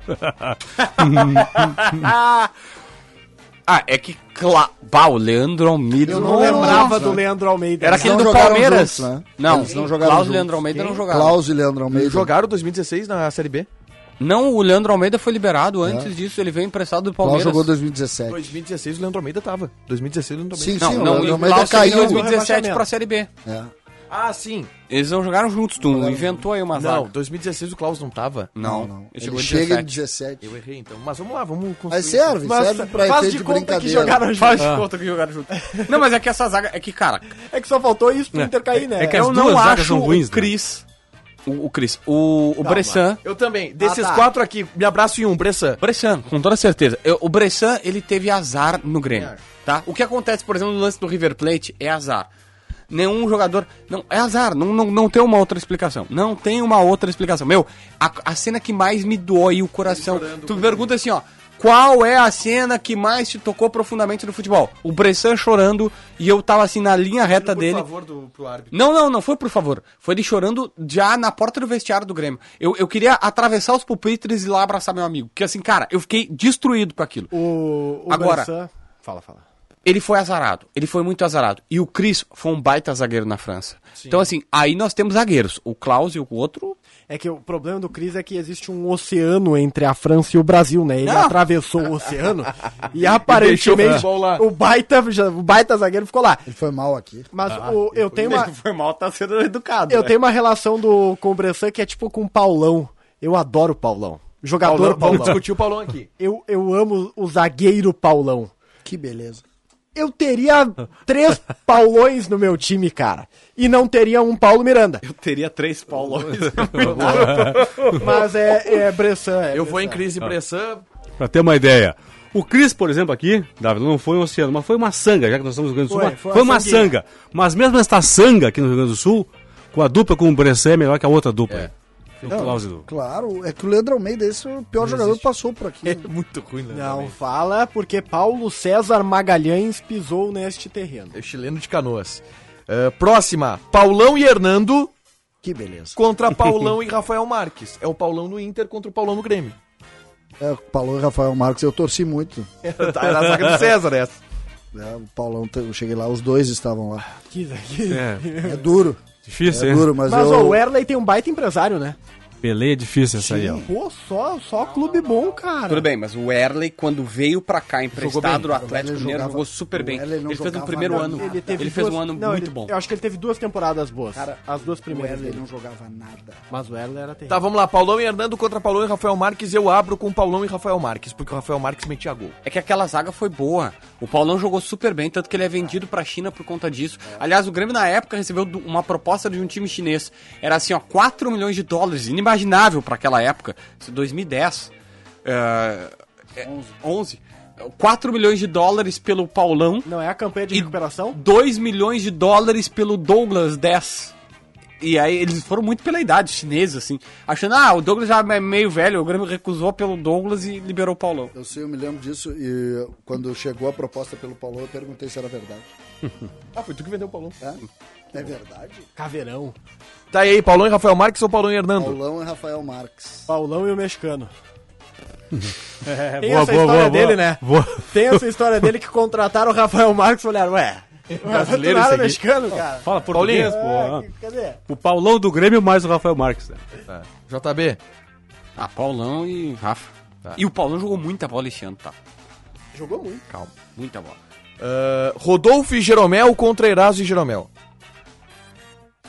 Speaker 5: Ah, é que... Cla... Bah, o Leandro Almeida...
Speaker 7: Eu
Speaker 4: Não
Speaker 7: Nossa.
Speaker 4: lembrava do Leandro Almeida. né?
Speaker 5: Era
Speaker 4: Não.
Speaker 5: aquele
Speaker 7: não
Speaker 5: do
Speaker 7: jogaram
Speaker 5: Palmeiras.
Speaker 7: juntos, né?
Speaker 5: Não,
Speaker 7: Eles não jogaram
Speaker 5: Klaus e
Speaker 7: juntos.
Speaker 5: Leandro Almeida não jogaram.
Speaker 7: Klaus e Leandro Almeida.
Speaker 2: Jogaram 2016 na Série B.
Speaker 5: Não, o Leandro Almeida foi liberado antes disso, ele veio emprestado do
Speaker 7: Klaus
Speaker 5: Palmeiras.
Speaker 7: É. jogou em 2017.
Speaker 2: 2016 o Leandro Almeida tava. 2016 o Leandro Almeida.
Speaker 7: Sim,
Speaker 5: Não,
Speaker 7: sim,
Speaker 5: não,
Speaker 7: o
Speaker 5: e
Speaker 7: Leandro
Speaker 5: o
Speaker 7: Almeida
Speaker 5: Klaus saiu em
Speaker 7: caiu.
Speaker 5: 2017
Speaker 4: rebaixamento.
Speaker 5: pra Série B.
Speaker 7: É.
Speaker 2: Ah, sim.
Speaker 5: Eles não jogaram juntos, tu inventou aí uma
Speaker 2: Não,
Speaker 5: zaga.
Speaker 2: 2016 o Klaus não tava.
Speaker 7: Não, não.
Speaker 5: Ele
Speaker 7: Ele,
Speaker 5: chegou em
Speaker 7: chega em
Speaker 5: 17.
Speaker 7: 17.
Speaker 2: Eu errei então. Mas vamos lá, vamos construir.
Speaker 7: Mas serve, serve pra
Speaker 4: faz
Speaker 7: efeito
Speaker 4: de
Speaker 7: de
Speaker 4: conta que
Speaker 7: brincadeira.
Speaker 4: jogaram junto.
Speaker 5: Faz de conta que jogaram juntos. Não, mas é que essa zaga... É que, cara,
Speaker 4: É que só faltou isso pro Inter cair, né?
Speaker 3: é que
Speaker 5: eu
Speaker 3: as
Speaker 5: não
Speaker 3: duas zagas
Speaker 5: acho
Speaker 3: são ruins,
Speaker 5: o
Speaker 3: né?
Speaker 5: Cris... O, o Cris. O, o Bressan...
Speaker 2: Eu também. Desses
Speaker 4: tá.
Speaker 2: quatro aqui, me abraço em um, Bressan.
Speaker 5: Bressan, com toda certeza. Eu- o Bressan, ele teve azar no Grêmio, tá? O que acontece, por exemplo, no lance do River Plate é azar. Nenhum jogador... Não, é azar. Não, não, não tem uma outra explicação. Não tem uma outra explicação. Meu, a, a cena que mais me dói o coração... Tu me pergunta assim, ó... Qual é a cena que mais te tocou profundamente no futebol? O Bressan chorando e eu tava assim na linha reta dele.
Speaker 2: do, pro árbitro.
Speaker 5: Não, não, não foi por favor. Foi ele chorando já na porta do vestiário do Grêmio. Eu, eu queria atravessar os pupitres e ir lá abraçar meu amigo. Porque assim, cara, eu fiquei destruído com aquilo.
Speaker 4: O, o
Speaker 5: Agora.
Speaker 4: Bressan- Fala, fala.
Speaker 5: Ele foi azarado. Ele foi muito azarado. E o Cris foi um baita zagueiro na França. Então, assim, aí nós temos zagueiros. O Klaus e o outro.
Speaker 4: É que o problema do Cris é que existe um oceano entre a França e o Brasil, né? Ele
Speaker 5: Ah!
Speaker 4: atravessou o oceano e
Speaker 2: deixou o
Speaker 4: aparentemente
Speaker 2: futebol lá.
Speaker 4: o, baita, já- o baita zagueiro ficou lá.
Speaker 7: Ele foi mal aqui.
Speaker 4: Mas o- eu, tenho uma,
Speaker 5: Foi mal, tá sendo educado.
Speaker 4: eu tenho uma relação do, com o Bressan que é tipo com o Paulão. Eu adoro o Paulão. Jogador
Speaker 2: Paulão,
Speaker 4: Paulão.
Speaker 2: Paulão. Discutiu o Paulão aqui.
Speaker 4: Eu, eu amo o zagueiro Paulão.
Speaker 7: Que beleza.
Speaker 4: Eu teria
Speaker 5: [LAUGHS]
Speaker 4: três Paulões no meu time, cara. E não teria um Paulo Miranda.
Speaker 5: Eu teria três Paulões.
Speaker 4: [LAUGHS] Mas é, é Bressan. é
Speaker 2: Eu vou em crise Bressan.
Speaker 3: Pra ter uma ideia, O Cris, por exemplo, aqui, Davi, não foi um oceano, mas foi uma sanga, já que nós estamos no Rio Grande do Sul.
Speaker 4: Foi,
Speaker 3: mas
Speaker 4: foi
Speaker 3: foi,
Speaker 4: uma
Speaker 3: uma
Speaker 4: sanguinha.
Speaker 3: sanga. Mas mesmo esta sanga aqui no Rio Grande do Sul, com a dupla com o Bressan é melhor que a outra dupla. um O Klaus e o-
Speaker 7: Claro, é que o Leandro Almeida, esse é o pior jogador que passou por aqui. né?
Speaker 2: muito ruim, né?
Speaker 4: Não fala porque Paulo César Magalhães pisou neste terreno.
Speaker 2: É o chileno de canoas. Ah, próxima, Paulão e Hernando
Speaker 7: Que beleza.
Speaker 2: contra Paulão [LAUGHS] e Rafael Marques. É o Paulão no Inter contra o Paulão no Grêmio.
Speaker 7: É, o Paulão e Rafael Marques, eu torci muito.
Speaker 2: Era a zaga do César essa.
Speaker 7: né? o Paulão, eu cheguei lá, os dois estavam lá.
Speaker 4: Que, [LAUGHS] que...
Speaker 3: É,
Speaker 7: É duro,
Speaker 3: difícil,
Speaker 7: é
Speaker 3: hein?
Speaker 7: duro, mas,
Speaker 4: Mas
Speaker 7: eu...
Speaker 4: ó, o Erley tem um baita empresário, né?
Speaker 3: Pelé é difícil essa aí, ó.
Speaker 4: Pô, só, só clube bom, cara.
Speaker 5: Ah. Tudo bem, mas o Erley, quando veio pra cá
Speaker 7: Jogou
Speaker 5: emprestado
Speaker 7: bem.
Speaker 5: do
Speaker 7: O
Speaker 5: Atlético
Speaker 7: Erley
Speaker 5: Mineiro,
Speaker 7: jogava-
Speaker 5: jogou super bem.
Speaker 7: o Erley não
Speaker 5: Ele fez no
Speaker 7: jogava
Speaker 5: primeiro
Speaker 7: nada.
Speaker 5: ano.
Speaker 7: Ele
Speaker 5: Ele,
Speaker 4: teve
Speaker 5: fez
Speaker 4: duas-
Speaker 5: um ano
Speaker 4: não,
Speaker 5: muito
Speaker 4: ele-
Speaker 7: é,
Speaker 5: bom.
Speaker 4: Eu acho que ele teve duas temporadas boas.
Speaker 7: Cara,
Speaker 4: as duas
Speaker 7: o
Speaker 4: primeiras
Speaker 7: Erley
Speaker 4: dele.
Speaker 7: não jogava nada.
Speaker 4: Mas o Erley era terrível.
Speaker 2: Tá, vamos lá. Paulão e Hernando contra Paulão e Rafael Marques. Eu abro com Paulão e Rafael Marques, porque o Rafael Marques metia gol.
Speaker 5: É que aquela zaga foi boa. O Paulão jogou super bem, tanto que ele é vendido pra China por conta disso. Aliás, o Grêmio na época recebeu do- uma proposta de um time chinês. Era assim, ó, 4 milhões de dólares, inimaginável pra aquela época, Isso, 2010. É, é, 11. 4 milhões de dólares pelo Paulão,
Speaker 4: Não é a campanha de
Speaker 5: Tá E-
Speaker 4: recuperação?
Speaker 5: 2 milhões de dólares pelo Douglas 10. E aí eles foram muito pela idade, os chineses, assim. Achando, ah, o Douglas já é meio velho, o Grêmio recusou pelo Douglas e liberou o Paulão.
Speaker 7: Eu sei, eu me lembro disso e quando chegou a proposta pelo Paulão, eu perguntei se era verdade.
Speaker 2: Ah, foi tu que vendeu o Paulão.
Speaker 7: É, é verdade?
Speaker 4: Caveirão.
Speaker 2: Tá e aí, Paulão e Rafael Marques ou Paulão e Hernando?
Speaker 7: Paulão e Rafael Marques.
Speaker 4: Paulão e o mexicano.
Speaker 3: É,
Speaker 4: Tem essa história dele, né?
Speaker 3: Boa.
Speaker 4: Tem essa história dele que contrataram o Rafael Marques e falaram, ué,
Speaker 3: [LAUGHS]
Speaker 4: [LAUGHS]
Speaker 3: Brasileiro
Speaker 4: tu não era
Speaker 3: esse aqui.
Speaker 4: mexicano, cara.
Speaker 3: Fala português, pô.
Speaker 4: Cadê?
Speaker 3: O Paulão do Grêmio mais o Rafael Marques, né?
Speaker 2: Tá. JB.
Speaker 5: Ah, Paulão e Rafa. E o Paulão jogou muita bola esse ano, tá?
Speaker 4: Jogou muito.
Speaker 5: Calma. Muita bola.
Speaker 2: Ah, Rodolfo e Jeromel contra Eraso e Jeromel.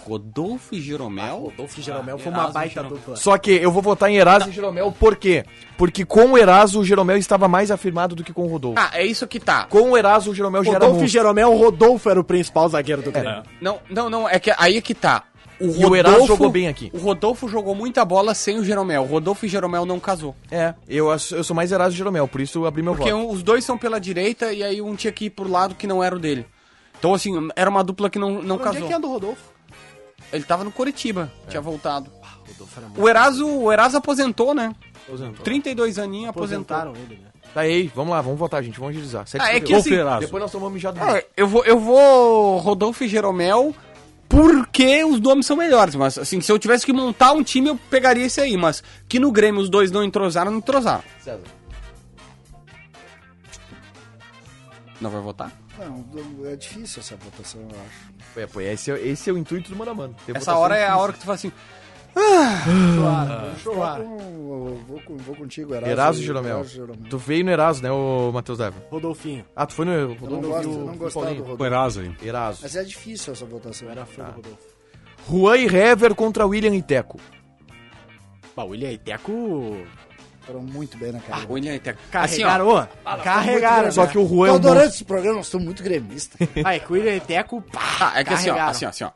Speaker 5: Rodolfo e Jeromel. Ah, é Rodolfo
Speaker 4: Que Jeromel foi uma baita dupla.
Speaker 2: Só que eu vou votar em Eraso e Jeromel, por quê? Porque com o Eraso, o Jeromel estava mais afirmado do que com o Rodolfo.
Speaker 5: Ah, é isso que tá.
Speaker 2: Com o Eraso, o Jeromel já era
Speaker 4: Rodolfo e
Speaker 2: monstro.
Speaker 4: Jeromel, o Rodolfo era o principal zagueiro
Speaker 3: É.
Speaker 4: do Grêmio.
Speaker 5: Não, não, não, é que aí é que tá.
Speaker 2: E o Eraso jogou bem aqui.
Speaker 5: O Rodolfo jogou muita bola sem o Jeromel. O Rodolfo e Jeromel não casou.
Speaker 2: É, eu, ass- eu sou mais Eraso e Jeromel, por isso eu abri meu
Speaker 5: Porque
Speaker 2: voto.
Speaker 5: um- os dois são pela direita e aí um tinha que ir pro lado que não era o dele. Então, assim, era uma dupla que não, não
Speaker 4: Onde é
Speaker 5: casou.
Speaker 4: que anda o Rodolfo?
Speaker 5: Ele tava no Curitiba, tinha voltado. O Eraso, o Eraso aposentou, né? 32 aninhos, aposentaram.
Speaker 4: Aposentaram ele, né?
Speaker 2: Tá e aí, vamos lá, vamos votar, gente, vamos agilizar. Sete
Speaker 5: Ah, é
Speaker 2: segundos.
Speaker 5: que assim,
Speaker 2: Depois nós tomamos mijado.
Speaker 5: Ah, eu vou, eu vou Rodolfo e Jeromel porque os nomes são melhores, mas assim, se eu tivesse que montar um time, eu pegaria esse aí, mas que no Grêmio os dois não entrosaram, não entrosaram.
Speaker 2: César.
Speaker 5: Não vai votar?
Speaker 7: Não, é difícil essa votação, eu acho.
Speaker 2: É, pô, esse, é, esse é o intuito do Mano a Mano. Tem
Speaker 5: Essa
Speaker 2: votação
Speaker 5: hora é a
Speaker 2: tá difícil.
Speaker 5: hora que tu fala assim,
Speaker 4: Ah. Chorar.
Speaker 7: Então, Eu vou, com- vou contigo, Eraso.
Speaker 2: Eraso e
Speaker 7: e
Speaker 2: Jeromel.
Speaker 7: Eraso e Jeromel.
Speaker 2: Tu veio no Eraso, né, o Matheus Dávila?
Speaker 4: Rodolfinho.
Speaker 2: Ah, tu foi no
Speaker 7: Eu não
Speaker 2: Rodolfo
Speaker 7: gosto,
Speaker 2: e o-
Speaker 7: eu não
Speaker 2: o
Speaker 7: gostava do
Speaker 2: Paulinho.
Speaker 3: O
Speaker 7: Rodolfo.
Speaker 3: Eraso aí.
Speaker 2: Eraso.
Speaker 7: Mas é difícil essa votação.
Speaker 4: Eu era fã do Rodolfo.
Speaker 2: Juan e Hever contra William e Teco.
Speaker 4: Bah, o William e Teco
Speaker 7: Foram muito bem na
Speaker 5: ah,
Speaker 7: carreira.
Speaker 5: William Iteco. Assim, ó,
Speaker 4: carregaram. carregaram.
Speaker 2: Só
Speaker 3: [LAUGHS]
Speaker 2: que o Juan é
Speaker 7: Tô
Speaker 2: um
Speaker 7: adorando
Speaker 2: monstro.
Speaker 7: esse programa, nós estamos muito gremistas.
Speaker 4: Ah, é que o William e Teco, pá,
Speaker 5: ah, é que assim, ó,
Speaker 4: carregaram.
Speaker 5: assim, ó, assim, ó.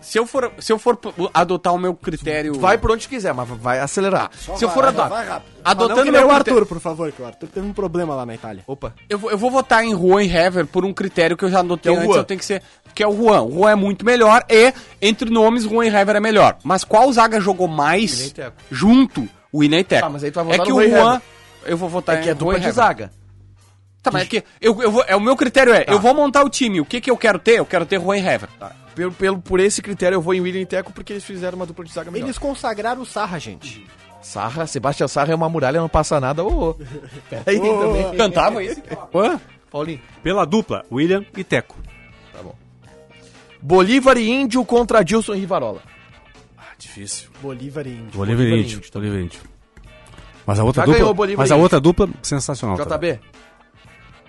Speaker 5: Se eu for, se eu for p- adotar o meu critério,
Speaker 2: Vai por onde quiser, mas vai acelerar.
Speaker 5: se eu for
Speaker 7: Vai, vai,
Speaker 5: adotar,
Speaker 7: vai rápido.
Speaker 4: Mas
Speaker 5: adotando
Speaker 4: não que
Speaker 5: o
Speaker 4: nem
Speaker 5: meu
Speaker 4: o
Speaker 5: critério,
Speaker 4: Arthur, por favor, que o Arthur teve um problema lá na Itália.
Speaker 2: Opa.
Speaker 5: Eu, vou- eu vou votar em Juan e Hever por um critério que eu já anotei
Speaker 2: Que é o
Speaker 5: antes,
Speaker 2: Juan.
Speaker 5: eu tenho que ser. Que é o Juan. O Juan é muito melhor e, entre nomes, Juan e Hever é melhor. Mas qual zaga jogou
Speaker 2: Willian
Speaker 5: mais
Speaker 2: e Teco.
Speaker 5: junto? O Ineiteco.
Speaker 2: Ah, mas aí tu vai
Speaker 5: é
Speaker 2: votar
Speaker 5: que
Speaker 2: no
Speaker 5: o
Speaker 2: Juan e
Speaker 5: Juan.
Speaker 2: Hever.
Speaker 5: Eu vou votar
Speaker 2: é que é
Speaker 5: Juan
Speaker 2: dupla
Speaker 5: e
Speaker 2: de
Speaker 5: Hever.
Speaker 2: zaga.
Speaker 5: Tá, mas é que. Eu, eu vou, é, o meu critério
Speaker 2: Tá.
Speaker 5: é: eu vou montar o time. O que, que eu quero ter? Eu quero ter Juan e Hever.
Speaker 2: Pelo, pelo, por esse critério, eu vou em William e Teco porque eles fizeram uma dupla de zaga melhor.
Speaker 4: Eles consagraram o Sarra, gente.
Speaker 2: Sarra, Sebastião Sarra é uma muralha, não passa nada. Ô, ô. Peraí também. [LAUGHS]
Speaker 5: Cantava isso?
Speaker 3: Hã?
Speaker 2: Paulinho.
Speaker 3: Pela dupla, William e Teco.
Speaker 2: Bolívar e Índio contra Dilson e Rivarola.
Speaker 3: Ah, difícil.
Speaker 4: Bolívar e Índio.
Speaker 3: Bolívar e Índio, Bolívar e Índio. Mas a outra
Speaker 2: Já ganhou o
Speaker 3: dupla,
Speaker 2: Bolívar
Speaker 3: mas
Speaker 2: e
Speaker 3: a
Speaker 2: Índio.
Speaker 3: outra dupla sensacional. tá?
Speaker 2: JB,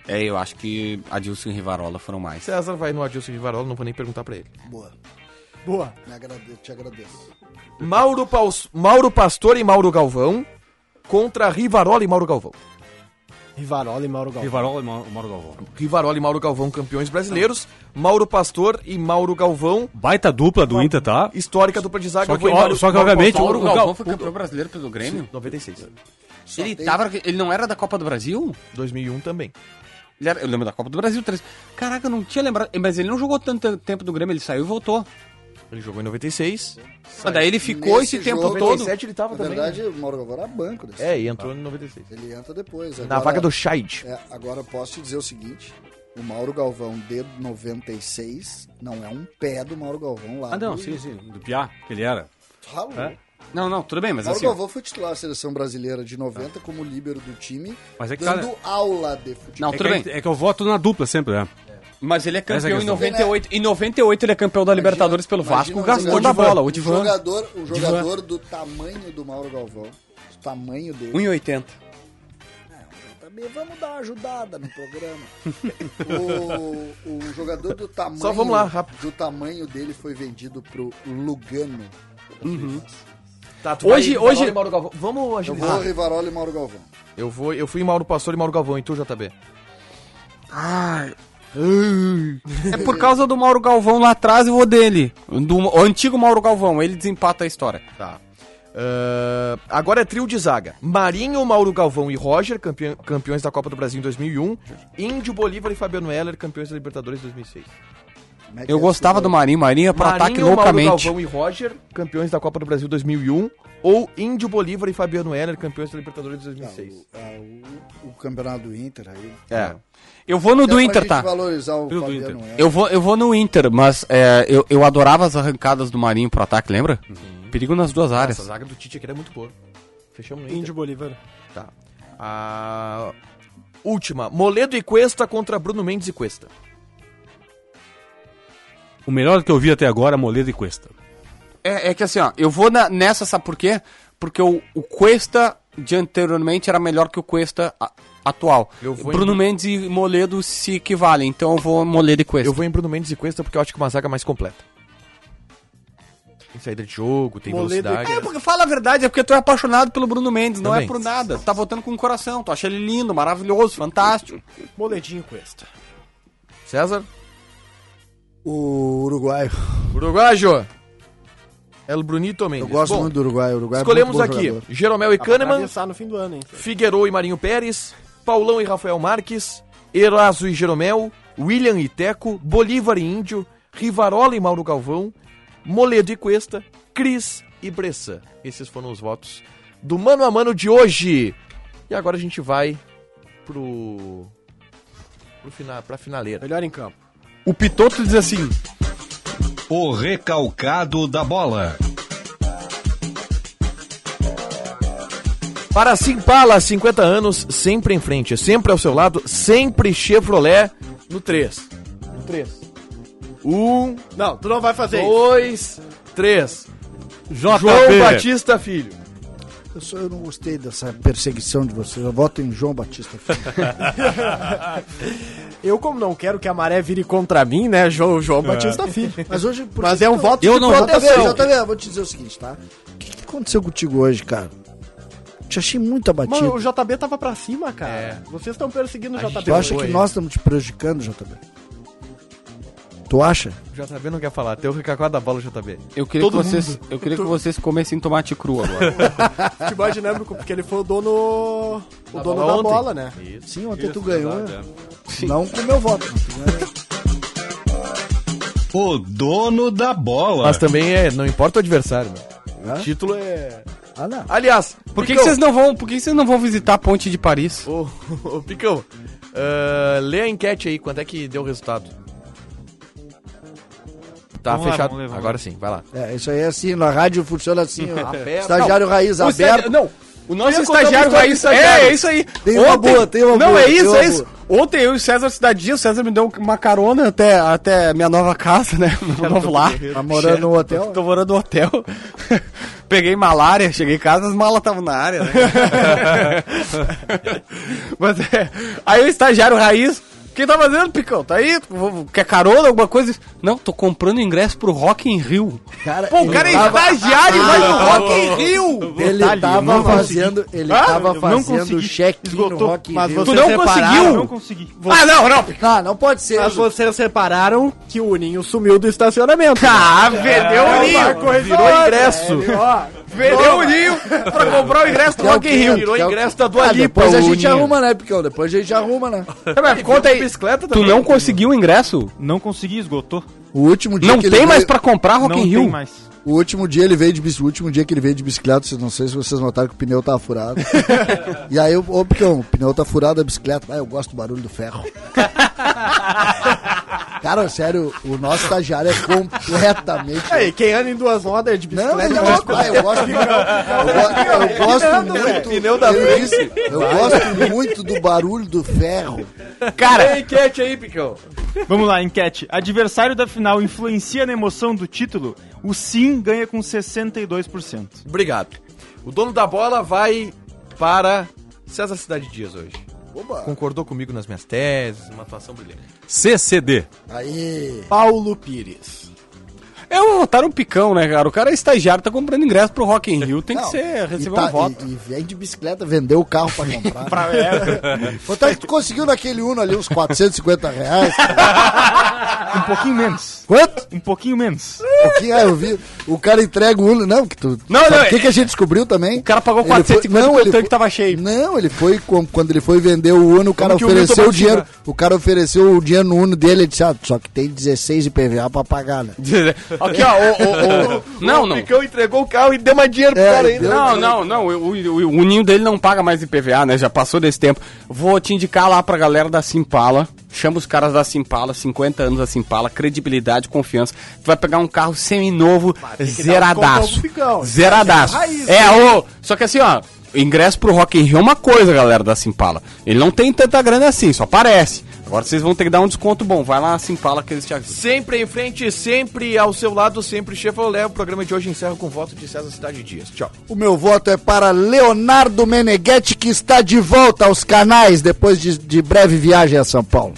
Speaker 5: É, eu acho que Adilson e Rivarola foram mais.
Speaker 2: César vai no Adilson e Rivarola, não vou nem perguntar pra
Speaker 3: [LAUGHS]
Speaker 2: ele.
Speaker 7: Boa.
Speaker 4: Boa.
Speaker 7: Me agrade- te agradeço.
Speaker 2: Mauro, Paus- Mauro Pastor e Mauro Galvão contra Rivarola e Mauro Galvão.
Speaker 4: Rivarola e Mauro Galvão.
Speaker 3: Rivarola e Ma- Mauro Galvão.
Speaker 2: Rivarola e Mauro Galvão, campeões brasileiros. Mauro Pastor e Mauro Galvão,
Speaker 3: Baita dupla do Inter, tá?
Speaker 2: histórica dupla de zaga.
Speaker 3: Só que,
Speaker 2: Galvão e
Speaker 3: ó,
Speaker 2: Mauro-
Speaker 3: só que
Speaker 2: Mauro
Speaker 3: obviamente,
Speaker 2: Pastor.
Speaker 3: o-
Speaker 5: Mauro Galvão foi campeão brasileiro pelo Grêmio?
Speaker 2: 96.
Speaker 5: Ele, tava, ele não era da Copa do Brasil?
Speaker 2: 2001 também.
Speaker 5: Ele era- eu lembro da Copa do Brasil. Três. Caraca, eu não tinha lembrado. Eh, Mas ele não jogou tanto tempo do Grêmio, ele saiu e voltou.
Speaker 2: Ele jogou em 96.
Speaker 5: Mas daí ele ficou esse tempo todo.
Speaker 2: ele tava
Speaker 7: Na
Speaker 3: né?
Speaker 7: verdade, o Mauro Galvão era banco desse.
Speaker 2: É, e entrou em 96.
Speaker 7: Ele entra depois.
Speaker 2: Na
Speaker 7: Agora-
Speaker 2: vaga do Scheid.
Speaker 7: É, agora eu posso te dizer o seguinte: o Mauro Galvão de 96 não é um pé do Mauro Galvão lá.
Speaker 5: Ah, não,
Speaker 7: do-
Speaker 5: sim, sim.
Speaker 3: Do Piá, que ele era.
Speaker 7: Tá louco.
Speaker 5: Não, não, tudo bem, mas
Speaker 7: Mauro
Speaker 5: assim. ó,
Speaker 7: Galvão foi titular da seleção brasileira de 90 como líbero do time,
Speaker 3: Mas é que
Speaker 7: dando aula de futebol.
Speaker 5: tá- Não,
Speaker 3: É que,
Speaker 5: tudo bem.
Speaker 3: é que eu voto na dupla sempre, né?
Speaker 5: Mas ele é
Speaker 3: Essa é a
Speaker 5: campeão em
Speaker 3: questão.
Speaker 5: 98. Em 98 ele é campeão da Libertadores pelo
Speaker 7: Imagina
Speaker 5: Vasco,
Speaker 7: um
Speaker 5: gastou de
Speaker 7: jogador-
Speaker 5: bola. O
Speaker 7: um
Speaker 5: Divan,
Speaker 7: jogador, um jogador do tamanho do Mauro Galvão, do tamanho dele.
Speaker 5: 1,80.
Speaker 7: Também vamos dar uma ajudada no programa. o, o jogador do tamanho,
Speaker 2: Só vamos lá, rápido.
Speaker 7: do tamanho dele foi vendido pro Lugano.
Speaker 5: Uhum.
Speaker 2: Tá, tu
Speaker 5: Hoje-
Speaker 2: vai,
Speaker 5: hoje-
Speaker 2: Rivarola e Mauro Galvão. Vamos
Speaker 7: Eu vou
Speaker 2: agilizar.
Speaker 7: Rivarola e Mauro Galvão.
Speaker 2: Eu vou, eu fui em Mauro Pastor e Mauro Galvão, e tu, JB?
Speaker 5: É por causa do Mauro Galvão lá atrás e o dele. Do, o antigo Mauro Galvão, ele desempata a história.
Speaker 2: Tá. Ah, agora é trio de zaga. Marinho, Mauro Galvão e Roger, campeão- campeões da Copa do Brasil em 2001. Índio, Bolívar e Fabiano Heller, campeões da Libertadores em 2006.
Speaker 7: Como é que
Speaker 5: Eu
Speaker 7: é
Speaker 5: gostava
Speaker 7: esse
Speaker 5: do Marinho. Marinho ia pro ataque
Speaker 2: Mauro
Speaker 5: loucamente.
Speaker 2: Galvão e Roger, campeões da Copa do Brasil 2001. Ou Índio, Bolívar e Fabiano Heller, campeões da Libertadores de 2006.
Speaker 7: Ah, o, o campeonato do Inter aí.
Speaker 2: É.
Speaker 5: Eu vou no
Speaker 7: Até
Speaker 5: do
Speaker 7: pra
Speaker 5: Inter,
Speaker 7: Então,
Speaker 5: tá?
Speaker 7: gente valorizar o
Speaker 3: Viu, do
Speaker 7: Fabiano
Speaker 3: Inter.
Speaker 7: Heller.
Speaker 5: É. Eu vou, eu vou no Inter, mas é, eu, eu adorava as arrancadas do Marinho pro ataque, lembra? Perigo nas duas áreas.
Speaker 2: Essa zaga do Tite aqui era muito boa. Fechamos no Inter.
Speaker 4: Índio Bolívar.
Speaker 2: Tá. A última. Moledo e Cuesta contra Bruno Mendes e Cuesta.
Speaker 3: O melhor que eu vi até agora é Moledo e Cuesta.
Speaker 5: É, é que assim, ó, eu vou na- nessa, sabe por quê? Porque o, o Cuesta de anteriormente era melhor que o Cuesta a- atual.
Speaker 2: Eu vou em
Speaker 5: Bruno
Speaker 2: Bru-
Speaker 5: Mendes e Moledo se equivalem, então eu vou Moledo e Cuesta.
Speaker 2: Eu vou em Bruno Mendes e Cuesta porque eu acho que é uma zaga mais completa. Tem saída de jogo, tem
Speaker 4: Moledo e-
Speaker 2: velocidade.
Speaker 5: É, porque fala a verdade, é porque tu é apaixonado pelo Bruno Mendes, não
Speaker 2: Também.
Speaker 5: é por nada. Tu tá votando com o coração, tu acha ele lindo, maravilhoso, fantástico.
Speaker 4: Moledinho Cuesta.
Speaker 2: César?
Speaker 7: O uruguaio.
Speaker 2: Uruguaio! El Brunito Mendes.
Speaker 7: Eu gosto
Speaker 2: Bom,
Speaker 7: muito do uruguaio. O uruguaio é
Speaker 2: Escolhemos
Speaker 7: muito bom
Speaker 2: aqui
Speaker 7: jogador.
Speaker 2: Jeromel e
Speaker 4: Dá pra
Speaker 2: Kahneman,
Speaker 4: atravessar no fim do ano, hein?
Speaker 2: Figueiredo e Marinho Pérez, Paulão e Rafael Marques, Eraso e Jeromel, William e Teco, Bolívar e Índio, Rivarola e Mauro Galvão, Moledo e Cuesta, Cris e Bressan. Esses foram os votos do Mano a Mano de hoje. E agora a gente vai pro... pro final, pra finaleira.
Speaker 4: Melhor em campo.
Speaker 5: O Pitoto diz assim:
Speaker 1: O recalcado da bola.
Speaker 2: Para Simpala, 50 anos, sempre em frente, sempre ao seu lado, sempre Chevrolet no 3. No 3. 1,
Speaker 4: Não, tu não vai fazer isso.
Speaker 2: 2, 3.
Speaker 3: JB.
Speaker 2: João Batista Filho.
Speaker 7: Eu, só, eu não gostei dessa perseguição de vocês. Eu voto em João Batista. Filho.
Speaker 4: Eu, como não quero que a maré vire contra mim, né, João, João Batista Filho.
Speaker 7: Mas hoje. por
Speaker 4: Mas
Speaker 7: que
Speaker 4: é um
Speaker 7: que
Speaker 4: voto
Speaker 3: eu
Speaker 4: de
Speaker 3: não
Speaker 7: Tá vendo,
Speaker 4: proteção.
Speaker 7: já tá vendo? Eu Vou te dizer o seguinte, tá? O que, que aconteceu contigo hoje, cara? Te achei muito abatido.
Speaker 4: Mano, o JB tava pra cima, cara. Vocês estão perseguindo o JB.
Speaker 7: tu acha que nós estamos te prejudicando, JB? Tu acha?
Speaker 2: O JB não quer falar, tem o recalcado da bola, JB.
Speaker 5: Eu queria, que vocês, eu queria que vocês comessem tomate cru agora.
Speaker 4: futebol dinâmico, porque ele foi o dono. O dono
Speaker 2: bola
Speaker 4: da
Speaker 2: ontem.
Speaker 4: bola, né?
Speaker 7: Sim, ontem tu ganhou.
Speaker 3: verdade,
Speaker 7: Não com o meu voto. mas tu ganhou.
Speaker 1: O dono da bola.
Speaker 2: Mas também é, não importa o adversário, né?
Speaker 7: Hã?
Speaker 2: O título é.
Speaker 7: Ah, não.
Speaker 2: Aliás,
Speaker 5: Por que, que vocês não vão, por que, que vocês não vão visitar a ponte de Paris?
Speaker 2: Ô, ô, Picão, ah, lê a enquete aí, quanto é que deu o resultado. Tá
Speaker 9: Vamos lá,
Speaker 2: fechado.
Speaker 9: vamos ler, vamos
Speaker 2: Agora sim, vai lá.
Speaker 7: É, isso aí é assim, na rádio funciona assim. ó.
Speaker 2: Aberto.
Speaker 7: Estagiário raiz
Speaker 5: O
Speaker 7: aberto.
Speaker 5: estagi- Não, o nosso
Speaker 2: Eu ia contar uma
Speaker 5: estagiário
Speaker 2: história
Speaker 5: vai
Speaker 2: do
Speaker 5: isso
Speaker 2: estagiário.
Speaker 5: É, é isso aí.
Speaker 7: Tem uma boa, tem uma
Speaker 5: Não,
Speaker 7: boa,
Speaker 5: é
Speaker 7: tem
Speaker 5: isso,
Speaker 7: uma
Speaker 5: é isso. Ontem eu e o César Cidadia, o César me deu uma carona até, até minha nova casa, né? [LAUGHS] Meu novo lar.
Speaker 7: Tá morando no hotel?
Speaker 5: Tô morando no hotel. [LAUGHS] Peguei malária, cheguei em casa, as malas estavam na área, [LAUGHS] né? Mas é. Aí o estagiário raiz. O que tá fazendo, Picão? Tá aí? Vou- Quer carona, alguma coisa? Não, tô comprando ingresso pro Rock in Rio.
Speaker 7: Cara,
Speaker 5: Pô, o
Speaker 7: ele
Speaker 5: cara é
Speaker 7: tava-
Speaker 5: estagiário, vai no Rock in Rio!
Speaker 7: Ele
Speaker 4: Detalhe, eu
Speaker 7: tava
Speaker 4: não
Speaker 7: fazendo, ele
Speaker 5: Ah,
Speaker 7: tava
Speaker 4: eu não
Speaker 7: fazendo
Speaker 4: consegui.
Speaker 7: check no
Speaker 4: Esgotou,
Speaker 7: Rock in
Speaker 4: mas
Speaker 5: Tu
Speaker 7: Rio.
Speaker 4: você-
Speaker 5: não
Speaker 4: separaram,
Speaker 5: conseguiu?
Speaker 4: não consegui.
Speaker 5: Ah, não, não, Picão.
Speaker 7: Não, não pode ser.
Speaker 4: Mas vocês repararam que o Ninho sumiu do estacionamento.
Speaker 5: Ah, vendeu o Ninho!
Speaker 2: Virou ingresso.
Speaker 5: Vendeu o
Speaker 2: [LAUGHS]
Speaker 5: Ninho pra comprar o ingresso do
Speaker 7: Que é o
Speaker 5: Rock in
Speaker 7: quê?
Speaker 5: Rio.
Speaker 2: Virou
Speaker 7: Então-
Speaker 2: ingresso da Dua
Speaker 7: Ah,
Speaker 2: Lipa.
Speaker 7: depois a
Speaker 2: o
Speaker 7: gente
Speaker 2: Ninho.
Speaker 7: arruma, né, Picão? Depois a gente arruma, né?
Speaker 5: Conta aí,
Speaker 2: Bicicleta
Speaker 5: tu não conseguiu o ingresso?
Speaker 9: Não consegui, esgotou.
Speaker 7: O último dia
Speaker 5: Não
Speaker 7: que
Speaker 5: tem
Speaker 7: ele
Speaker 5: mais
Speaker 7: veio,
Speaker 5: pra comprar Rock
Speaker 9: não
Speaker 5: in Rio?
Speaker 9: tem mais.
Speaker 7: O último dia ele veio de bici- o último dia que ele veio de bicicleta, vocês não sei se vocês notaram que o pneu tava furado. e aí, eu- ô Picão, o pneu tá furado da bicicleta. Ah, eu gosto do barulho do ferro. Cara, sério, o nosso estagiário é completamente.
Speaker 4: Aí, quem anda em duas rodas de
Speaker 7: Não,
Speaker 4: bicicleta
Speaker 7: ele é louco. Ah, eu gosto, eu, go- eu gosto muito. eu, disse, eu gosto muito do barulho do ferro.
Speaker 5: Cara,
Speaker 2: enquete aí, Picão.
Speaker 9: Vamos lá, enquete. Adversário da final influencia na emoção do título? O sim ganha com 62%.
Speaker 2: Obrigado. O dono da bola vai para César Cidade Dias hoje. Concordou comigo nas minhas teses, uma atuação brilhante.
Speaker 3: CCD.
Speaker 7: Aí.
Speaker 4: Paulo Pires.
Speaker 5: eu vou votar no Picão, né, cara? O cara é estagiário, tá comprando ingresso pro Rock in Rio, tem que
Speaker 7: Não,
Speaker 5: ser,
Speaker 7: e,
Speaker 5: receber
Speaker 7: tá,
Speaker 5: um voto.
Speaker 7: e, e vem de bicicleta, vendeu o carro pra
Speaker 5: [LAUGHS]
Speaker 7: comprar. pra Quanto é que tu conseguiu naquele Uno ali uns 450 reais?
Speaker 9: [LAUGHS] Um pouquinho menos.
Speaker 7: Quanto?
Speaker 9: Um pouquinho menos.
Speaker 7: O que é? Eu vi. O cara entrega o Uno. Não, que tu.
Speaker 5: Não,
Speaker 7: sabe
Speaker 5: não,
Speaker 7: O que,
Speaker 5: é-
Speaker 7: que a gente descobriu também?
Speaker 5: O cara pagou
Speaker 7: Ele foi-
Speaker 5: 450
Speaker 7: não,
Speaker 5: porque
Speaker 7: ele
Speaker 5: o tanque
Speaker 7: foi-
Speaker 5: tava cheio.
Speaker 7: Não, ele foi. com- Quando ele foi vender o Uno, o cara
Speaker 2: que o
Speaker 7: ofereceu o
Speaker 2: Milton
Speaker 7: dinheiro. O cara ofereceu o dinheiro no Uno dele. Ele disse, ah, só que tem 16 IPVA pra pagar, né?
Speaker 5: [LAUGHS] Aqui, ó, o-
Speaker 7: [LAUGHS]
Speaker 5: o- o- Não, não.
Speaker 2: Picão entregou o carro e deu mais dinheiro pro
Speaker 7: É,
Speaker 2: cara ainda.
Speaker 7: deu-
Speaker 5: Não, não, não. O, o- o ninho dele não paga mais IPVA, né? Já passou desse tempo. Vou te indicar lá pra galera da Simpala. Chama os caras da Simpala, 50 anos da Simpala, credibilidade, confiança. Tu vai pegar um carro seminovo, zeradaço. Zeradaço. É, ô. Só que assim, ó. Ingresso pro Rock in Rio é uma coisa, galera da Simpala. Ele não tem tanta grana assim, só parece. Agora vocês vão ter que dar um desconto bom. Vai lá na Simpala que eles te ajudam.
Speaker 2: Sempre em frente, sempre ao seu lado, sempre Chevrolet. O programa de hoje encerra com o voto de César Cidade Dias. Tchau.
Speaker 7: O meu voto é para Leonardo Meneghetti, que está de volta aos canais depois de, de breve viagem a São Paulo.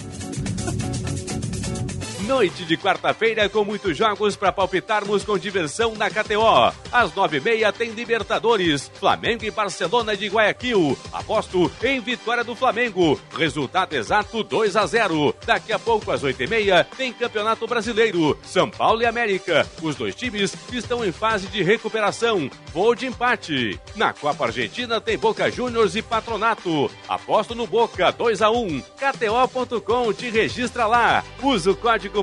Speaker 10: Noite de quarta-feira com muitos jogos para palpitarmos com diversão na KTO. Às nove e meia tem Libertadores, Flamengo e Barcelona de Guayaquil. Aposto em vitória do Flamengo. Resultado exato 2 a 0. Daqui a pouco às oito e meia tem Campeonato Brasileiro, São Paulo e América. Os dois times estão em fase de recuperação. Vou de empate. Na Copa Argentina tem Boca Juniors e Patronato. Aposto no Boca 2 a 1. KTO.com te registra lá. Usa o código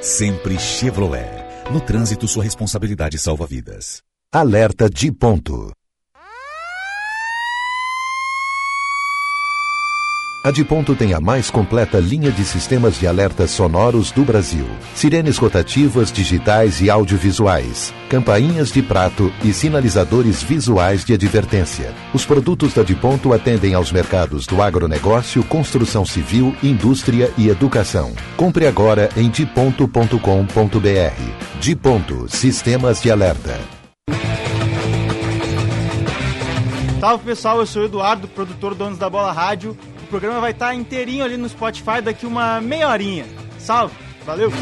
Speaker 6: sempre Chevrolet. No trânsito, sua responsabilidade salva vidas. Alerta de ponto.
Speaker 11: A de ponto tem a mais completa linha de sistemas de alertas sonoros do Brasil. Sirenes rotativas, digitais e audiovisuais, campainhas de prato e sinalizadores visuais de advertência. Os produtos da de ponto atendem aos mercados do agronegócio, construção civil, indústria e educação. Compre agora em diponto.com.br. De ponto, sistemas de alerta.
Speaker 9: Salve pessoal, eu sou o Eduardo, produtor do Donos da Bola Rádio. O programa vai estar inteirinho ali no Spotify daqui uma meia horinha. Salve, valeu!